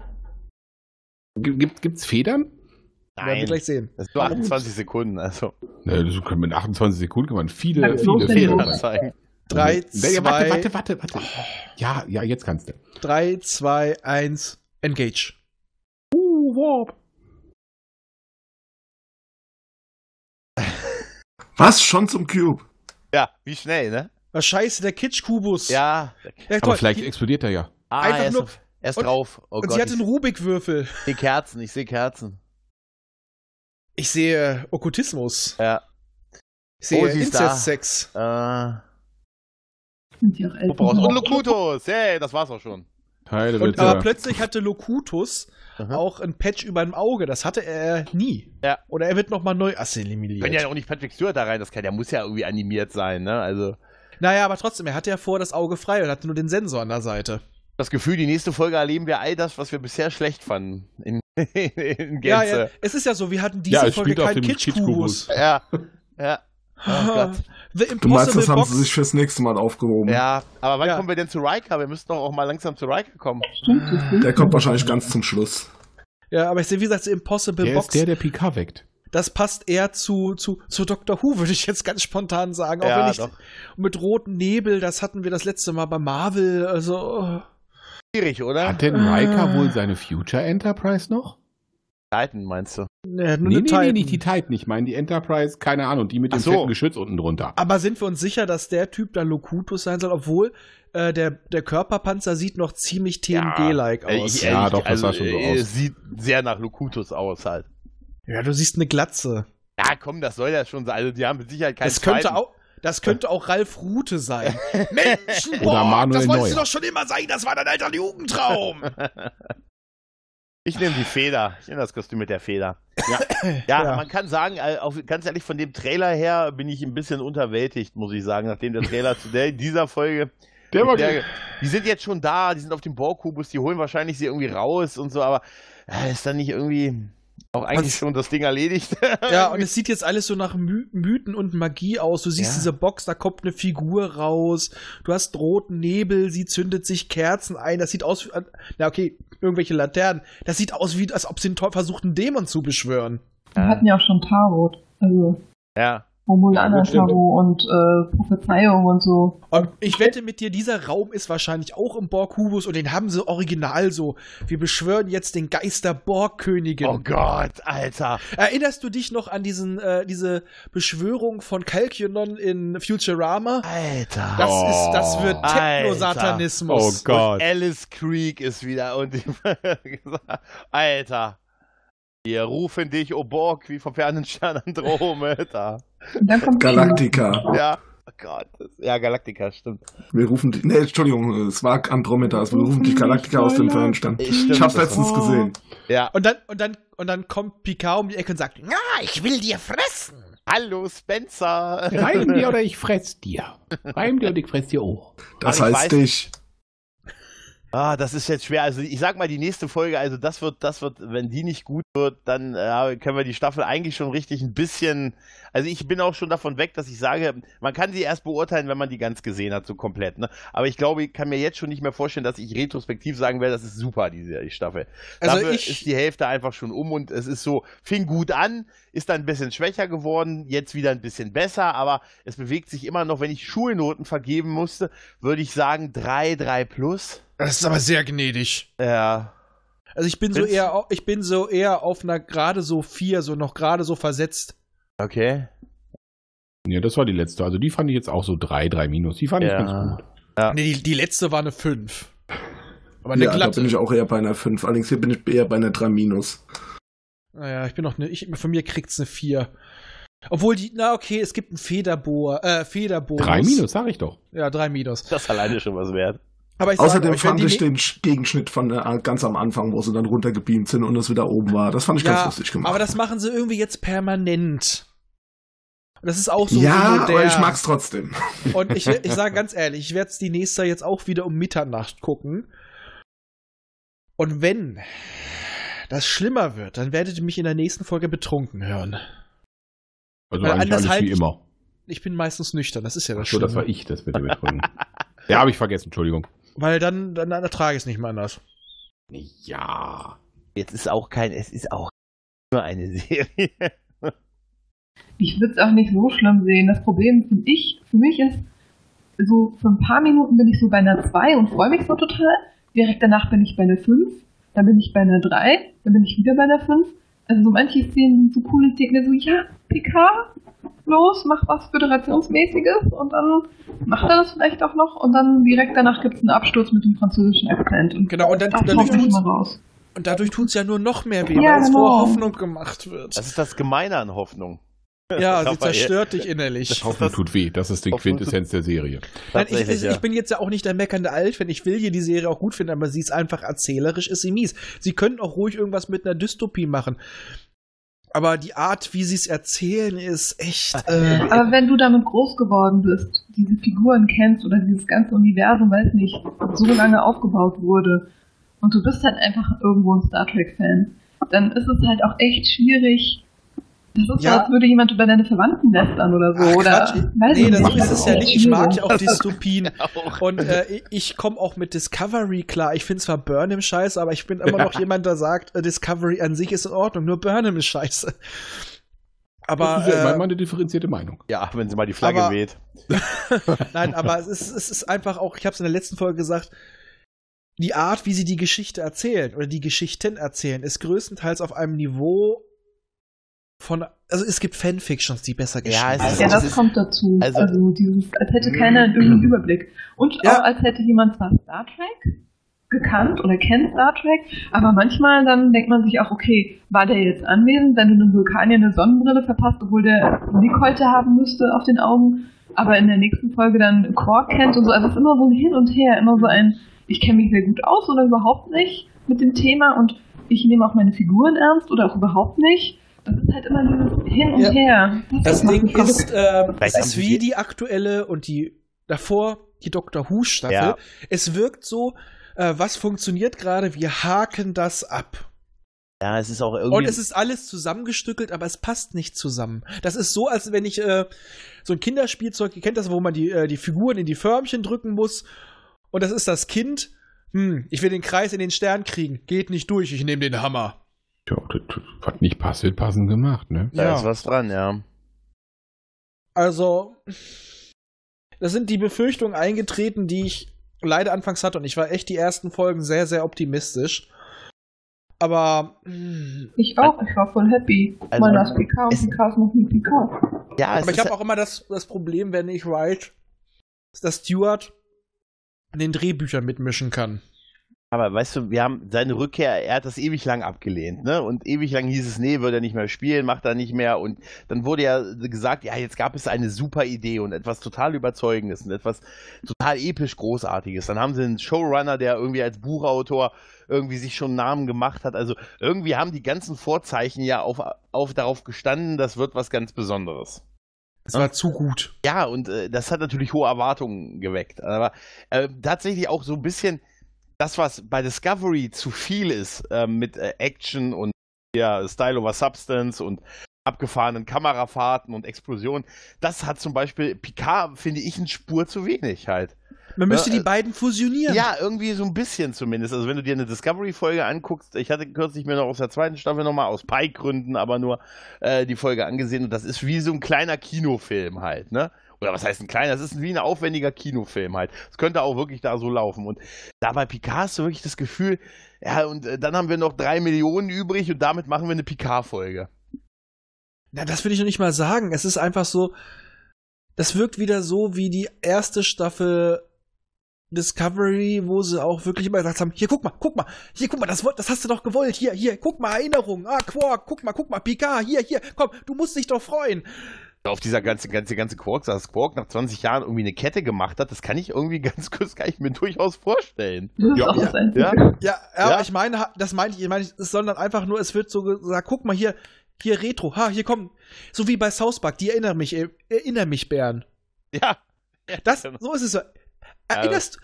S2: Gibt, gibt, gibt's Federn?
S3: Werden wir gleich sehen.
S5: das ist nur 28 Sekunden, also
S2: Ja, das können wir in 28 Sekunden gemacht.
S6: Dann
S2: Viele,
S6: los
S2: viele
S6: denn
S2: Federn. sein.
S6: los.
S5: Fehlanzeigen.
S3: Drei,
S2: Ja, warte,
S3: zwei-
S2: warte, warte, warte. Ja, ja, jetzt kannst du.
S3: Drei, zwei, eins, engage.
S2: Uh, Warp.
S4: Was? Schon zum Cube?
S5: Ja, wie schnell, ne?
S3: Was scheiße, der Kitschkubus.
S5: Ja.
S3: ja
S2: Aber
S3: toll.
S2: vielleicht
S3: Die-
S2: explodiert er ja.
S5: Ah,
S3: Einfach
S5: er ist,
S3: nur-
S5: auf- er ist
S3: und-
S5: drauf. Oh
S3: Und
S5: Gott,
S3: sie hatte einen
S5: ich
S3: Rubikwürfel.
S5: sehe Kerzen, ich sehe Kerzen.
S3: Ich sehe Okkultismus.
S5: Ja.
S3: Ich sehe
S5: Oh, sie ist da.
S3: Inzestsex.
S5: Äh,
S6: Sind die auch alt?
S5: Popo raus. Und Locutus! Hey, das war's auch schon.
S2: Teile
S3: Und äh,
S2: wird
S3: aber
S2: ja.
S3: plötzlich hatte Locutus
S5: Aha.
S3: auch ein Patch über dem Auge. Das hatte er nie.
S5: Ja.
S3: Oder er wird nochmal neu
S5: Können
S3: assimiliert.
S5: ja auch nicht Patrick Stewart da rein, das kann, der muss ja irgendwie animiert sein, ne? Also,
S3: Naja, aber trotzdem, er hatte ja vor das Auge frei und hatte nur den Sensor an der Seite.
S5: das Gefühl, die nächste Folge erleben wir all das, was wir bisher schlecht fanden. In, in
S3: Ja,
S5: Gänze.
S3: ja, es ist ja so, wir hatten diese
S2: Ja, es
S3: Folge
S2: spielt auf
S3: keinen
S2: dem
S3: Kitschkubus.
S5: Ja, ja. Oh Gott.
S3: The
S4: Du meinst, das
S3: Impossible
S4: haben sie sich
S3: Box.
S4: fürs nächste Mal aufgehoben.
S5: Ja, aber wann
S3: Ja.
S5: kommen wir denn zu Riker? Wir müssen doch auch mal langsam zu Riker kommen.
S6: Stimmt, das
S4: Der kommt wahrscheinlich ganz zum Schluss.
S3: Ja, aber ich sehe, wie gesagt, The Impossible
S2: Der
S3: Box.
S2: ist der, der Picard weckt.
S3: das passt eher zu, zu, zu Dr. Who, würde ich jetzt ganz spontan sagen. Auch
S5: Ja,
S3: wenn ich
S5: doch.
S3: mit roten Nebel, das hatten wir das letzte Mal bei Marvel. Also,
S5: Schwierig, oder?
S2: Hat denn Riker wohl seine Future Enterprise noch?
S5: Titan, meinst du?
S3: ne, nur eine
S2: Nee, nee, nee,
S3: Titan.
S2: nicht die Titan. Ich meine die Enterprise, keine Ahnung, die mit dem
S5: Ach so.
S2: fetten Geschütz unten drunter.
S3: aber sind wir uns sicher, dass der Typ da Locutus sein soll, obwohl äh, der, der Körperpanzer sieht noch ziemlich TNG-like
S5: Äh,
S3: aus.
S5: ich-
S2: Ja,
S5: ehrlich,
S2: doch, das sah schon so
S5: äh,
S2: aus.
S5: Sieht sehr nach Locutus aus halt.
S3: ja, du siehst eine Glatze.
S5: Ja, komm, das soll ja schon sein. Also, die haben mit Sicherheit keinen
S3: Das könnte,
S5: zweiten.
S3: auch, das könnte auch Ralf Rute sein. Menschen,
S2: Oder Manuel
S3: das wolltest du
S2: Neuer.
S3: doch schon immer sein, das war dein alter Jugendtraum.
S5: Ich nehme die Feder. Ich nehme das Kostüm mit der Feder.
S2: Ja.
S5: Ja,
S3: Ja.
S5: man kann sagen, äh, auf, ganz ehrlich, von dem Trailer her bin ich ein bisschen unterwältigt, muss ich sagen, nachdem der Trailer zu der, dieser Folge.
S2: Der war
S5: der, die sind jetzt schon da, die sind auf dem Borkubus, die holen wahrscheinlich sie irgendwie raus und so, aber äh, ist dann nicht irgendwie auch eigentlich
S3: Was-
S5: schon das Ding erledigt?
S3: ja, und es sieht jetzt alles so nach My Mythen und Magie aus. Du siehst
S5: Ja.
S3: diese Box, da kommt eine Figur raus. Du hast roten Nebel, sie zündet sich Kerzen ein. Das sieht aus, wie- na okay, irgendwelche Laternen. Das sieht aus, wie, als ob sie einen Teufel versucht, einen Dämon zu beschwören.
S6: Wir hatten ja auch schon Tarot. Also
S5: ja.
S2: Ja,
S6: Romulaner
S2: gut, stimmt.
S6: Tarot und äh, Prophezeiung und so.
S3: Und ich wette mit dir, dieser Raum ist wahrscheinlich auch im Borg-Hubus und den haben sie original so. Wir beschwören jetzt den Geister Borg-Königin.
S5: Oh Gott, Alter.
S3: Erinnerst du dich noch an diesen, äh, diese Beschwörung von Calcunon in Futurama?
S5: Alter.
S3: Das
S2: Oh.
S3: ist, das wird
S5: Alter.
S3: Techno-Satanismus.
S2: Oh Gott.
S5: Und Alice Creek ist wieder und die, Alter. Wir rufen dich, O Borg, wie vom fernen Stern Andromeda.
S6: Und dann kommt
S4: Galactica.
S5: ja. Oh Gott. das- Ja, Galactica, stimmt.
S4: Wir rufen dich. Nee, Entschuldigung, es war Andromeda. Also wir rufen dich Galactica aus dem Fernstern.
S5: Äh, stimmt
S4: Ich hab's
S3: Oh.
S5: das war-
S4: letztens gesehen.
S5: Ja.
S3: Und dann, und dann, und dann kommt Picard um die Ecke und sagt, na, ich will dir fressen.
S5: Hallo Spencer!
S2: Reim dir oder ich fress dir. Reim dir und ich fress dir auch.
S4: Das
S5: Aber ich
S4: heißt
S5: weiß-
S4: ich.
S5: Ah, das ist jetzt schwer. Also ich sag mal, die nächste Folge, also das wird, das wird, wenn die nicht gut wird, dann äh, können wir die Staffel eigentlich schon richtig ein bisschen. Also ich bin auch schon davon weg, dass ich sage, man kann sie erst beurteilen, wenn man die ganz gesehen hat, so komplett. Ne? Aber ich glaube, ich kann mir jetzt schon nicht mehr vorstellen, dass ich retrospektiv sagen werde, das ist super, diese die Staffel.
S3: Also
S5: Dafür
S3: ich-
S5: ist die Hälfte einfach schon um und es ist so, fing gut an, ist dann ein bisschen schwächer geworden, jetzt wieder ein bisschen besser, aber es bewegt sich immer noch, wenn ich Schulnoten vergeben musste, würde ich sagen 3, 3 plus.
S3: Das ist aber sehr gnädig.
S5: Ja.
S3: Also ich bin so
S5: Witz.
S3: eher, au- ich bin so eher auf einer gerade so vier, so noch gerade so versetzt.
S5: Okay.
S2: Ja, das war die letzte. Also die fand ich jetzt auch so drei, drei minus. Die fand ich
S5: Ja.
S2: ganz gut.
S3: Nee, die, die letzte war eine fünf. Aber eine
S4: Ja, da
S3: glatte.
S4: bin ich auch eher bei einer 5. Allerdings hier bin ich eher bei einer 3 minus.
S3: naja, ich bin noch eine, ich, von mir kriegt's eine vier. Obwohl die, na okay, es gibt einen Federbohr, äh, Federbonus.
S2: Drei minus, sag ich doch.
S3: Ja, drei Minus.
S5: Das alleine schon was wert.
S3: Aber ich
S4: Außerdem
S3: sag euch, wenn
S4: fand
S3: die
S4: ich
S3: ne-
S4: den Sch- Gegenschnitt von äh, ganz am Anfang, wo sie dann runtergebeamt sind und es wieder oben war. Das fand ich ganz
S3: Ja,
S4: lustig gemacht.
S3: Aber das machen sie irgendwie jetzt permanent. Und das ist auch so
S4: ja,
S3: modern.
S4: aber ich mag's trotzdem.
S3: Und ich, ich sage ganz ehrlich, ich werde die nächste jetzt auch wieder um Mitternacht gucken. Und wenn das schlimmer wird, dann werdet ihr mich in der nächsten Folge betrunken hören.
S2: Also
S3: Weil
S2: eigentlich
S3: anders
S2: alles
S3: halt-
S2: wie immer.
S3: Ich bin meistens nüchtern, das ist ja das
S2: Ach so,
S3: Schlimme.
S2: das war ich, das mit dem Betrügen. ja, habe ich vergessen, Entschuldigung.
S3: Weil dann, dann ertrage ich es nicht mehr anders.
S2: Ja.
S5: Jetzt ist auch kein, es ist auch nur eine Serie.
S6: Ich würde es auch nicht so schlimm sehen. Das Problem für ich, für mich ist, so für ein paar Minuten bin ich so bei einer 2 und freue mich so total. Direkt danach bin ich bei einer 5, dann bin ich bei einer 3, dann bin ich wieder bei einer 5. Also so manche Szenen sind so cool, ich denke mir so, ja, PK, los, mach was Föderationsmäßiges und dann macht er das vielleicht auch noch und dann direkt danach gibt es einen Absturz mit dem französischen Akzent. Und
S3: Genau, und dann-
S6: da
S3: dann
S6: taucht er schon
S3: tut's-
S6: mal raus.
S3: Und dadurch tun es ja nur noch mehr weh,
S6: Ja,
S3: weil es
S6: genau.
S3: nur Hoffnung gemacht wird.
S5: Das ist das Gemeine an Hoffnung.
S3: ja, sie
S5: Raphael.
S3: zerstört dich innerlich.
S2: Hoffnung tut weh. Das ist die
S5: Hoffnung
S2: Quintessenz der Serie.
S3: Nein, ich,
S5: Tatsächlich,
S3: ich,
S5: ja.
S3: ich bin jetzt ja auch nicht der meckernde Alt, wenn ich will hier die Serie auch gut finden, aber sie ist einfach erzählerisch, ist sie mies. Sie könnten auch ruhig irgendwas mit einer Dystopie machen. Aber die Art, wie sie es erzählen, ist echt. Äh,
S6: Aber wenn du damit groß geworden bist, diese Figuren kennst oder dieses ganze Universum, weiß nicht, so lange aufgebaut wurde und du bist halt einfach irgendwo ein Star Trek-Fan, dann ist es halt auch echt schwierig. Das ist
S3: Ja.
S6: so, als würde jemand über deine Verwandten lästern oder so.
S3: Ach,
S6: oder
S3: Quatsch.
S6: weiß
S3: nee,
S6: ich
S3: das
S6: nicht.
S3: ist es ja
S6: auch
S3: nicht. Ich mag ja
S6: schwierig.
S3: auch Dystopien.
S5: Auch.
S3: Und äh, ich- ich komme auch mit Discovery klar. Ich finde zwar Burnham scheiße, aber ich bin immer noch jemand, der sagt, äh, Discovery an sich ist in Ordnung, nur Burnham ist scheiße. Aber
S2: das ist ja
S3: äh,
S2: immer eine differenzierte Meinung.
S5: ja, wenn sie mal die Flagge
S3: aber-
S5: weht.
S3: Nein, aber es ist, es ist einfach auch, ich habe es in der letzten Folge gesagt, die Art, wie sie die Geschichte erzählen oder die Geschichten erzählen, ist größtenteils auf einem Niveau von. Also es gibt Fanfictions, die besser geschrieben
S5: es ist-
S6: Ja,
S3: sind.
S6: das
S5: es ist-
S6: kommt dazu.
S5: also-
S6: Also, dieses, als hätte keiner irgendeinen Überblick. Und
S3: Ja.
S6: auch als hätte jemand zwar Star Trek gekannt oder kennt Star Trek, aber manchmal dann denkt man sich auch, okay, war der jetzt anwesend, wenn du in Vulkanier eine Sonnenbrille verpasst, obwohl der Nikhäute haben müsste auf den Augen, aber in der nächsten Folge dann Quark kennt und so. Also es ist immer so ein Hin und Her, immer so ein, ich kenne mich sehr gut aus oder überhaupt nicht mit dem Thema und ich nehme auch meine Figuren ernst oder auch überhaupt nicht. Das ist halt immer dieses Hin und
S3: Ja.
S6: Her.
S3: Das
S6: macht
S3: Ding
S6: mich
S3: ist, ähm, es
S6: verrückt.
S5: Vielleicht haben
S3: ist
S5: sie
S3: wie
S5: die-
S3: die aktuelle und die davor, die Doctor Who-Staffel.
S5: Ja.
S3: Es wirkt so, äh, was funktioniert gerade, wir haken das ab.
S5: Ja, es ist auch irgendwie.
S3: Und es ist alles zusammengestückelt, aber es passt nicht zusammen. Das ist so, als wenn ich äh, so ein Kinderspielzeug, ihr kennt das, wo man die, äh, die Figuren in die Förmchen drücken muss. Und das ist das Kind. Hm, ich will den Kreis in den Stern kriegen. Geht nicht durch, ich nehme den Hammer.
S2: Ja, das das hat nicht passend, passend gemacht, ne?
S5: da ist was dran, ja.
S3: Also, das sind die Befürchtungen eingetreten, die ich leider anfangs hatte. Und ich war echt die ersten Folgen sehr, sehr optimistisch. Aber hm,
S6: Ich auch, ich war voll happy.
S5: Also-
S6: Mal nach PK und
S5: es-
S6: PK ist noch nie PK.
S5: Ja, es
S3: Aber ich
S5: ist
S3: habe auch immer das, das Problem, wenn ich write, dass Stewart in den Drehbüchern mitmischen kann.
S5: Aber weißt du, wir haben seine Rückkehr, er hat das ewig lang abgelehnt, ne? Und ewig lang hieß es, nee, würde er nicht mehr spielen, macht er nicht mehr. Und dann wurde ja gesagt, ja, jetzt gab es eine super Idee und etwas total Überzeugendes und etwas total episch Großartiges. Dann haben sie einen Showrunner, der irgendwie als Buchautor irgendwie sich schon Namen gemacht hat. Also irgendwie haben die ganzen Vorzeichen ja auf, auf darauf gestanden, das wird was ganz Besonderes.
S3: Es war zu gut.
S5: Ja, und äh, das hat natürlich hohe Erwartungen geweckt. Aber äh, tatsächlich auch so ein bisschen das, was bei Discovery zu viel ist, äh, mit äh, Action und ja, Style over Substance und abgefahrenen Kamerafahrten und Explosionen, das hat zum Beispiel Picard, finde ich, eine Spur zu wenig halt.
S3: Man müsste
S5: Ja,
S3: die beiden fusionieren.
S5: Ja, irgendwie so ein bisschen zumindest. Also wenn du dir eine Discovery-Folge anguckst, ich hatte kürzlich mir noch aus der zweiten Staffel nochmal aus Pike-Gründen aber nur äh, die Folge angesehen und das ist wie so ein kleiner Kinofilm halt, ne? Oder was heißt ein kleiner? Das ist wie ein aufwendiger Kinofilm halt. Es könnte auch wirklich da so laufen. Und da bei Picard hast du wirklich das Gefühl, ja, und äh, dann haben wir noch drei Millionen übrig und damit machen wir eine Picard-Folge.
S3: Na, das will ich noch nicht mal sagen. Es ist einfach so, das wirkt wieder so wie die erste Staffel Discovery, wo sie auch wirklich immer gesagt haben, hier guck mal, guck mal, hier guck mal, das, woll- das hast du doch gewollt, hier, hier, guck mal, Erinnerung, ah, Quark, guck mal, guck mal, Picard, hier, hier, komm, du musst dich doch freuen.
S5: Auf dieser ganze, ganze, ganze Quark, dass Quark nach 20 Jahren irgendwie eine Kette gemacht hat, das kann ich irgendwie ganz kurz, kann ich mir durchaus vorstellen.
S6: Das ist
S2: Ja,
S6: auch das Einzige.
S5: Ja,
S3: Ja, ja,
S5: Ja.
S3: aber ich meine, ha- das meine ich, ich meine, es- sondern einfach nur, es wird so gesagt, guck mal hier, hier Retro, ha, hier kommen, so wie bei South Park, die erinnern mich, äh, erinnern mich Bären.
S5: ja.
S3: Das,
S5: Genau.
S3: so ist es. Erinnerst,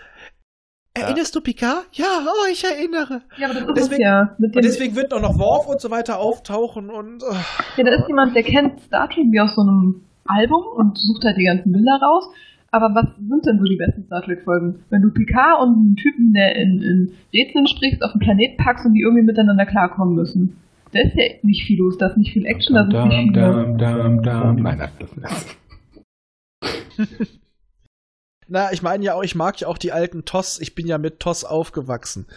S3: erinnerst du Picard? Ja, oh, ich erinnere.
S6: Ja, aber das ist
S3: Deswegen-
S6: es ja. Mit dem,
S3: Und deswegen wird auch noch Worf und so weiter auftauchen und äh,
S6: ja, da ist jemand, der kennt Startlink wie aus so einem Album und sucht halt die ganzen Bilder raus. Aber was sind denn so die besten Star Trek-Folgen? Wenn du Picard und einen Typen, der in, in Rätseln sprichst, auf den Planet packst und die irgendwie miteinander klarkommen müssen. Da ist ja nicht viel los, da ist nicht viel Action, da sind
S2: Dam,
S6: nicht viele.
S2: dam, dam, dam. Nein, das, das, das.
S3: na, ich meine ja auch, ich mag ja auch die alten TOS. Ich bin ja mit TOS aufgewachsen.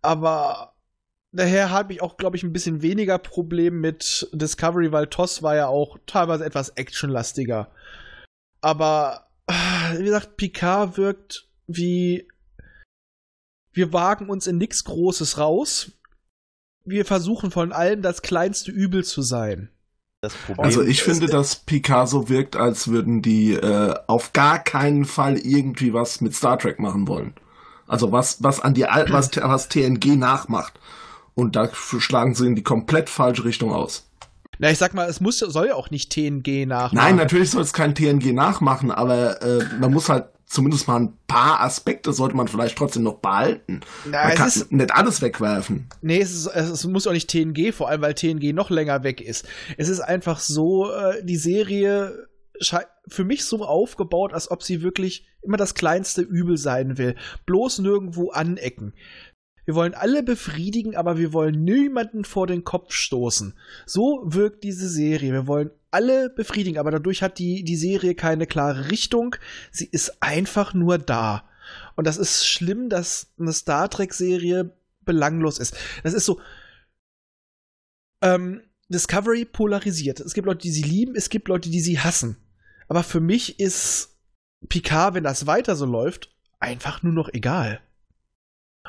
S3: Aber daher habe ich auch, glaube ich, ein bisschen weniger Problem mit Discovery, weil TOS war ja auch teilweise etwas actionlastiger. Aber äh, wie gesagt, Picard wirkt wie wir wagen uns in nichts Großes raus. Wir versuchen von allem das kleinste Übel zu sein.
S5: Das Problem
S4: Also ich finde, dass Picasso wirkt, als würden die äh, auf gar keinen Fall irgendwie was mit Star Trek machen wollen. Also was, was an die Al was, was TNG nachmacht. Und da schlagen sie in die komplett falsche Richtung aus.
S3: Na, ich sag mal, es muss, soll ja auch nicht TNG nachmachen.
S4: Nein, natürlich soll es kein TNG nachmachen, aber äh, man muss halt zumindest mal ein paar Aspekte sollte man vielleicht trotzdem noch behalten.
S3: Na,
S4: man
S3: es
S4: kann
S3: ist,
S4: nicht alles wegwerfen.
S3: nee, es, ist, es ist- muss auch nicht TNG, vor allem weil TNG noch länger weg ist. Es ist einfach so, äh, die Serie schei- für mich so aufgebaut, als ob sie wirklich immer das kleinste Übel sein will. Bloß nirgendwo anecken. Wir wollen alle befriedigen, aber wir wollen niemanden vor den Kopf stoßen. So wirkt diese Serie. Wir wollen alle befriedigen, aber dadurch hat die, die Serie keine klare Richtung. Sie ist einfach nur da. Und das ist schlimm, dass eine Star Trek-Serie belanglos ist. Das ist so. Ähm, Discovery polarisiert. Es gibt Leute, die sie lieben, es gibt Leute, die sie hassen. Aber für mich ist Picard, wenn das weiter so läuft, einfach nur noch egal.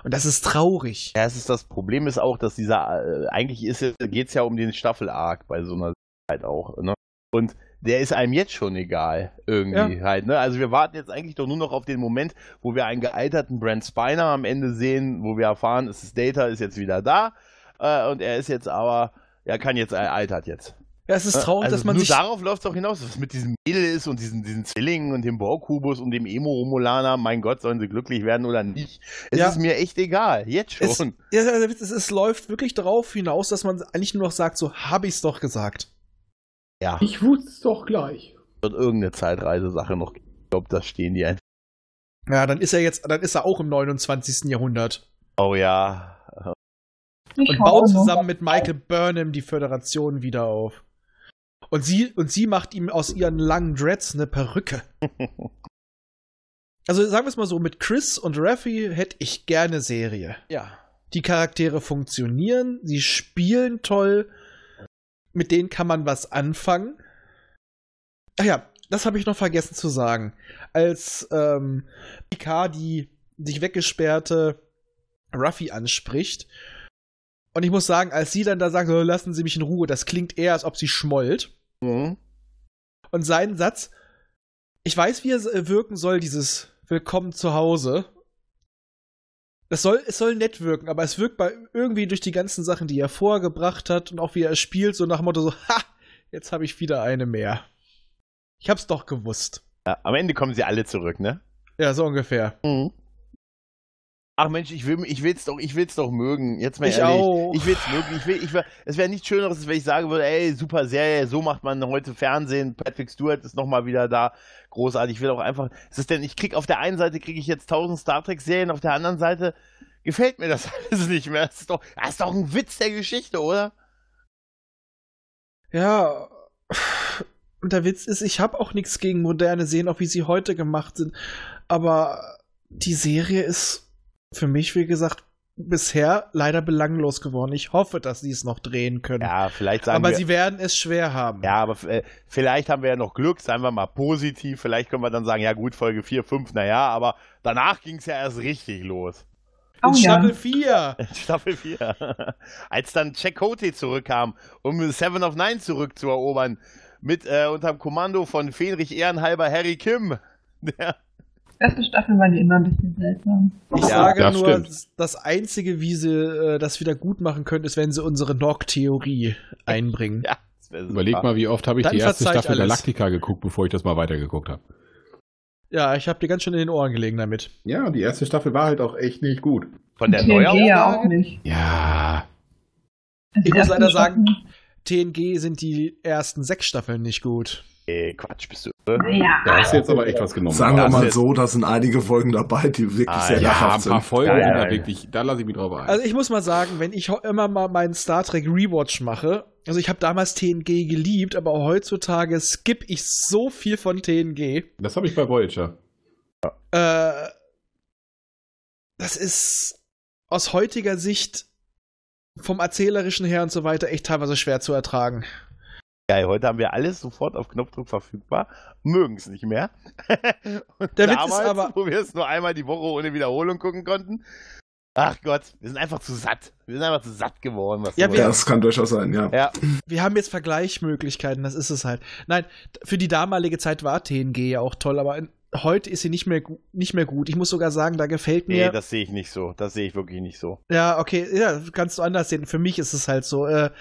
S3: Und das ist traurig.
S5: Ja, es ist das Problem ist auch, dass dieser, äh, eigentlich geht es ja um den Staffel-Arc bei so einer Zeit auch, ne? Und der ist einem jetzt schon egal, irgendwie halt, ne? Also wir warten jetzt eigentlich doch nur noch auf den Moment, wo wir einen gealterten Brent Spiner am Ende sehen, wo wir erfahren, es ist Data, ist jetzt wieder da äh, und er ist jetzt aber, er kann jetzt, er altert jetzt.
S3: Ja, es ist traurig,
S5: also
S3: dass man
S5: nur
S3: sich.
S5: darauf läuft es auch hinaus, was mit diesem Mädel ist und diesen, diesen Zwillingen und dem Borkubus und dem Emo-Romulaner, mein Gott, sollen sie glücklich werden oder nicht. Es
S3: Ja.
S5: ist mir echt egal, jetzt schon.
S3: Es, ja, der Witz ist, es läuft wirklich darauf hinaus, dass man eigentlich nur noch sagt, so habe ich's doch gesagt.
S5: Ja,
S7: Ich wusste es doch gleich.
S5: wird irgendeine Zeitreisesache noch. geben. Ich glaube, da stehen die einfach.
S3: Ja, dann ist er jetzt, dann ist er auch im 29. Jahrhundert.
S5: Oh ja.
S6: Ich
S3: und
S6: hoffe
S3: baut
S6: nur.
S3: zusammen mit Michael Burnham die Föderation wieder auf. Und sie, und sie macht ihm aus ihren langen Dreads eine Perücke. Also sagen wir es mal so, mit Chris und Raffi hätte ich gerne Serie.
S5: Ja.
S3: Die Charaktere funktionieren, sie spielen toll, mit denen kann man was anfangen. Ach ja, das habe ich noch vergessen zu sagen. Als ähm, Picard die sich weggesperrte Ruffy anspricht. Und ich muss sagen, als sie dann da sagt, "Oh, lassen Sie mich in Ruhe, das klingt eher, als ob sie schmollt.
S5: Mhm.
S3: Und sein Satz, äh, ich weiß, wie er wirken soll, dieses Willkommen zu Hause. Das soll, es soll nett wirken, aber es wirkt bei irgendwie durch die ganzen Sachen, die er vorgebracht hat und auch wie er es spielt, so nach dem Motto so, ha, jetzt habe ich wieder eine mehr. Ich hab's doch gewusst.
S5: Ja, am Ende kommen sie alle zurück, ne?
S3: Ja, so ungefähr.
S5: Mhm. Ach Mensch, ich will, ich will's doch, ich will's doch mögen. Jetzt mal
S3: Ich
S5: ehrlich.
S3: auch.
S5: Ich will's mögen. Ich will, ich will, es wäre nichts Schöneres, wenn ich sagen würde, ey, super Serie, so macht man heute Fernsehen. Patrick Stewart ist nochmal wieder da. Großartig. Ich will auch einfach, es ist denn, ich krieg auf der einen Seite kriege ich jetzt 1000 Star Trek Serien, auf der anderen Seite gefällt mir das alles nicht mehr. Das ist doch, das ist doch ein Witz der Geschichte, oder?
S3: Ja. Und der Witz ist, ich habe auch nichts gegen moderne Serien, auch wie sie heute gemacht sind. Aber die Serie ist für mich, wie gesagt, bisher leider belanglos geworden. Ich hoffe, dass sie es noch drehen können.
S5: Ja, vielleicht sagen
S3: aber
S5: wir.
S3: sie werden es schwer haben.
S5: ja, aber äh, vielleicht haben wir ja noch Glück, seien wir mal positiv. Vielleicht können wir dann sagen, ja gut, Folge 4, 5, naja, aber danach ging's ja erst richtig los.
S3: In
S6: Oh ja.
S3: Staffel 4.
S5: Staffel 4. Als dann Chakotay zurückkam, um Seven of Nine zurückzuerobern, mit äh, unterm Kommando von Fenrich Ehrenhalber Harry Kim. Der,
S6: Erste Staffel waren die immer ein bisschen seltsam.
S3: Ich
S5: Ja,
S3: sage
S2: das
S3: nur,
S2: stimmt.
S3: das- das Einzige, wie sie äh, das wieder gut machen können, ist, wenn sie unsere Nog-Theorie einbringen.
S5: ja, das wär super.
S2: Überleg mal, wie oft habe ich
S3: Dann
S2: die erste
S3: verzeih ich
S2: Staffel
S3: alles.
S2: Galactica geguckt, bevor ich das mal weitergeguckt habe.
S3: Ja, ich habe dir ganz schön in den Ohren gelegen damit.
S2: Ja, die erste Staffel war halt auch echt nicht gut.
S5: Von der
S6: TNG ja auch
S5: Neuauflage?
S6: nicht.
S2: Ja.
S6: Also
S3: Ich
S6: die
S3: muss
S6: ersten
S3: leider sagen-
S6: Staffeln-
S3: TNG sind die ersten sechs Staffeln nicht gut.
S5: Ey, Quatsch, bist du.
S6: Naja.
S2: Da hast du jetzt aber echt was genommen.
S4: Sagen wir
S5: das
S4: mal
S5: ist-
S4: so, da sind einige Folgen dabei, die wirklich
S5: Ah,
S4: sehr
S2: also ja,
S5: ja,
S2: ein
S4: lachhaft
S2: paar
S4: sind.
S2: Folgen,
S5: Ja, ja,
S2: da
S5: ja.
S2: wirklich, da lasse ich mich drauf ein.
S3: Also ich muss mal sagen, wenn ich ho- immer mal meinen Star Trek Rewatch mache, also ich habe damals TNG geliebt, aber heutzutage skippe ich so viel von TNG.
S2: das habe ich bei Voyager.
S3: Äh, das ist aus heutiger Sicht vom erzählerischen her und so weiter echt teilweise schwer zu ertragen.
S5: Geil, heute haben wir alles sofort auf Knopfdruck verfügbar, mögen es nicht mehr. Und
S3: Der Witz ist
S5: damals,
S3: aber-
S5: wo wir es nur einmal die Woche ohne Wiederholung gucken konnten. Ach Gott, wir sind einfach zu satt. Wir sind einfach zu satt geworden. Was
S3: Ja,
S5: du-
S3: wir-
S4: Das kann durchaus sein, ja.
S5: ja.
S3: wir haben jetzt Vergleichsmöglichkeiten, das ist es halt. Nein, d- für die damalige Zeit war TNG ja auch toll, aber in, heute ist sie nicht mehr, gu- nicht mehr gut. Ich muss sogar sagen, da gefällt
S5: Nee,
S3: mir.
S5: das sehe ich nicht so. Das sehe ich wirklich nicht so.
S3: ja, okay, ja, kannst du anders sehen. Für mich ist es halt so. Äh,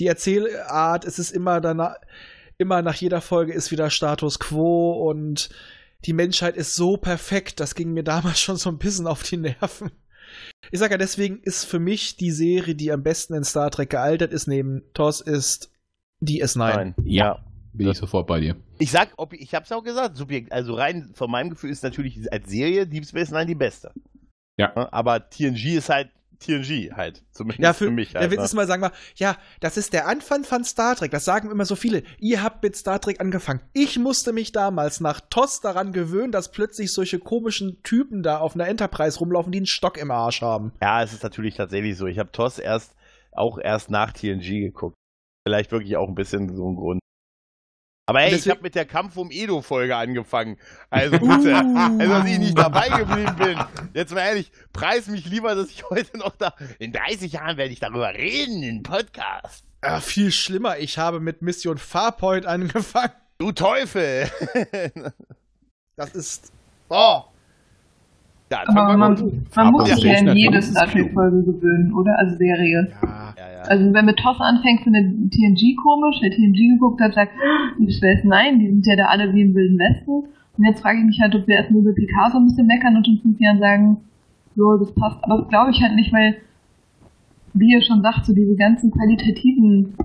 S3: die Erzählart, es ist immer danach, immer nach jeder Folge ist wieder Status quo und die Menschheit ist so perfekt, das ging mir damals schon so ein bisschen auf die Nerven. Ich sage ja, deswegen ist für mich die Serie, die am besten in Star Trek gealtert ist, neben TOS, ist DS9.
S2: Ja. Bin ich sofort bei dir.
S5: Ich sag, ob ich, ich hab's auch gesagt, subjekt, also rein von meinem Gefühl ist natürlich als Serie Deep Space Nine die beste. Ne?
S2: Ja.
S5: Aber TNG ist halt TNG halt. Zumindest
S3: Ja,
S5: für,
S3: für,
S5: mich
S3: der
S5: halt.
S3: Witz
S5: ne?
S3: ist mal, sagen wir, ja, das ist der Anfang von Star Trek. Das sagen immer so viele. Ihr habt mit Star Trek angefangen. Ich musste mich damals nach TOS daran gewöhnen, dass plötzlich solche komischen Typen da auf einer Enterprise rumlaufen, die einen Stock im Arsch haben.
S5: ja, es ist natürlich tatsächlich so. Ich habe TOS erst auch erst nach TNG geguckt. Vielleicht wirklich auch ein bisschen so ein Grund. Aber hey, ich
S3: deswegen-
S5: habe mit der Kampf um Edo Folge angefangen. Also bitte, also dass ich nicht dabei geblieben bin. Jetzt mal ehrlich, preis mich lieber, dass ich heute noch da. In 30 Jahren werde ich darüber reden in Podcast.
S3: Ah, viel schlimmer, ich habe mit Mission Farpoint angefangen.
S5: Du Teufel!
S3: Das ist.
S5: Oh! Ja, das
S6: Aber
S5: war
S6: man,
S5: gut.
S6: man muss
S2: Ja,
S6: sich ja in
S2: natürlich.
S6: jede Star Trek-Folge gewöhnen, oder? Also Serie.
S3: Ja.
S5: Ja, ja.
S6: Also wenn mit TOS anfängt, findet TNG komisch. Wer TNG geguckt hat, sagt, Deep Space Nine, die sind ja da alle wie im Wilden Westen. Und jetzt frage ich mich halt, ob wir erstmal über Picasso ein bisschen meckern und in fünf Jahren sagen, jo, das passt. Aber das glaube ich halt nicht, weil, wie ihr schon sagt, so diese ganzen qualitativen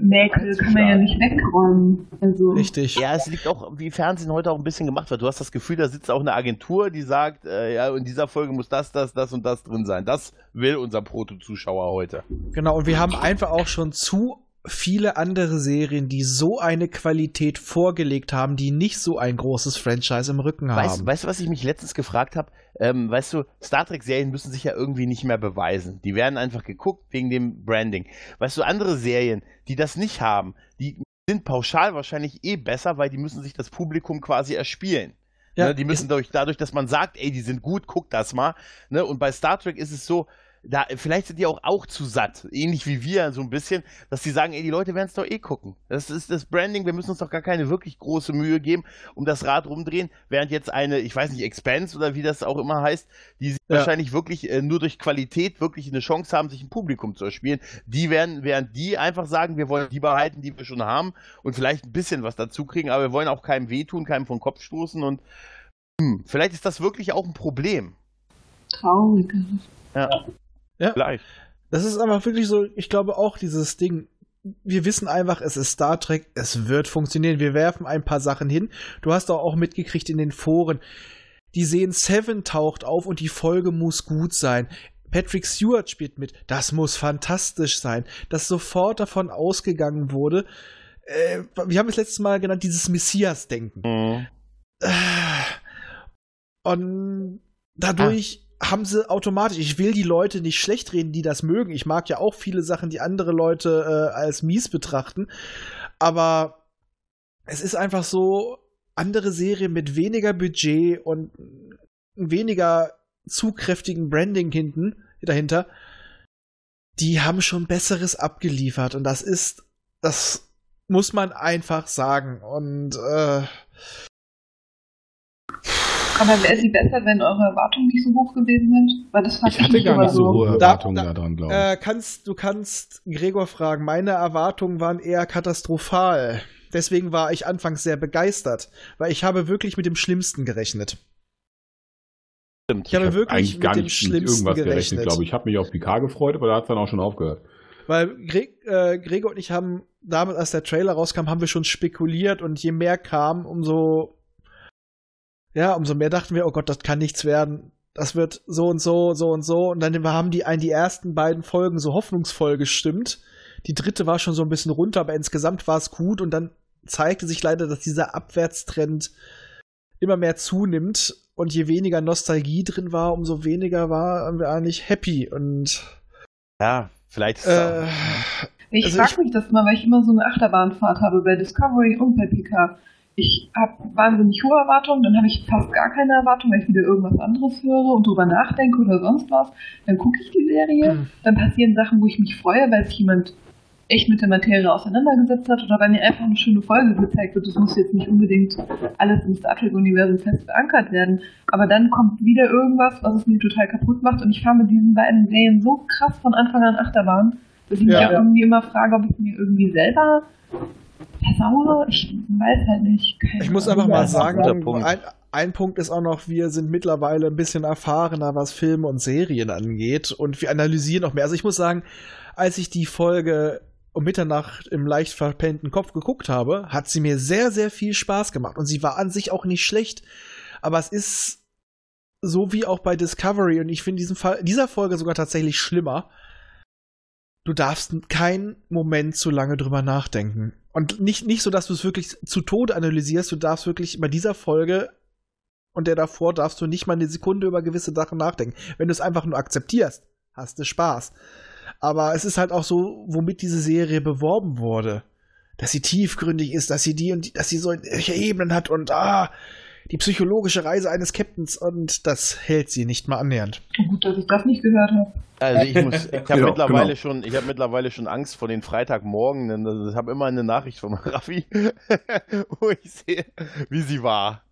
S6: Mäkel kann man ja nicht wegräumen. Also,
S3: Richtig.
S5: ja, es liegt auch, wie Fernsehen heute auch ein bisschen gemacht wird. Du hast das Gefühl, da sitzt auch eine Agentur, die sagt, äh, ja, in dieser Folge muss das, das, das und das drin sein. Das will unser Proto-Zuschauer heute.
S3: Genau, und wir haben einfach auch schon zu viele andere Serien, die so eine Qualität vorgelegt haben, die nicht so ein großes Franchise im Rücken haben.
S5: Weißt, weißt du, was ich mich letztens gefragt habe? Ähm, weißt du, Star Trek-Serien müssen sich ja irgendwie nicht mehr beweisen. Die werden einfach geguckt wegen dem Branding. Weißt du, andere Serien, die das nicht haben, die sind pauschal wahrscheinlich eh besser, weil die müssen sich das Publikum quasi erspielen.
S3: Ja,
S5: ne, die müssen dadurch, dadurch, dass man sagt, ey, die sind gut, guck das mal. Ne, und bei Star Trek ist es so, da, vielleicht sind die auch, auch zu satt, ähnlich wie wir so ein bisschen, dass die sagen, ey, die Leute werden es doch eh gucken. Das ist das Branding, wir müssen uns doch gar keine wirklich große Mühe geben, um das Rad rumdrehen, während jetzt eine, ich weiß nicht, Expense oder wie das auch immer heißt, die sich
S3: Ja.
S5: wahrscheinlich wirklich äh, nur durch Qualität wirklich eine Chance haben, sich ein Publikum zu erspielen. Die werden, während die einfach sagen, wir wollen die behalten, die wir schon haben und vielleicht ein bisschen was dazu kriegen, aber wir wollen auch keinem wehtun, keinem vom Kopf stoßen und hm, vielleicht ist das wirklich auch ein Problem.
S6: Traurig.
S5: Ja.
S3: Ja.
S5: Vielleicht.
S3: Das ist einfach wirklich so, ich glaube auch dieses Ding. Wir wissen einfach, es ist Star Trek, es wird funktionieren. Wir werfen ein paar Sachen hin. Du hast doch auch mitgekriegt in den Foren. Die sehen Seven taucht auf und die Folge muss gut sein. Patrick Stewart spielt mit. Das muss fantastisch sein. Dass sofort davon ausgegangen wurde. Äh, wir haben es letztes Mal genannt, dieses Messias-Denken.
S5: Mhm.
S3: Und dadurch haben sie automatisch, ich will die Leute nicht schlecht reden, die das mögen. Ich mag ja auch viele Sachen, die andere Leute äh, als mies betrachten. Aber es ist einfach so, andere Serien mit weniger Budget und weniger zugkräftigen Branding hinten, dahinter, die haben schon Besseres abgeliefert. Und das ist, das muss man einfach sagen. Und äh,
S6: Aber wäre sie besser, wenn eure Erwartungen nicht so hoch gewesen sind? Weil das fand
S2: Ich hatte
S6: nicht
S2: gar
S6: immer
S2: nicht so hohe
S3: Da-
S2: Erwartungen
S3: da-
S2: daran, glaube ich.
S3: Äh, kannst, du kannst Gregor fragen. Meine Erwartungen waren eher katastrophal. Deswegen war ich anfangs sehr begeistert, weil ich habe wirklich mit dem Schlimmsten gerechnet.
S5: Stimmt.
S3: Ich habe
S2: hab
S3: wirklich mit dem
S2: mit
S3: Schlimmsten gerechnet.
S2: glaube ich. Ich habe mich auf PK gefreut, aber da hat es dann auch schon aufgehört.
S3: Weil Greg, äh, Gregor und ich haben damals, als der Trailer rauskam, haben wir schon spekuliert und je mehr kam, umso ja, umso mehr dachten wir, oh Gott, das kann nichts werden. Das wird so und so, so und so. Und dann haben die einen die ersten beiden Folgen so hoffnungsvoll gestimmt. Die dritte war schon so ein bisschen runter, aber insgesamt war es gut. Und dann zeigte sich leider, dass dieser Abwärtstrend immer mehr zunimmt. Und je weniger Nostalgie drin war, umso weniger waren wir eigentlich happy. Und
S5: Ja, vielleicht ist
S3: äh,
S5: es auch-
S6: Ich
S3: Also
S6: frag
S3: ich-
S6: mich das mal, weil ich immer so eine Achterbahnfahrt habe bei Discovery und bei PK. Ich habe wahnsinnig hohe Erwartungen, dann habe ich fast gar keine Erwartungen, wenn ich wieder irgendwas anderes höre und drüber nachdenke oder sonst was. Dann gucke ich die Serie,
S3: Hm.
S6: dann passieren Sachen, wo ich mich freue, weil sich jemand echt mit der Materie auseinandergesetzt hat oder weil mir einfach eine schöne Folge gezeigt wird. Das muss jetzt nicht unbedingt alles im Star Trek-Universum fest verankert werden. Aber dann kommt wieder irgendwas, was es mir total kaputt macht und ich fahre mit diesen beiden Serien so krass von Anfang an Achterbahn dass ich
S3: Ja.
S6: mich irgendwie immer frage, ob ich mir irgendwie selber versaue. Ich weiß halt nicht. Keine
S3: Ich muss
S6: Ahnung.
S3: einfach mal
S5: Das ist ein
S3: sagen,
S5: guter Punkt.
S3: Ein, ein Punkt ist auch noch, wir sind mittlerweile ein bisschen erfahrener, was Filme und Serien angeht und wir analysieren auch mehr. Also ich muss sagen, als ich die Folge um Mitternacht im leicht verpennten Kopf geguckt habe, hat sie mir sehr, sehr viel Spaß gemacht und sie war an sich auch nicht schlecht, aber es ist so wie auch bei Discovery und ich finde diesen Fall, dieser Folge sogar tatsächlich schlimmer. Du darfst keinen Moment zu lange drüber nachdenken. Und nicht, nicht so, dass du es wirklich zu Tode analysierst. Du darfst wirklich bei dieser Folge und der davor darfst du nicht mal eine Sekunde über gewisse Sachen nachdenken. Wenn du es einfach nur akzeptierst, hast du Spaß. Aber es ist halt auch so, womit diese Serie beworben wurde. Dass sie tiefgründig ist, dass sie die und die, dass sie so solche Ebenen hat und ah, die psychologische Reise eines Captains und das hält sie nicht mal annähernd.
S6: Oh, Gut, dass ich das nicht gehört habe.
S5: Also ich muss, ich habe
S4: Ja,
S5: mittlerweile
S4: genau.
S5: schon, ich habe mittlerweile schon Angst vor den Freitagmorgen, denn ich habe immer eine Nachricht von Raffi, wo ich sehe, wie sie war.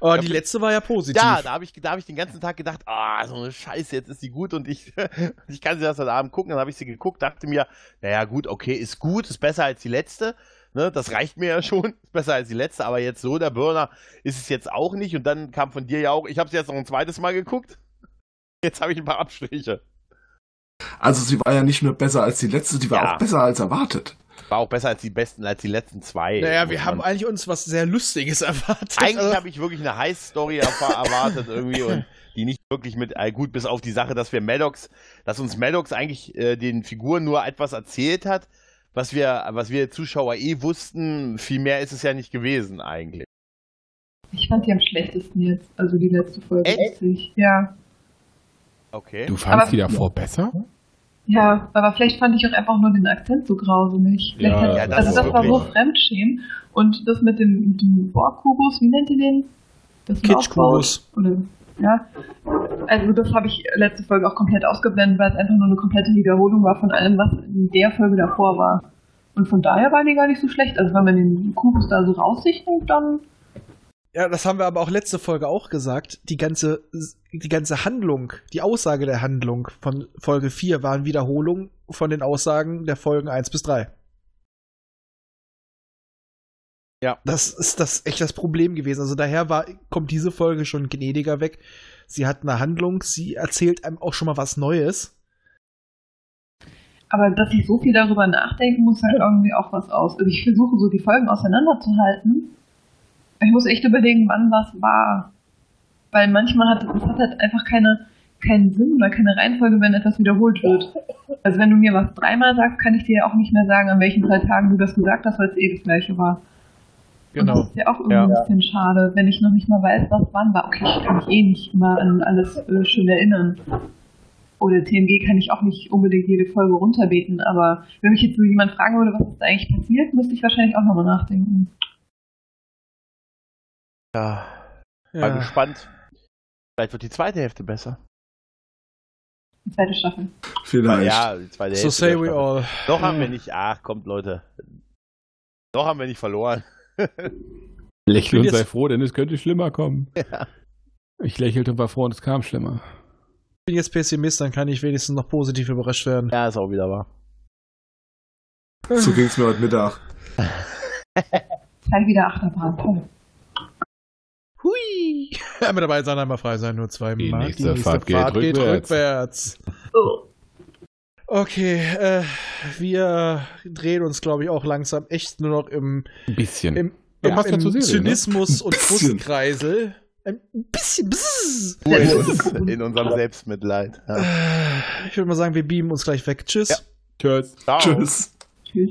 S3: Aber
S5: Ja,
S3: die
S5: bi-
S3: letzte war ja positiv.
S5: Ja, da habe ich, da hab ich den ganzen Tag gedacht, ah, so eine Scheiße, jetzt ist sie gut und ich, ich kann sie erst heute Abend gucken. Dann habe ich sie geguckt, dachte mir, naja, gut, okay, ist gut, ist besser als die letzte. Ne, das reicht mir ja schon, ist besser als die letzte, aber jetzt so der Burner ist es jetzt auch nicht. Und dann kam von dir ja auch, ich habe sie jetzt noch ein zweites Mal geguckt. Jetzt habe ich ein paar Abstriche.
S4: Also sie war ja nicht nur besser als die letzte, die war
S5: Ja.
S4: auch besser als erwartet.
S5: War auch besser als die besten, als die letzten zwei.
S3: naja, wir
S5: muss
S3: haben
S5: man-
S3: eigentlich uns was sehr Lustiges erwartet.
S5: Eigentlich
S3: Also-
S5: habe ich wirklich eine Heißstory erfahr- erwartet irgendwie und die nicht wirklich mit, äh, gut, bis auf die Sache, dass wir Maddox, dass uns Maddox eigentlich äh, den Figuren nur etwas erzählt hat, was wir, was wir Zuschauer eh wussten, viel mehr ist es ja nicht gewesen eigentlich.
S6: Ich fand die am schlechtesten jetzt, also die letzte Folge.
S5: Echt?
S6: Echt? Ja.
S5: Okay.
S2: Du fandst
S6: Aber-
S2: die davor besser?
S6: Ja, aber vielleicht fand ich auch einfach nur den Akzent so grauselig. Vielleicht
S2: Ja,
S6: hat,
S5: ja, das
S6: also das
S5: ist
S6: war so
S5: wirklich-
S6: Fremdschämen. Und das mit dem, mit dem Borg-Kubus, wie nennt ihr den? Das
S3: Kitsch-Kubus.
S6: Laufboot? Oder Ja. Also das habe ich letzte Folge auch komplett ausgeblendet, weil es einfach nur eine komplette Wiederholung war von allem, was in der Folge davor war. Und von daher waren die gar nicht so schlecht. Also wenn man den Kubus da so raussichtet, dann
S3: Ja, das haben wir aber auch letzte Folge auch gesagt. Die ganze, die ganze Handlung, die Aussage der Handlung von Folge 4 waren Wiederholungen von den Aussagen der Folgen 1 bis 3.
S5: Ja.
S3: Das ist das echt das Problem gewesen. Also daher war, kommt diese Folge schon gnädiger weg. Sie hat eine Handlung, sie erzählt einem auch schon mal was Neues.
S6: Aber dass ich so viel darüber nachdenken muss, halt irgendwie auch was aus. Also ich versuche so die Folgen auseinanderzuhalten. Ich muss echt überlegen, wann was war. Weil manchmal hat es hat halt einfach keine, keinen Sinn oder keine Reihenfolge, wenn etwas wiederholt wird. Also wenn du mir was dreimal sagst, kann ich dir ja auch nicht mehr sagen, an welchen drei Tagen du das gesagt hast, weil es eh das gleiche war. Und das ist ja auch irgendwie
S5: Genau. Ja.
S6: ein bisschen schade, wenn ich noch nicht mal weiß, was wann war. Okay, ich kann mich eh nicht immer an alles äh, schön erinnern. Oder TMG kann ich auch nicht unbedingt jede Folge runterbeten, aber wenn mich jetzt so jemand fragen würde, was ist da eigentlich passiert, müsste ich wahrscheinlich auch nochmal nachdenken.
S5: Ja, mal
S3: Ja.
S5: gespannt. Vielleicht wird die zweite Hälfte besser.
S6: Die zweite Staffel.
S4: Vielleicht.
S5: Ja, die zweite
S3: So
S5: Hälfte.
S3: say
S5: der
S3: we
S5: Staffel.
S3: all. Hm.
S5: Doch haben wir nicht. Ach, kommt, Leute. Doch haben wir nicht verloren.
S2: Lächle
S3: bin
S2: und
S3: jetzt-
S2: sei froh, denn es könnte schlimmer kommen.
S5: Ja.
S2: Ich lächelte und war froh und es kam schlimmer.
S3: bin jetzt Pessimist, dann kann ich wenigstens noch positiv überrascht werden.
S5: Ja, ist auch wieder wahr.
S4: So ging es mir heute Mittag.
S6: Gleich wieder Achterbahn. Toll.
S3: Hui! Einmal dabei sein, einmal frei sein, nur zweimal.
S2: Die nächste Fahrt geht rückwärts.
S3: rückwärts.
S6: Oh.
S3: Okay, äh, wir drehen uns, glaube ich, auch langsam echt nur noch im,
S2: Ein bisschen.
S3: im,
S2: Ja,
S3: im,
S2: passt ja zur
S3: im
S2: Serie, ne?
S3: Zynismus und
S4: bisschen.
S3: Frustkreisel. Ein bisschen. bzzz.
S5: Nur in, uns, in unserem Selbstmitleid. Ja.
S3: Äh, Ich würde mal sagen, wir beamen uns gleich weg. Tschüss.
S5: Ja.
S2: Tschüss.
S5: Ciao.
S4: Tschüss.
S6: Tschüss.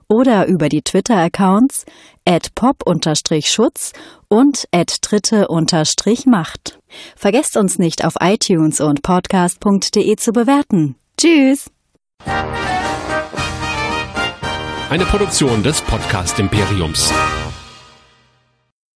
S8: oder über die Twitter-Accounts at pop-schutz und at dritte-macht. Vergesst uns nicht auf iTunes und podcast.de zu bewerten. Tschüss!
S9: Eine Produktion des Podcast Imperiums.